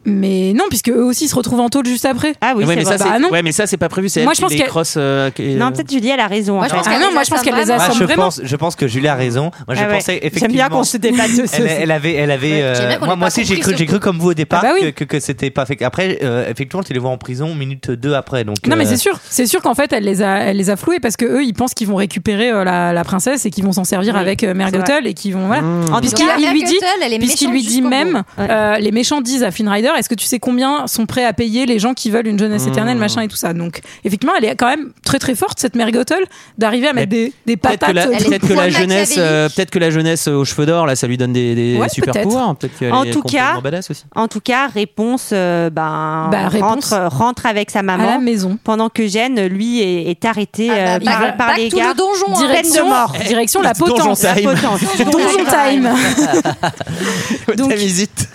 S1: Mais non, puisque eux aussi se retrouvent en tôle juste après.
S10: Ah oui,
S3: ouais, mais
S10: c'est
S3: ça
S10: vrai.
S1: Bah,
S3: c'est
S1: non.
S3: ouais mais ça c'est pas prévu c'est
S1: Moi,
S3: elle
S1: je
S3: qui
S1: pense
S3: les
S1: qu'elle-
S3: crosse, euh, qui-
S10: Non, peut-être Julie, elle a raison. en
S6: Moi, je
S10: fait.
S6: pense
S1: Ah
S6: qu'elle
S1: non,
S6: les
S1: moi je pense
S6: assomme
S1: qu'elle les
S6: Bah, vraiment.
S4: Ah,
S1: assomme
S4: je,
S1: vraiment.
S4: pense, je pense que Julie a raison. Moi, je
S10: Ah ouais.
S4: pensais effectivement.
S10: J'aime bien qu'on se débatte de ce.
S4: Elle, elle avait, elle avait. euh,
S6: J'aime bien qu'on
S4: moi,
S6: ait
S4: moi
S6: pas
S4: aussi, j'ai
S6: compris
S4: cru,
S6: ce-
S4: j'ai cru comme vous au départ
S1: Ah bah oui.
S4: que, que, que c'était pas fait. Après, euh, effectivement, tu les vois en prison minute 2 après. Donc,
S1: Non mais
S4: euh,
S1: c'est sûr, c'est sûr qu'en fait elle les a, elle les a floués parce que eux ils pensent qu'ils vont récupérer euh, la, la princesse et qu'ils vont s'en servir
S10: Oui,
S1: avec euh, Mère
S10: c'est vrai.
S1: Gothel et qu'ils vont voilà.
S10: En tout
S3: Mmh.
S1: Puisqu'il
S10: cas,
S6: Mère
S1: il lui dit,
S6: Gothel, elle est
S1: puisqu'il
S6: méchante
S1: lui dit
S6: jusqu'au
S1: même,
S10: bout. Ouais.
S1: euh, les méchants disent à Finn Rider, Est-ce que tu sais combien sont prêts à payer les gens qui veulent une jeunesse éternelle,
S3: Mmh.
S1: machin et tout ça Donc, effectivement, elle est quand même très très forte cette mère Gothel d'arriver à mettre des, des
S3: Peut-être que
S1: patates.
S3: la,
S1: euh,
S3: peut-être que la
S1: pointes
S3: jeunesse, euh, peut-être que la jeunesse aux cheveux d'or, là, ça lui donne des, des
S10: Ouais,
S3: super
S10: peut-être.
S3: pouvoirs. Peut-être qu'elle
S10: En
S3: est
S10: tout cas-
S3: complètement badass aussi.
S10: En tout cas, réponse, euh, ben,
S1: Bah, réponse
S10: rentre, rentre avec sa maman
S1: à la maison.
S10: pendant que Gênes, lui, est, est arrêté
S6: Ah,
S10: euh,
S1: bah,
S10: par,
S1: back-
S10: par
S1: back
S10: les
S1: to le
S10: gars.
S1: donjon, hein.
S10: Peine de
S1: Direction-
S10: mort.
S1: Eh, direction la donjon potence. time.
S10: La potence.
S1: Donjon time.
S3: Donc, visite.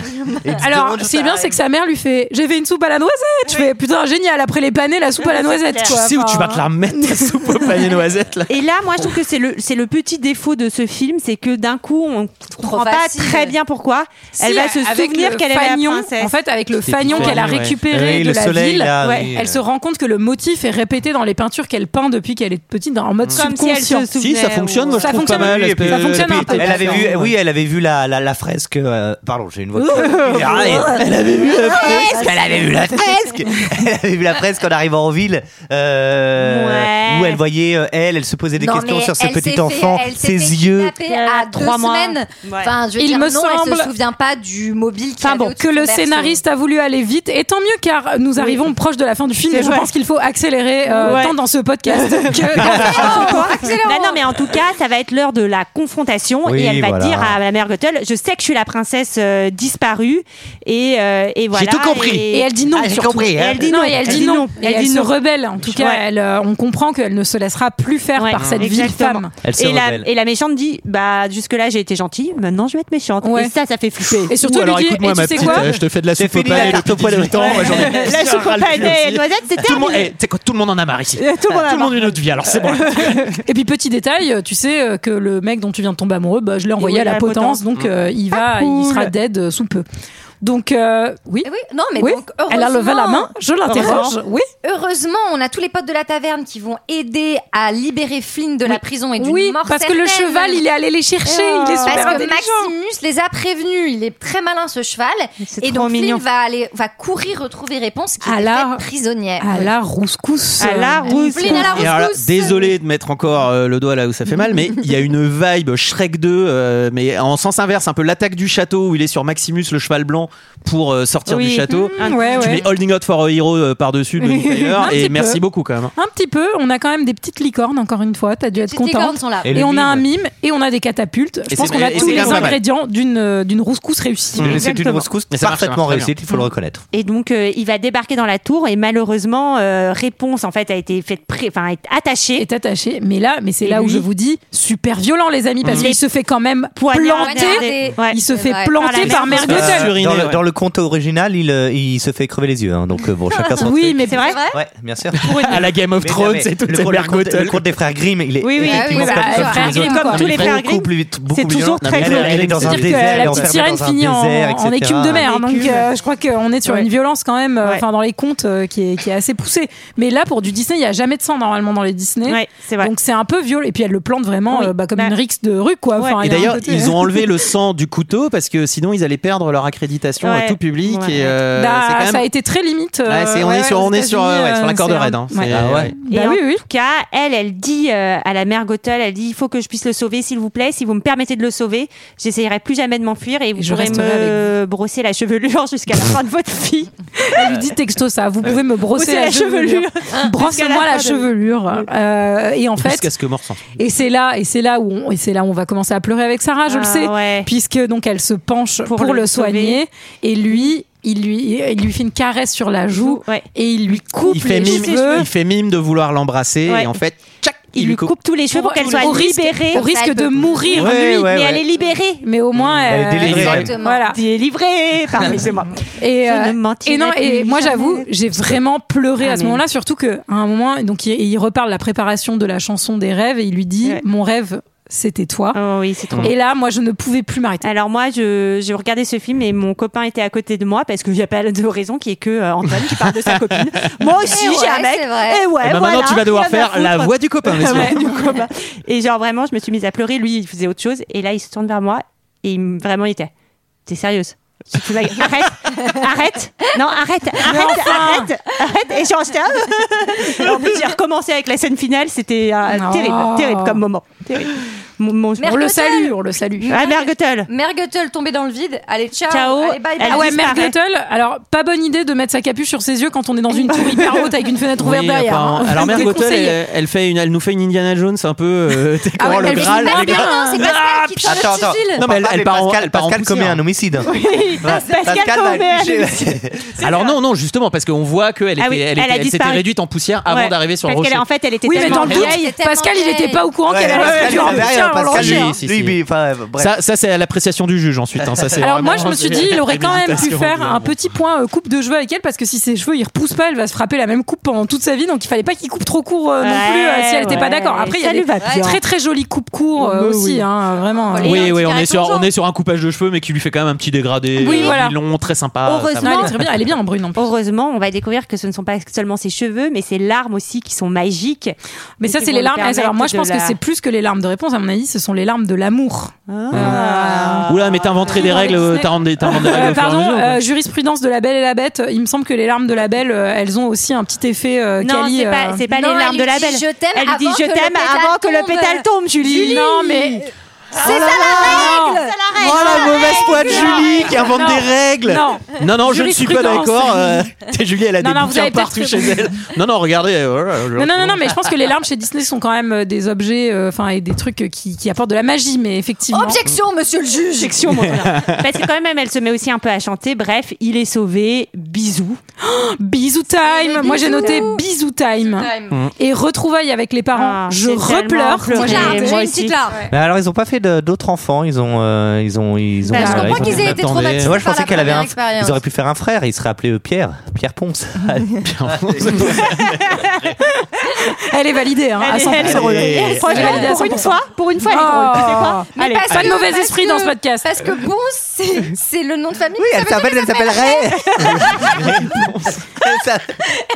S1: Alors, ce qui est bien, c'est que sa mère lui fait J'ai fait une soupe à la noisette. Tu fais Putain, génial, après les panés, la soupe à la noisette.
S10: Tu
S1: quoi.
S3: sais où tu
S1: Enfin,
S3: vas te la remettre ta soupe au panier noisette là.
S10: Et là, moi, je trouve que c'est le, c'est le petit défaut de ce film, c'est que d'un coup, on comprend pas
S6: facile.
S10: très bien pourquoi.
S1: si,
S10: elle va se
S1: avec
S10: souvenir
S1: le
S10: qu'elle est la
S1: fagnon,
S10: princesse.
S1: En fait, avec le
S3: C'était
S1: fagnon
S3: tout
S1: qu'elle a
S3: fagnon, ouais.
S1: récupéré
S4: Oui,
S1: de
S4: le
S1: la
S4: soleil,
S1: ville,
S4: là,
S1: ouais,
S4: oui,
S1: elle
S4: euh.
S1: se rend compte que le motif est répété dans les peintures qu'elle peint depuis qu'elle est petite, en mode
S10: Comme si elle se
S1: subconscient.
S3: Si,
S10: souvenait,
S3: ça fonctionne,
S10: ou-
S3: moi je
S1: Ça
S3: trouve pas
S1: fonctionne,
S3: mal.
S1: oui, et puis- ça
S3: Euh,
S1: fonctionne
S3: puis-
S1: un
S6: hein.
S1: peu.
S4: Elle avait vu,
S3: ouais.
S4: oui, elle avait vu la, la, la fresque. euh, pardon, j'ai une voix. de- Ah, elle avait vu la fresque. Elle avait vu la fresque. Elle avait vu la fresque en arrivant en ville, euh,
S10: Ouais.
S4: où elle voyait euh, elle, elle se posait des
S6: Non,
S4: questions
S6: mais
S4: sur ce
S6: elle s'est
S4: petit
S6: fait-
S4: enfant,
S6: elle s'est fait
S4: ses yeux.
S6: kidnapper à
S10: Euh,
S6: trois
S10: trois mois.
S6: semaines.
S10: Ouais.
S6: Enfin, je veux
S1: Il
S6: dire,
S1: me
S6: non, elle se
S1: semble-
S6: souvient pas du mobile. qu'il
S1: Enfin
S6: avait
S1: bon,
S6: au-dessus
S1: que
S6: de
S1: le
S6: son berceau.
S1: scénariste a voulu aller vite, et tant mieux car nous arrivons proche de la fin du film
S10: C'est
S1: et je
S10: vrai.
S1: pense qu'il faut accélérer euh,
S10: Ouais.
S1: tant dans ce podcast
S10: Oh,
S1: que...
S10: quoi Non, non, mais en tout cas, ça va être l'heure de la confrontation
S4: Oui,
S10: et elle va
S4: voilà.
S10: dire à la mère Gothel Je sais que je suis la princesse euh, disparue et, euh, et voilà.
S4: tout compris.
S1: Et elle dit non.
S4: Ah, j'ai
S1: surtout.
S4: compris,
S1: Et
S4: hein.
S1: elle dit non. Et elle dit non. Et
S10: Elle
S1: elle,
S10: dit
S1: se
S10: non.
S1: rebelle. En tout cas,
S10: Ouais.
S1: elle, euh, on comprend qu'elle ne se laissera plus faire
S10: Ouais,
S1: par cette
S10: exactement.
S1: vieille femme.
S4: Elle se
S10: Et la,
S4: rebelle.
S10: et la méchante dit Bah, jusque-là, j'ai été gentille, maintenant je vais être méchante.
S1: Ouais.
S10: Et ça, ça fait flipper.
S1: Et surtout,
S3: Ou alors
S1: elle lui dit,
S3: écoute-moi
S1: et
S3: ma
S1: tu sais
S3: petite,
S1: quoi
S3: euh, je te fais de la
S4: J'ai
S3: soupe au
S4: fini la
S3: palais
S4: carte au
S3: depuis
S4: poêle.
S3: 18 ans, moi, j'en ai
S10: La soupe aux pailles et noisettes, c'est
S3: tout le monde,
S10: terminé.
S3: eh, tu sais quoi, tout le monde en a marre ici.
S10: Tout le monde en a
S3: Tout le monde une autre vie, alors c'est bon.
S1: Et puis petit détail, euh, tu sais euh, que le mec dont tu viens de tomber amoureux, bah, je l'ai envoyé
S10: oui,
S1: à la,
S10: à la
S1: potence,
S10: potence.
S1: donc euh, il va, il sera dead euh, sous peu. Donc euh, oui,
S6: Eh Oui, non, mais
S1: oui.
S6: donc, heureusement,
S1: elle a levé la main, je l'interroge, oui,
S6: Heureusement, on a tous les potes de la taverne qui vont aider à libérer Flynn de la prison et d'une
S1: oui,
S6: mort
S1: parce que le
S6: certaine.
S1: cheval, il est allé les chercher, il est super
S6: Parce que
S1: intelligent.
S6: Maximus les a prévenus, il est très malin ce cheval,
S10: C'est
S6: et
S10: trop
S6: donc
S10: mignon.
S6: Flynn va aller, va courir retrouver réponse qui
S1: À
S6: est
S1: la-
S6: faite prisonnière.
S1: À la rouscousse.
S10: À la rousse.
S6: Flynn à la
S3: Et alors là,
S6: rescousse.
S3: désolé de mettre encore euh, le doigt là où ça fait mal, mais il y a une vibe Shrek 2, euh, mais en sens inverse, un peu l'attaque du château où il est sur Maximus le cheval blanc pour euh, sortir
S10: Oui.
S3: du château.
S1: Mmh, ouais,
S3: Tu
S1: ouais.
S3: mets Holding Out for a Hero euh, par-dessus de Bonnie Tyler,
S1: Un
S3: et
S1: petit
S3: merci
S1: peu.
S3: beaucoup quand même. hein.
S1: Un petit peu, on a quand même des petites licornes, encore une fois, t'as dû être
S6: Toutes les
S1: contente.
S6: cornes sont là.
S4: Et
S1: Et,
S4: le
S1: on a
S4: mime.
S1: un mime et on a des catapultes. Je
S3: Et
S1: pense
S3: c'est-
S1: qu'on a
S3: et
S1: tous
S3: c'est
S1: les
S3: quand même pas mal.
S1: ingrédients d'une euh, d'une rouscousse
S4: C'est
S1: réussie.
S4: une
S10: Exactement.
S4: rescousse
S3: Mais ça marche, ça
S4: parfaitement
S3: marche très
S4: réussite, il faut le reconnaître.
S10: Et donc, euh, il va débarquer dans la tour et malheureusement, euh, réponse en fait a été faite, pré- enfin, est attachée.
S1: est attaché. Mais là, mais c'est
S10: Et
S1: là où
S10: lui
S1: je vous dis super violent, les amis, parce
S10: Mhm.
S1: qu'il se fait quand même
S10: Poignardé.
S1: planter.
S10: Ouais.
S1: Il se
S6: C'est
S1: fait
S6: vrai.
S1: planter par
S10: Par la
S1: Mère
S3: mère.
S1: Gothel.
S3: Suriné,
S4: Euh, dans, le,
S3: ouais.
S4: dans le conte original, il, euh, il se fait crever les yeux. hein, donc euh, bon, chacun son
S1: Oui,
S4: truc.
S1: mais
S10: C'est vrai
S4: Ouais, bien sûr.
S3: À la Game of
S4: Mais
S3: Thrones,
S4: non, mais
S3: c'est tout
S4: le, conte- le conte- le
S3: le
S4: conte des frères Grimm, il est
S10: Oui, oui.
S6: Ah oui,
S4: effectivement
S6: bah,
S4: comme-
S6: les
S4: comme
S6: frères
S4: tous les autres.
S1: Grimm, quoi.
S10: Comme tous les frères
S4: beaucoup
S10: Grimm.
S4: plus- beaucoup
S10: c'est
S4: plus violent.
S10: toujours très
S4: Elle, elle est
S10: glauque.
S4: dans un
S1: C'est-à-dire que
S4: désert, elle
S1: la
S4: est
S1: petite
S4: enfermée
S1: sirène
S4: dans un
S1: finit en,
S4: désert,
S1: en
S4: etc.
S1: écume de mer.
S10: En
S1: donc
S10: écume.
S1: euh, je crois qu'on est sur
S10: Ouais.
S1: une violence quand même, euh,
S10: Ouais.
S1: enfin dans les contes, euh, qui, est, qui est assez poussée. Mais là, pour du Disney, il n'y a jamais de sang normalement dans les Disney.
S10: Ouais, c'est vrai.
S1: Donc c'est un peu violent. Et puis elle le plante vraiment
S10: Oui.
S1: euh, bah, comme
S10: Bah.
S1: une rixe de rue, quoi.
S10: Ouais.
S1: Enfin,
S3: Et
S1: il y a un
S3: d'ailleurs,
S1: côté- euh,
S3: ils ont enlevé le sang du couteau parce que sinon ils allaient perdre leur accréditation
S10: Ouais.
S3: à tout public.
S10: Ouais.
S3: Et, euh,
S1: Bah,
S3: c'est quand même-
S1: Ça a été très limite. euh,
S3: Ouais, c'est- on
S1: ouais,
S3: est sur,
S1: ouais, aux
S3: on est sur, euh,
S1: États-Unis,
S3: ouais, sur la
S1: euh,
S3: corde
S1: c'est un-
S3: raide. hein.
S1: ouais.
S3: C'est-
S4: Ah ouais.
S1: Bah
S10: et en
S1: oui, oui.
S10: tout cas, elle, elle dit euh, à la mère Gothel, elle dit, il faut que je puisse le sauver, s'il vous plaît, si vous me permettez de le sauver, j'essayerai plus jamais de m'enfuir et vous
S1: je
S10: pourrez
S1: resterai
S10: me brosser la chevelure jusqu'à la fin de votre vie.
S1: Elle lui dit texto ça. Vous pouvez me brosser
S10: Brosser
S1: la,
S10: la
S1: chevelure.
S10: chevelure.
S1: Brosse-moi
S10: Jusqu'à la
S1: la
S10: fin de-
S1: chevelure. Euh, et en fait,
S3: Jusqu'à ce que mort s'en
S1: et c'est là, et c'est là où, on, et c'est là où on va commencer à pleurer avec Sarah. Je le
S10: Ah,
S1: sais,
S10: ouais.
S1: puisque donc elle se penche pour,
S10: Pour
S1: le,
S10: le
S1: soigner et lui. Il lui, il lui fait une caresse sur la joue
S10: Ouais.
S1: et il lui coupe
S3: il fait,
S1: les
S3: mime,
S1: cheveux.
S3: il fait mime de vouloir l'embrasser
S10: Ouais.
S3: et en fait, tchac,
S10: Il, lui coupe, tous les cheveux pour, qu'elle soit
S1: au risque,
S10: libérée.
S1: au risque de mourir
S4: Ouais,
S1: lui.
S4: ouais,
S10: Mais
S4: ouais.
S10: elle est libérée.
S1: Mais au moins,
S4: Elle est
S1: euh,
S4: délivrée.
S6: Exactement.
S1: Voilà.
S10: Délivrée. Pardon, c'est moi.
S1: Et,
S10: Je
S1: euh,
S10: ne mentirai
S1: et non, et
S10: plus
S1: moi
S10: jamais. Ah,
S1: j'avoue, j'ai vraiment pleuré à ce
S10: Amen.
S1: moment-là, surtout que à un moment, donc il, il reparle la préparation de la chanson des rêves et il lui dit
S10: Ouais.
S1: mon rêve c'était toi.
S10: Oh oui,
S3: Mm.
S10: c'est trop
S1: Et là, moi je ne pouvais plus m'arrêter.
S10: Alors moi, je, je regardais ce film et mon copain était à côté de moi parce que j'ai pas de raison qui est que euh, Antoine qui parle de sa copine. Moi aussi,
S6: Eh ouais,
S10: j'ai un mec.
S6: c'est vrai.
S10: Et ouais,
S3: Et ben
S10: voilà,
S3: maintenant, tu vas devoir
S10: rien à
S3: faire la
S10: foutre.
S3: voix du copain. messieurs.
S10: Ouais, du copain. Et genre vraiment, je me suis mise à pleurer. Lui, il faisait autre chose et là, il se tourne vers moi et il, me- vraiment, il était. T'es sérieuse Je fais, mec, Arrête, arrête, non, arrête, arrête, arrête, arrête. Et genre, j'étais. ah. en plus, j'ai recommencé avec la scène finale. C'était euh,
S1: Non.
S10: terrible, terrible comme moment. Terrible. mon- mon-
S6: Merguetel.
S10: Ah, Merguetel.
S6: Merguetel tombé dans le vide. Allez, ciao.
S10: Ciao.
S6: Allez, bye, bye.
S1: Ah ouais, Mère Göttel, alors pas bonne idée de mettre sa capuche sur ses yeux quand on est dans une tour hyper haute avec une fenêtre ouverte
S3: Oui,
S1: derrière.
S3: apparemment.
S1: hein.
S3: Alors, Mère Gothel,
S1: Déconseillé.
S3: elle, elle fait une, elle nous fait une Indiana Jones un peu. euh, t'es
S1: Ah
S3: comment, le Graal Ah, le Graal.
S6: hein,
S1: hein.
S8: Attends, attends.
S3: Non, mais elle, elle part en-
S8: Pascal,
S3: elle part en
S8: Pascal commet
S3: poussière.
S8: un homicide.
S3: Oui,
S8: Voilà.
S3: Pascal
S8: va
S3: commet un
S8: afficher-
S3: Alors non, non, justement, parce qu'on voit qu'elle
S10: Ah
S3: était,
S10: oui,
S3: elle
S10: elle
S3: était-
S10: a
S3: elle s'était
S10: disparu.
S3: réduite en poussière avant
S10: Ouais,
S3: d'arriver sur le
S10: parce
S3: rocher.
S10: qu'elle- en fait, elle était
S1: Oui, mais
S10: tellement
S1: dans le doute,
S10: vieille.
S1: Pascal, il était pas au courant
S10: Ouais,
S1: qu'elle
S10: Pascal,
S1: allait se
S10: il était
S1: faire
S10: derrière,
S1: en
S3: Pascal,
S6: hein.
S1: lanceur.
S3: lui, si, si. Ça, ça, c'est à l'appréciation du juge ensuite. hein, ça, c'est
S1: Alors moi
S3: vraiment-
S1: je me suis dit il aurait quand même pu
S3: préméditation,
S1: faire
S3: évidemment.
S1: un petit point euh, coupe de cheveux avec elle parce que si ses cheveux ils repoussent pas elle va se frapper la même coupe pendant toute sa vie donc il fallait pas qu'il coupe trop court euh, non
S10: Ouais,
S1: plus euh, si elle était
S10: ouais.
S1: pas d'accord. Après il y
S10: Ça
S1: a
S10: lui
S1: des
S10: va bien.
S1: très très jolies coupes courtes euh,
S10: Oh, bah
S1: aussi
S10: oui.
S1: hein, vraiment.
S3: Oui, oui, on est sur, on est sur un coupage de cheveux, mais qui lui fait quand même un petit dégradé,
S1: Oui,
S3: euh,
S1: voilà.
S3: long, très sympa. ça
S10: Heureusement,
S3: va.
S1: elle est bien en brune.
S10: Heureusement, on va découvrir que ce ne sont pas seulement ses cheveux, mais ses larmes aussi qui sont magiques.
S1: Mais ça
S10: qui
S1: c'est
S10: vont
S1: les
S10: lui
S1: larmes.
S10: permettre
S1: Alors moi je
S10: de
S1: pense que
S10: la-
S1: c'est plus que les larmes de réponse à mon avis ce sont les larmes de l'amour.
S10: Ah.
S3: Oula, mais t'inventerais des règles, euh, t'inventes des, t'inventes des règles.
S1: Euh,
S3: au fur et à
S1: pardon,
S3: mesure,
S1: euh,
S3: quoi.
S1: jurisprudence de la Belle et la Bête. Il me semble que les larmes de la Belle, euh, elles ont aussi un petit effet euh,
S10: Non,
S1: Cali,
S10: c'est pas-
S1: euh.
S10: c'est pas les Non, larmes elle de la lui dit Belle. je t'aime Elle lui dit avant je que le t'aime pétale avant que le tombe. pétale tombe, Julie. Julie.
S1: Non, mais
S10: C'est ça la règle
S3: Oh la mauvaise foi de Julie qui invente
S1: Non.
S3: des règles
S1: Non.
S3: non, non, je ne suis pas
S1: Jurisprudence.
S3: d'accord. euh, Julie, elle a
S1: Non,
S3: des
S1: non, vous
S3: bouquins
S1: avez peut-être
S3: partout
S1: raison.
S3: chez elle. Non, non, regardez. euh, voilà, je-
S1: Non, non, non, non, mais je pense que les larmes chez Disney sont quand même euh, des objets, euh, enfin, et des trucs euh, qui, qui apportent de la magie, mais effectivement.
S6: Objection, monsieur le juge.
S1: Objection, mon frère.
S10: Parce que quand même, elle se met aussi un peu à chanter. Bref, il est sauvé. Bisous.
S1: Bisous time. Moi, j'ai noté bisous time.
S10: Mm.
S1: Et retrouvailles avec les parents.
S10: Ah,
S1: je
S10: j'ai tellement
S1: repleure.
S10: pleuré,
S1: j'ai-
S10: moi
S1: j'ai
S10: aussi.
S8: Mais Bah, alors, ils ont pas fait de- d'autres enfants. Ils ont, euh, ils ont, ils ont.
S6: Bah, je
S8: ils ont-
S6: comprends
S8: ils ont-
S6: qu'ils aient été
S8: Attendez.
S6: traumatisés
S8: Moi, je
S6: par
S8: pensais
S6: la
S8: qu'elle avait
S6: première
S8: un.
S6: expérience.
S8: Ils auraient pu faire un frère. Il serait appelé euh, Pierre, Pierre Ponce.
S1: Elle est validée, hein, à 100%.
S10: Elle est- elle est drôle.
S1: Elle est
S10: Franchement,
S1: validée à
S10: pour une
S1: 100%.
S10: fois, pour une fois, elle est drôle.
S1: Oh.
S10: Tu sais quoi
S1: Mais
S10: Allez,
S1: parce
S10: allez.
S1: que- Pas de mauvais esprit dans ce podcast.
S6: Parce que bon, c'est c'est le nom de famille.
S8: Oui,
S6: Ça
S8: elle
S6: veut dire
S8: s'appelle, elle
S6: qu'elle
S8: s'appellerait.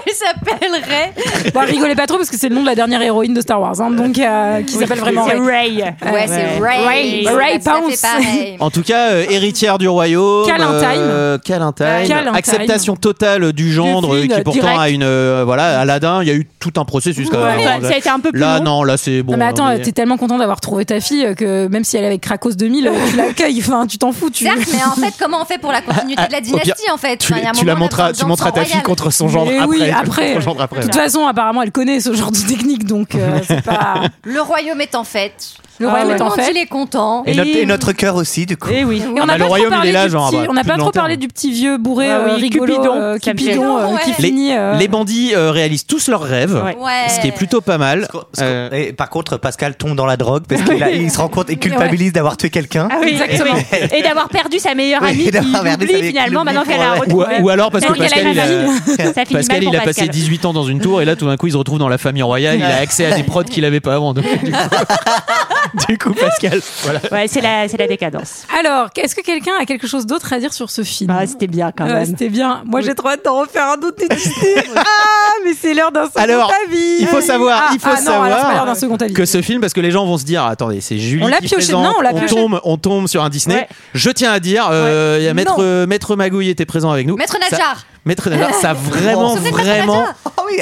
S6: Elle s'appellerait.
S1: Bon, rigolez pas trop parce que c'est le nom de la dernière héroïne de Star Wars, hein, donc euh, qui s'appelle vraiment
S10: C'est
S1: Ray.
S10: Ray.
S6: Ouais, c'est Ray.
S1: Ray,
S6: Ça
S1: Ray
S6: fait pas
S1: Pounce.
S6: pareil.
S3: En tout cas, euh, héritière du royaume.
S1: Calentine.
S3: euh, Calentine.
S1: Calentine.
S3: Acceptation totale du gendre
S1: Du film,
S3: euh, qui pourtant
S1: direct.
S3: a une. euh, voilà, Aladdin, il y a eu tout un processus quand
S1: Ouais.
S3: même. hein.
S1: Ça- ça
S10: a été un peu plus
S3: Là,
S10: long.
S3: non, là, c'est bon.
S1: non mais attends,
S3: hein,
S1: t'es tellement content d'avoir trouvé ta fille euh, que même si elle est avec Krakos 2000, euh, tu l'accueilles, enfin, tu t'en fous. Tu...
S6: Certes, mais en fait, comment on fait pour la continuité de
S3: Ah,
S6: la
S3: au
S6: dynastie
S3: pire,
S6: en fait
S3: Tu,
S6: Enfin, il y a un
S3: tu la
S6: moment,
S3: montras,
S6: plein de
S3: tu
S6: gens
S3: montreras
S6: sont
S3: ta
S6: royales.
S3: fille contre son genre
S1: Mais
S3: après.
S1: oui,
S3: contre
S1: après.
S3: son gendre après.
S1: De toute façon, apparemment, elle connaît ce genre de technique, donc euh, c'est pas.
S6: Le royaume est en fête.
S1: Le
S6: Tout
S1: royaume
S6: le
S1: est Ah, en
S6: monde,
S1: fait.
S6: il est content.
S8: Et notre, et notre cœur aussi, du coup.
S10: Eh oui.
S1: Et on
S3: bah,
S1: n'a
S3: le
S1: pas trop
S3: royaume, il
S1: parlé
S3: est là,
S1: du
S3: genre,
S1: petit,
S3: bah,
S1: on n'a
S3: plus
S1: pas
S3: de
S1: trop
S3: lanterne.
S1: parlé du petit vieux bourré
S10: Ouais,
S1: euh,
S10: oui,
S1: rigolo,
S10: Cupidon,
S1: euh,
S10: ça me fait
S1: Cupidon,
S6: rire.
S1: euh, qui
S6: Ouais.
S3: Les,
S1: finit. euh,
S3: les bandits euh, réalisent tous leurs rêves,
S10: Ouais.
S6: Ouais.
S3: ce qui est plutôt pas mal. Euh,
S8: Et par contre, Pascal tombe dans la drogue parce qu'il a- il se rend compte et culpabilise d'avoir tué quelqu'un.
S10: Ah oui,
S1: Exactement.
S10: oui. Et d'avoir perdu sa meilleure
S8: Oui,
S10: amie
S8: et
S10: qui
S8: d'avoir perdu sa
S10: l'oublie
S8: meilleure-
S10: finalement
S8: qui
S10: maintenant
S8: l'oublie
S10: qu'elle a
S8: pour-
S3: ou,
S10: retrouvé.
S3: ou alors parce que
S10: Donc, elle a
S3: Pascal,
S10: une
S3: il a,
S10: famille. Ça finit
S3: Pascal,
S10: mal pour
S3: il a
S10: Pascal.
S3: passé 18 ans dans une tour et là tout d'un coup il se retrouve dans la famille royale, il a accès à des prods qu'il avait pas avant. Donc, du, coup, du coup, Pascal, voilà.
S10: Ouais, c'est la, c'est la décadence.
S1: Alors, est-ce que quelqu'un a quelque chose d'autre à dire sur ce film
S10: Ah, c'était bien quand
S1: Ouais,
S10: même.
S1: C'était bien. Moi, j'ai trop hâte d'en refaire un autre et de citer. ah, mais c'est l'heure d'un second
S3: Alors,
S1: avis.
S3: il faut savoir,
S1: Ah,
S3: il faut
S1: ah, non, alors, c'est pas
S3: savoir
S1: l'heure d'un second avis.
S3: que ce film parce que les gens vont se dire ah, attendez c'est Julie
S1: On l'a
S3: qui
S1: pioché,
S3: présente,
S1: non, on l'a pioché.
S3: tombe on tombe sur un Disney
S10: Ouais.
S3: je tiens à dire euh, il y a maître
S1: Non.
S3: euh, maître Magouille était présent avec nous
S6: Maître
S3: Ça-
S6: Nadjar.
S3: maître Nadjar ça a vraiment
S6: Vous êtes maître
S3: vraiment
S6: Nadjar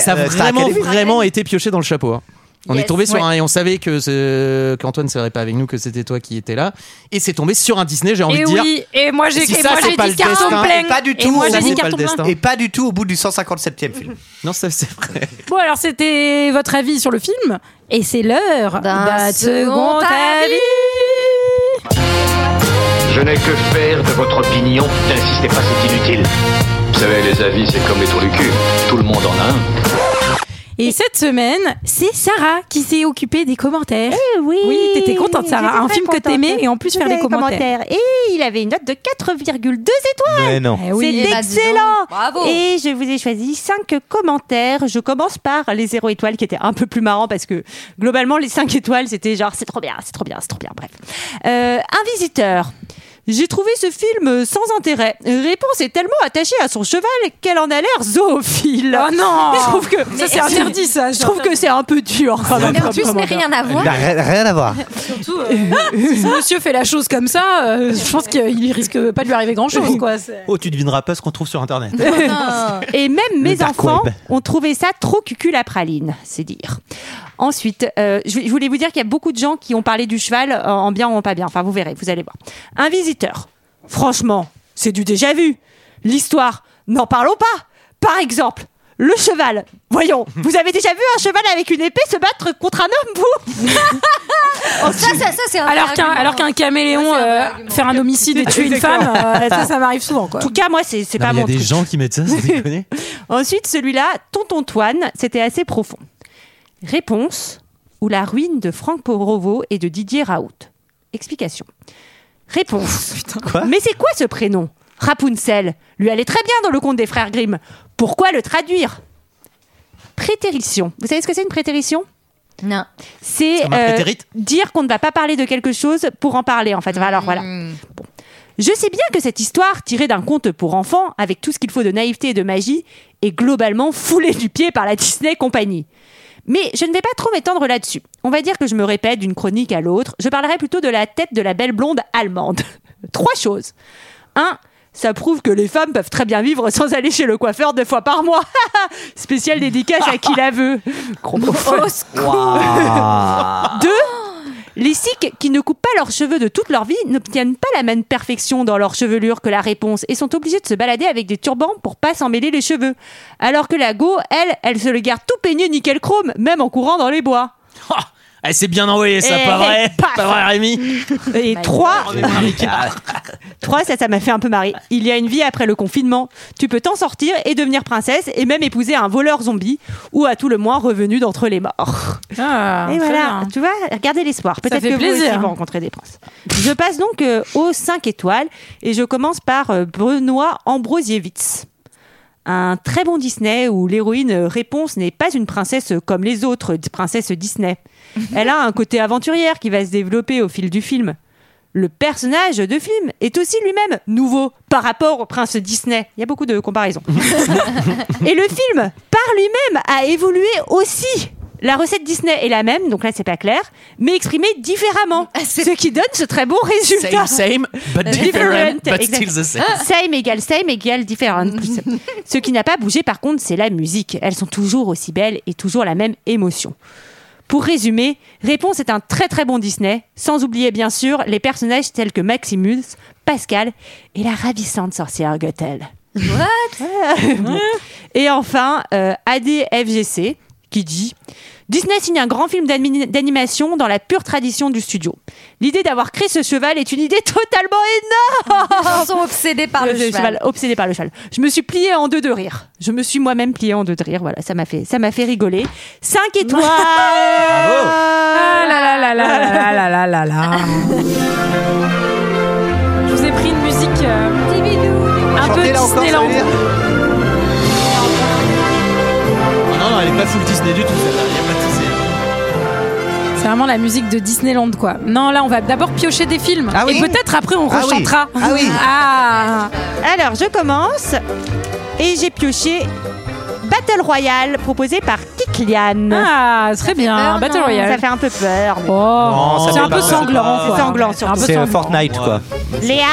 S3: ça a
S8: euh, Star
S3: vraiment
S8: Academy.
S3: vraiment été pioché dans le chapeau hein. On
S6: Yes.
S3: est tombé sur
S1: Ouais.
S3: un et on savait que ce- qu'Antoine serait pas avec nous que c'était toi qui étais là et c'est tombé sur un Disney j'ai envie
S1: Et
S3: de dire
S1: Eh oui, et moi j'ai
S3: Si
S1: et
S3: ça,
S1: moi,
S3: c'est
S1: j'ai
S3: pas
S1: dit
S3: le
S1: carton
S3: destin,
S1: plein.
S8: et pas du
S1: Et
S8: tout,
S1: moi
S8: ça,
S1: j'ai
S8: c'est
S1: dit
S3: pas le
S1: carton plein.
S3: destin.
S6: hein.
S8: Et pas du tout au bout du 157e film.
S3: non ça c'est vrai
S1: Bon alors c'était votre avis sur le film et c'est l'heure
S6: D'un
S1: d'un second
S6: second
S1: avis.
S5: Je n'ai que faire de votre opinion. N'insistez pas, c'est inutile. Vous savez, les avis, c'est comme les trous du cul. Tout le monde en a un.
S1: Et cette semaine, c'est Sarah qui s'est occupée des commentaires.
S10: oui.
S1: Oui, t'étais contente, Sarah.
S10: J'étais
S1: Un
S10: très
S1: film que
S10: contente.
S1: t'aimais et en plus faire des commentaires.
S10: Et il avait une note de 4,2 étoiles.
S8: Mais non.
S1: Eh oui.
S10: C'est
S6: Eh bah, dis donc.
S10: excellent.
S6: Bravo.
S10: Et je vous ai choisi cinq commentaires. Je commence par les zéro étoiles qui étaient un peu plus marrant parce que globalement les cinq étoiles c'était genre c'est trop bien, c'est trop bien, c'est trop bien. Bref, Euh, un visiteur. J'ai trouvé ce film sans intérêt. Réponse est tellement attachée à son cheval qu'elle en a l'air zoophile.
S1: Oh non
S10: Je trouve que
S1: Ça c'est interdit ça.
S10: Je trouve que c'est un peu dur quand même.
S6: Mais en
S10: comme
S6: plus, ce n'est
S10: commentaire.
S6: rien à voir.
S8: Il a Bah, rien rien à voir.
S1: surtout si monsieur fait la chose comme ça, euh, je pense qu'il risque pas de lui arriver grand chose quoi. C'est-
S3: oh tu devineras pas ce qu'on trouve sur internet
S10: Et même mes
S8: dark
S10: enfants
S8: web.
S10: ont trouvé ça trop cucul à praline, c'est dire. Ensuite, euh, je, je voulais vous dire qu'il y a beaucoup de gens qui ont parlé du cheval euh, en bien ou en pas bien. Enfin, vous verrez, vous allez voir. Un visiteur. Franchement, c'est du déjà vu. L'histoire, n'en parlons pas. Par exemple, le cheval. Voyons, vous avez déjà vu un cheval avec une épée se battre contre un homme, vous
S6: ça, ça, ça, c'est un
S1: alors
S6: vrai
S1: qu'un
S6: argument.
S1: alors qu'un caméléon euh, faire un homicide et tuer une
S10: D'accord.
S1: femme, euh, ça, ça m'arrive souvent quoi.
S10: En tout cas, moi, c'est c'est
S3: Bah, Non,
S10: pas
S3: mais Il y a
S10: mon
S3: des
S10: truc.
S3: gens qui mettent ça, c'est déconné.
S10: Ensuite, celui-là, Tonton Toine, c'était assez profond. Réponse ou la ruine de Franck Porovo et de Didier Raoult. Explication. Réponse. Mais c'est quoi ce prénom Rapunzel. Lui allait très bien dans le conte des frères Grimm. Pourquoi le traduire Prétérition. Vous savez ce que c'est une prétérition
S6: Non.
S10: C'est euh,
S3: Comme un prétérite
S10: dire qu'on ne va pas parler de quelque chose pour en parler en fait. Alors voilà. Bon. Je sais bien que cette histoire, tirée d'un conte pour enfants, avec tout ce qu'il faut de naïveté et de magie, est globalement foulée du pied par la Disney compagnie. Mais je ne vais pas trop m'étendre là-dessus. On va dire que je me répète d'une chronique à l'autre. Je parlerai plutôt de la tête de la belle blonde allemande. Trois choses. Un, ça prouve que les femmes peuvent très bien vivre sans aller chez le coiffeur deux fois par mois. Spécial dédicace à qui la veut. Gros mot. Deux, les sikhs qui ne coupent pas leurs cheveux de toute leur vie n'obtiennent pas la même perfection dans leur chevelure que la réponse et sont obligés de se balader avec des turbans pour pas s'emmêler les cheveux. Alors que la go, elle, elle se le garde tout peigné nickel chrome, même en courant dans les bois.
S3: Ah, elle s'est bien envoyée, ça,
S10: Eh,
S3: pas vrai
S10: paf.
S3: Pas vrai, Rémi
S10: Et trois, trois, ça, ça m'a fait un peu marrer. Il y a une vie après le confinement. Tu peux t'en sortir et devenir princesse et même épouser un voleur zombie ou à tout le moins revenu d'entre les morts.
S1: Ah,
S10: Et
S1: très
S10: voilà,
S1: bien.
S10: tu vois, regardez l'espoir. Peut-être
S1: fait
S10: que vous
S1: plaisir.
S10: aussi vous rencontrez des princes. Je passe donc euh, aux 5 étoiles et je commence par euh, Benoît Ambrosiewicz. Un très bon Disney où l'héroïne euh, réponse n'est pas une princesse comme les autres d- princesses Disney. Elle a un côté aventurière qui va se développer au fil du film. Le personnage de film est aussi lui-même nouveau par rapport au prince Disney. Il y a beaucoup de comparaisons. Et le film, par lui-même, a évolué aussi. La recette Disney est la même, donc là c'est pas clair, mais exprimée différemment. ce qui donne ce très bon
S3: Same,
S10: résultat.
S3: same, but different, but still the same.
S10: Same égale same égale différent. Ce qui n'a pas bougé, par contre, c'est la musique. Elles sont toujours aussi belles et toujours la même émotion. Pour résumer, Réponse est un très très bon Disney, sans oublier bien sûr les personnages tels que Maximus, Pascal et la ravissante sorcière Gothel. Bon. Et enfin, euh, ADFGC qui dit Disney signe un grand film d'ani- d'animation dans la pure tradition du studio. L'idée d'avoir créé ce cheval est une idée totalement énorme
S6: Oh, Ils sont obsédés par le,
S10: Le
S6: cheval.
S10: Obsédé par le cheval. Je me suis pliée en deux de rire. Je me suis moi-même pliée en deux de rire. Voilà, ça m'a fait, ça m'a fait rigoler. 5 étoiles
S1: Ah là là là là là là là là là. Je vous ai pris une musique euh, un peu
S8: Chantez là encore, ça
S1: Disneyland.
S8: veut dire
S3: Ah non, non, elle est pas full Disney du tout, celle-là. Il y a pas de Disney.
S1: C'est vraiment la musique de Disneyland quoi. Non, là on va d'abord piocher des films
S8: Ah oui.
S1: et peut-être après on
S8: Ah oui.
S1: rechantera.
S8: Ah oui.
S1: Ah.
S10: Alors, je commence et j'ai pioché Battle Royale proposé par Kiklian.
S1: Ah, très bien,
S6: peur,
S1: Battle
S6: non
S10: Ça
S1: Royale.
S10: fait un peu peur. mais-
S1: Oh,
S4: ça
S1: c'est
S4: fait
S1: un peu
S4: pas peur.
S1: sanglant.
S10: C'est
S1: quoi.
S10: sanglant,
S1: C'est un peu
S4: C'est
S1: sanglant.
S4: Fortnite, quoi.
S10: Léa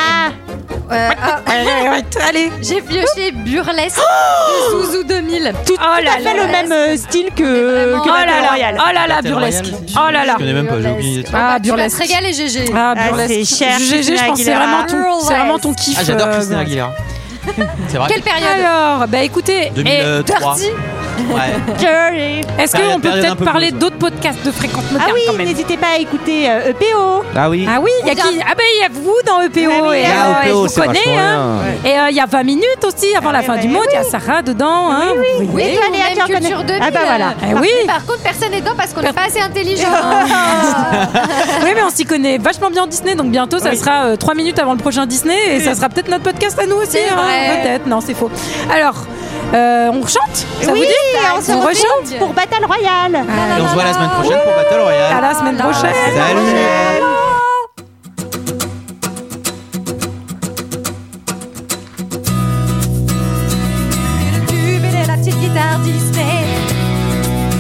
S6: Euh, ah,
S1: Oh. Allez,
S6: J'ai pioché Burlesque de Zouzou 2000.
S10: Tout,
S1: Oh là
S10: tout à fait
S1: là
S10: le
S1: là,
S10: même euh, style que, que
S1: Oh là
S10: Battle
S1: là,
S10: Royale.
S1: oh là là,
S3: Battle
S1: burlesque.
S3: Royale, si,
S1: Oh là là.
S3: Je connais même pas, j'ai aucune idée.
S1: Ah,
S6: Tu vas
S1: burlesque.
S6: te régaler, GG.
S1: Ah,
S10: Ah,
S1: burlesque.
S10: c'est cher,
S1: GG, je pense
S10: Christina
S1: que c'est
S10: Aguilera.
S1: vraiment ton, c'est vraiment ton kiff.
S3: Ah, j'adore
S1: euh,
S3: Christina
S1: burlesque.
S3: Aguilera. C'est vrai.
S6: Quelle période
S1: Alors, bah écoutez, et-
S3: 2003.
S6: Dirty
S3: Ouais.
S1: Oh,
S10: Curly.
S1: est-ce
S3: Période-
S1: qu'on peut
S3: période un
S1: peut-être
S3: peu
S1: parler
S3: plus, ouais.
S1: d'autres podcasts de fréquentes
S10: Ah
S1: modernes quand
S10: oui,
S1: même
S10: n'hésitez pas à écouter euh, EPO.
S4: Ah oui.
S1: Ah oui, il y a
S6: On
S1: qui
S6: vient-
S1: Ah ben il y a vous dans EPO
S10: Ah oui,
S1: et
S10: il y a
S3: E
S1: euh,
S4: EPO,
S1: je vous
S4: c'est
S1: connais
S4: vachement
S1: hein. Et euh, il y a 20 minutes aussi avant la
S10: oui,
S1: fin du
S10: oui,
S1: monde, il y a Sarah dedans hein. vous
S6: Oui,
S1: voyez.
S6: toi,
S10: ou
S6: Léa,
S10: même
S6: tu en
S10: Culture
S6: connais.
S10: 2000,
S6: Ah bah voilà.
S10: euh,
S1: Eh oui.
S6: Par contre, personne n'est dedans parce qu'on n'est pas assez intelligent. hein.
S1: Oui, mais on s'y connaît vachement bien en Disney, donc bientôt ça sera 3 minutes avant le prochain Disney et ça sera peut-être notre podcast à nous aussi.
S6: C'est
S1: hein,
S6: vrai.
S1: peut-être, non, c'est faux. Alors, euh, on rechante Ça
S10: oui,
S1: vous dit
S10: on se
S1: On
S10: retrouve pour Battle Royale.
S3: Et on se voit la semaine prochaine pour Battle
S1: À
S3: Royale.
S1: la semaine prochaine
S3: Salut
S6: Tube et la petite guitare Disney.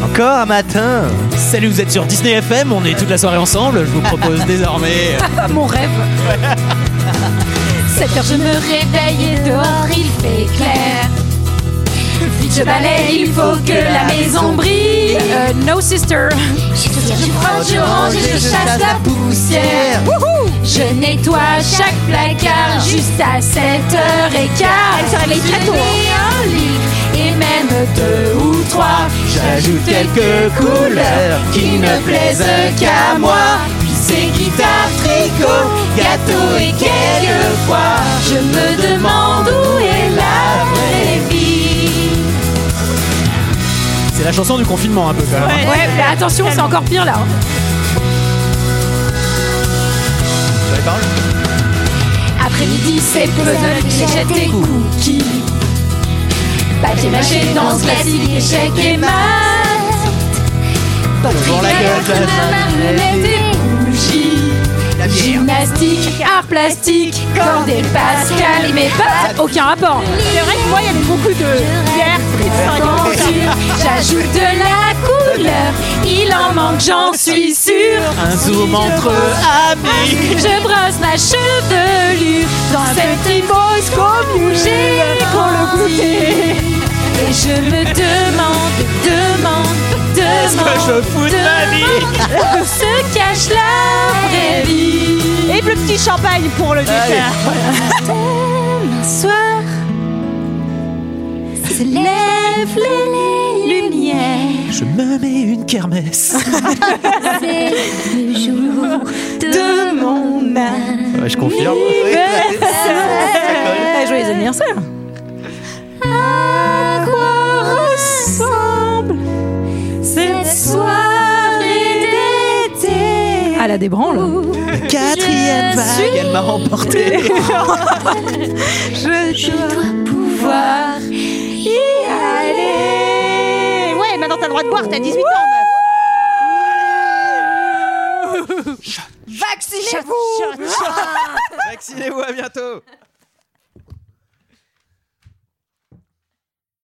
S4: Encore un matin.
S3: Salut, vous êtes sur Disney FM, on est toute la soirée ensemble. Je vous propose désormais.
S1: Ah, Mon rêve
S11: Cette heure je me réveille et dehors il fait clair.
S1: Je balaye, il faut que la maison brille.
S8: Euh, no sister.
S1: Je tire, je frotte, je range et je chasse la poussière. Je nettoie chaque placard juste à 7h15. Elle hein. se réveille très tôt. un lit et même deux ou trois. J'ajoute quelques couleurs qui ne plaisent qu'à moi. Puis c'est guitare, tricot, gâteau et quelquefois. Je me demande où est la vraie vie.
S3: C'est la chanson du confinement un peu quand même. hein.
S8: Ouais, mais attention, c'est encore pire là.
S1: hein. Après-midi, c'est puzzle, j'achète des cookies. Papier mâché, danse classique, échec et maths. Poterie, la gueule, la marionnette et bougies. Gymnastique, art plastique, cordes et Pascal et mes potes.
S8: Aucun rapport. C'est vrai que moi, il y avait beaucoup de bière,
S1: Aventure, J'ajoute de la couleur, il en manque, j'en suis sûre.
S3: Un zoom entre amis.
S1: Je brosse ma chevelure dans cette immense commune où j'ai grandi. Et je me demande, demande, demande
S3: je fous de ma vie
S1: où se cache la vraie vie.
S10: Et le petit champagne pour le dessert.
S1: Demain soir se lèvent les lumières.
S3: Je me mets une kermesse.
S1: C'est le jour de mon âme.
S3: Ouais, je confirme.
S8: Eh, Joyeux anniversaire.
S1: À quoi ressemble cette soirée d'été
S8: À la débranle.
S1: Quatrième
S4: Ah.
S1: vague,
S3: Elle m'a remporté.
S1: je dois pouvoir y aller.
S10: Ouais, maintenant t'as le droit de boire, t'as 18 ans. meuf.
S14: Vaccinez-vous
S3: Vaccinez-vous, à bientôt.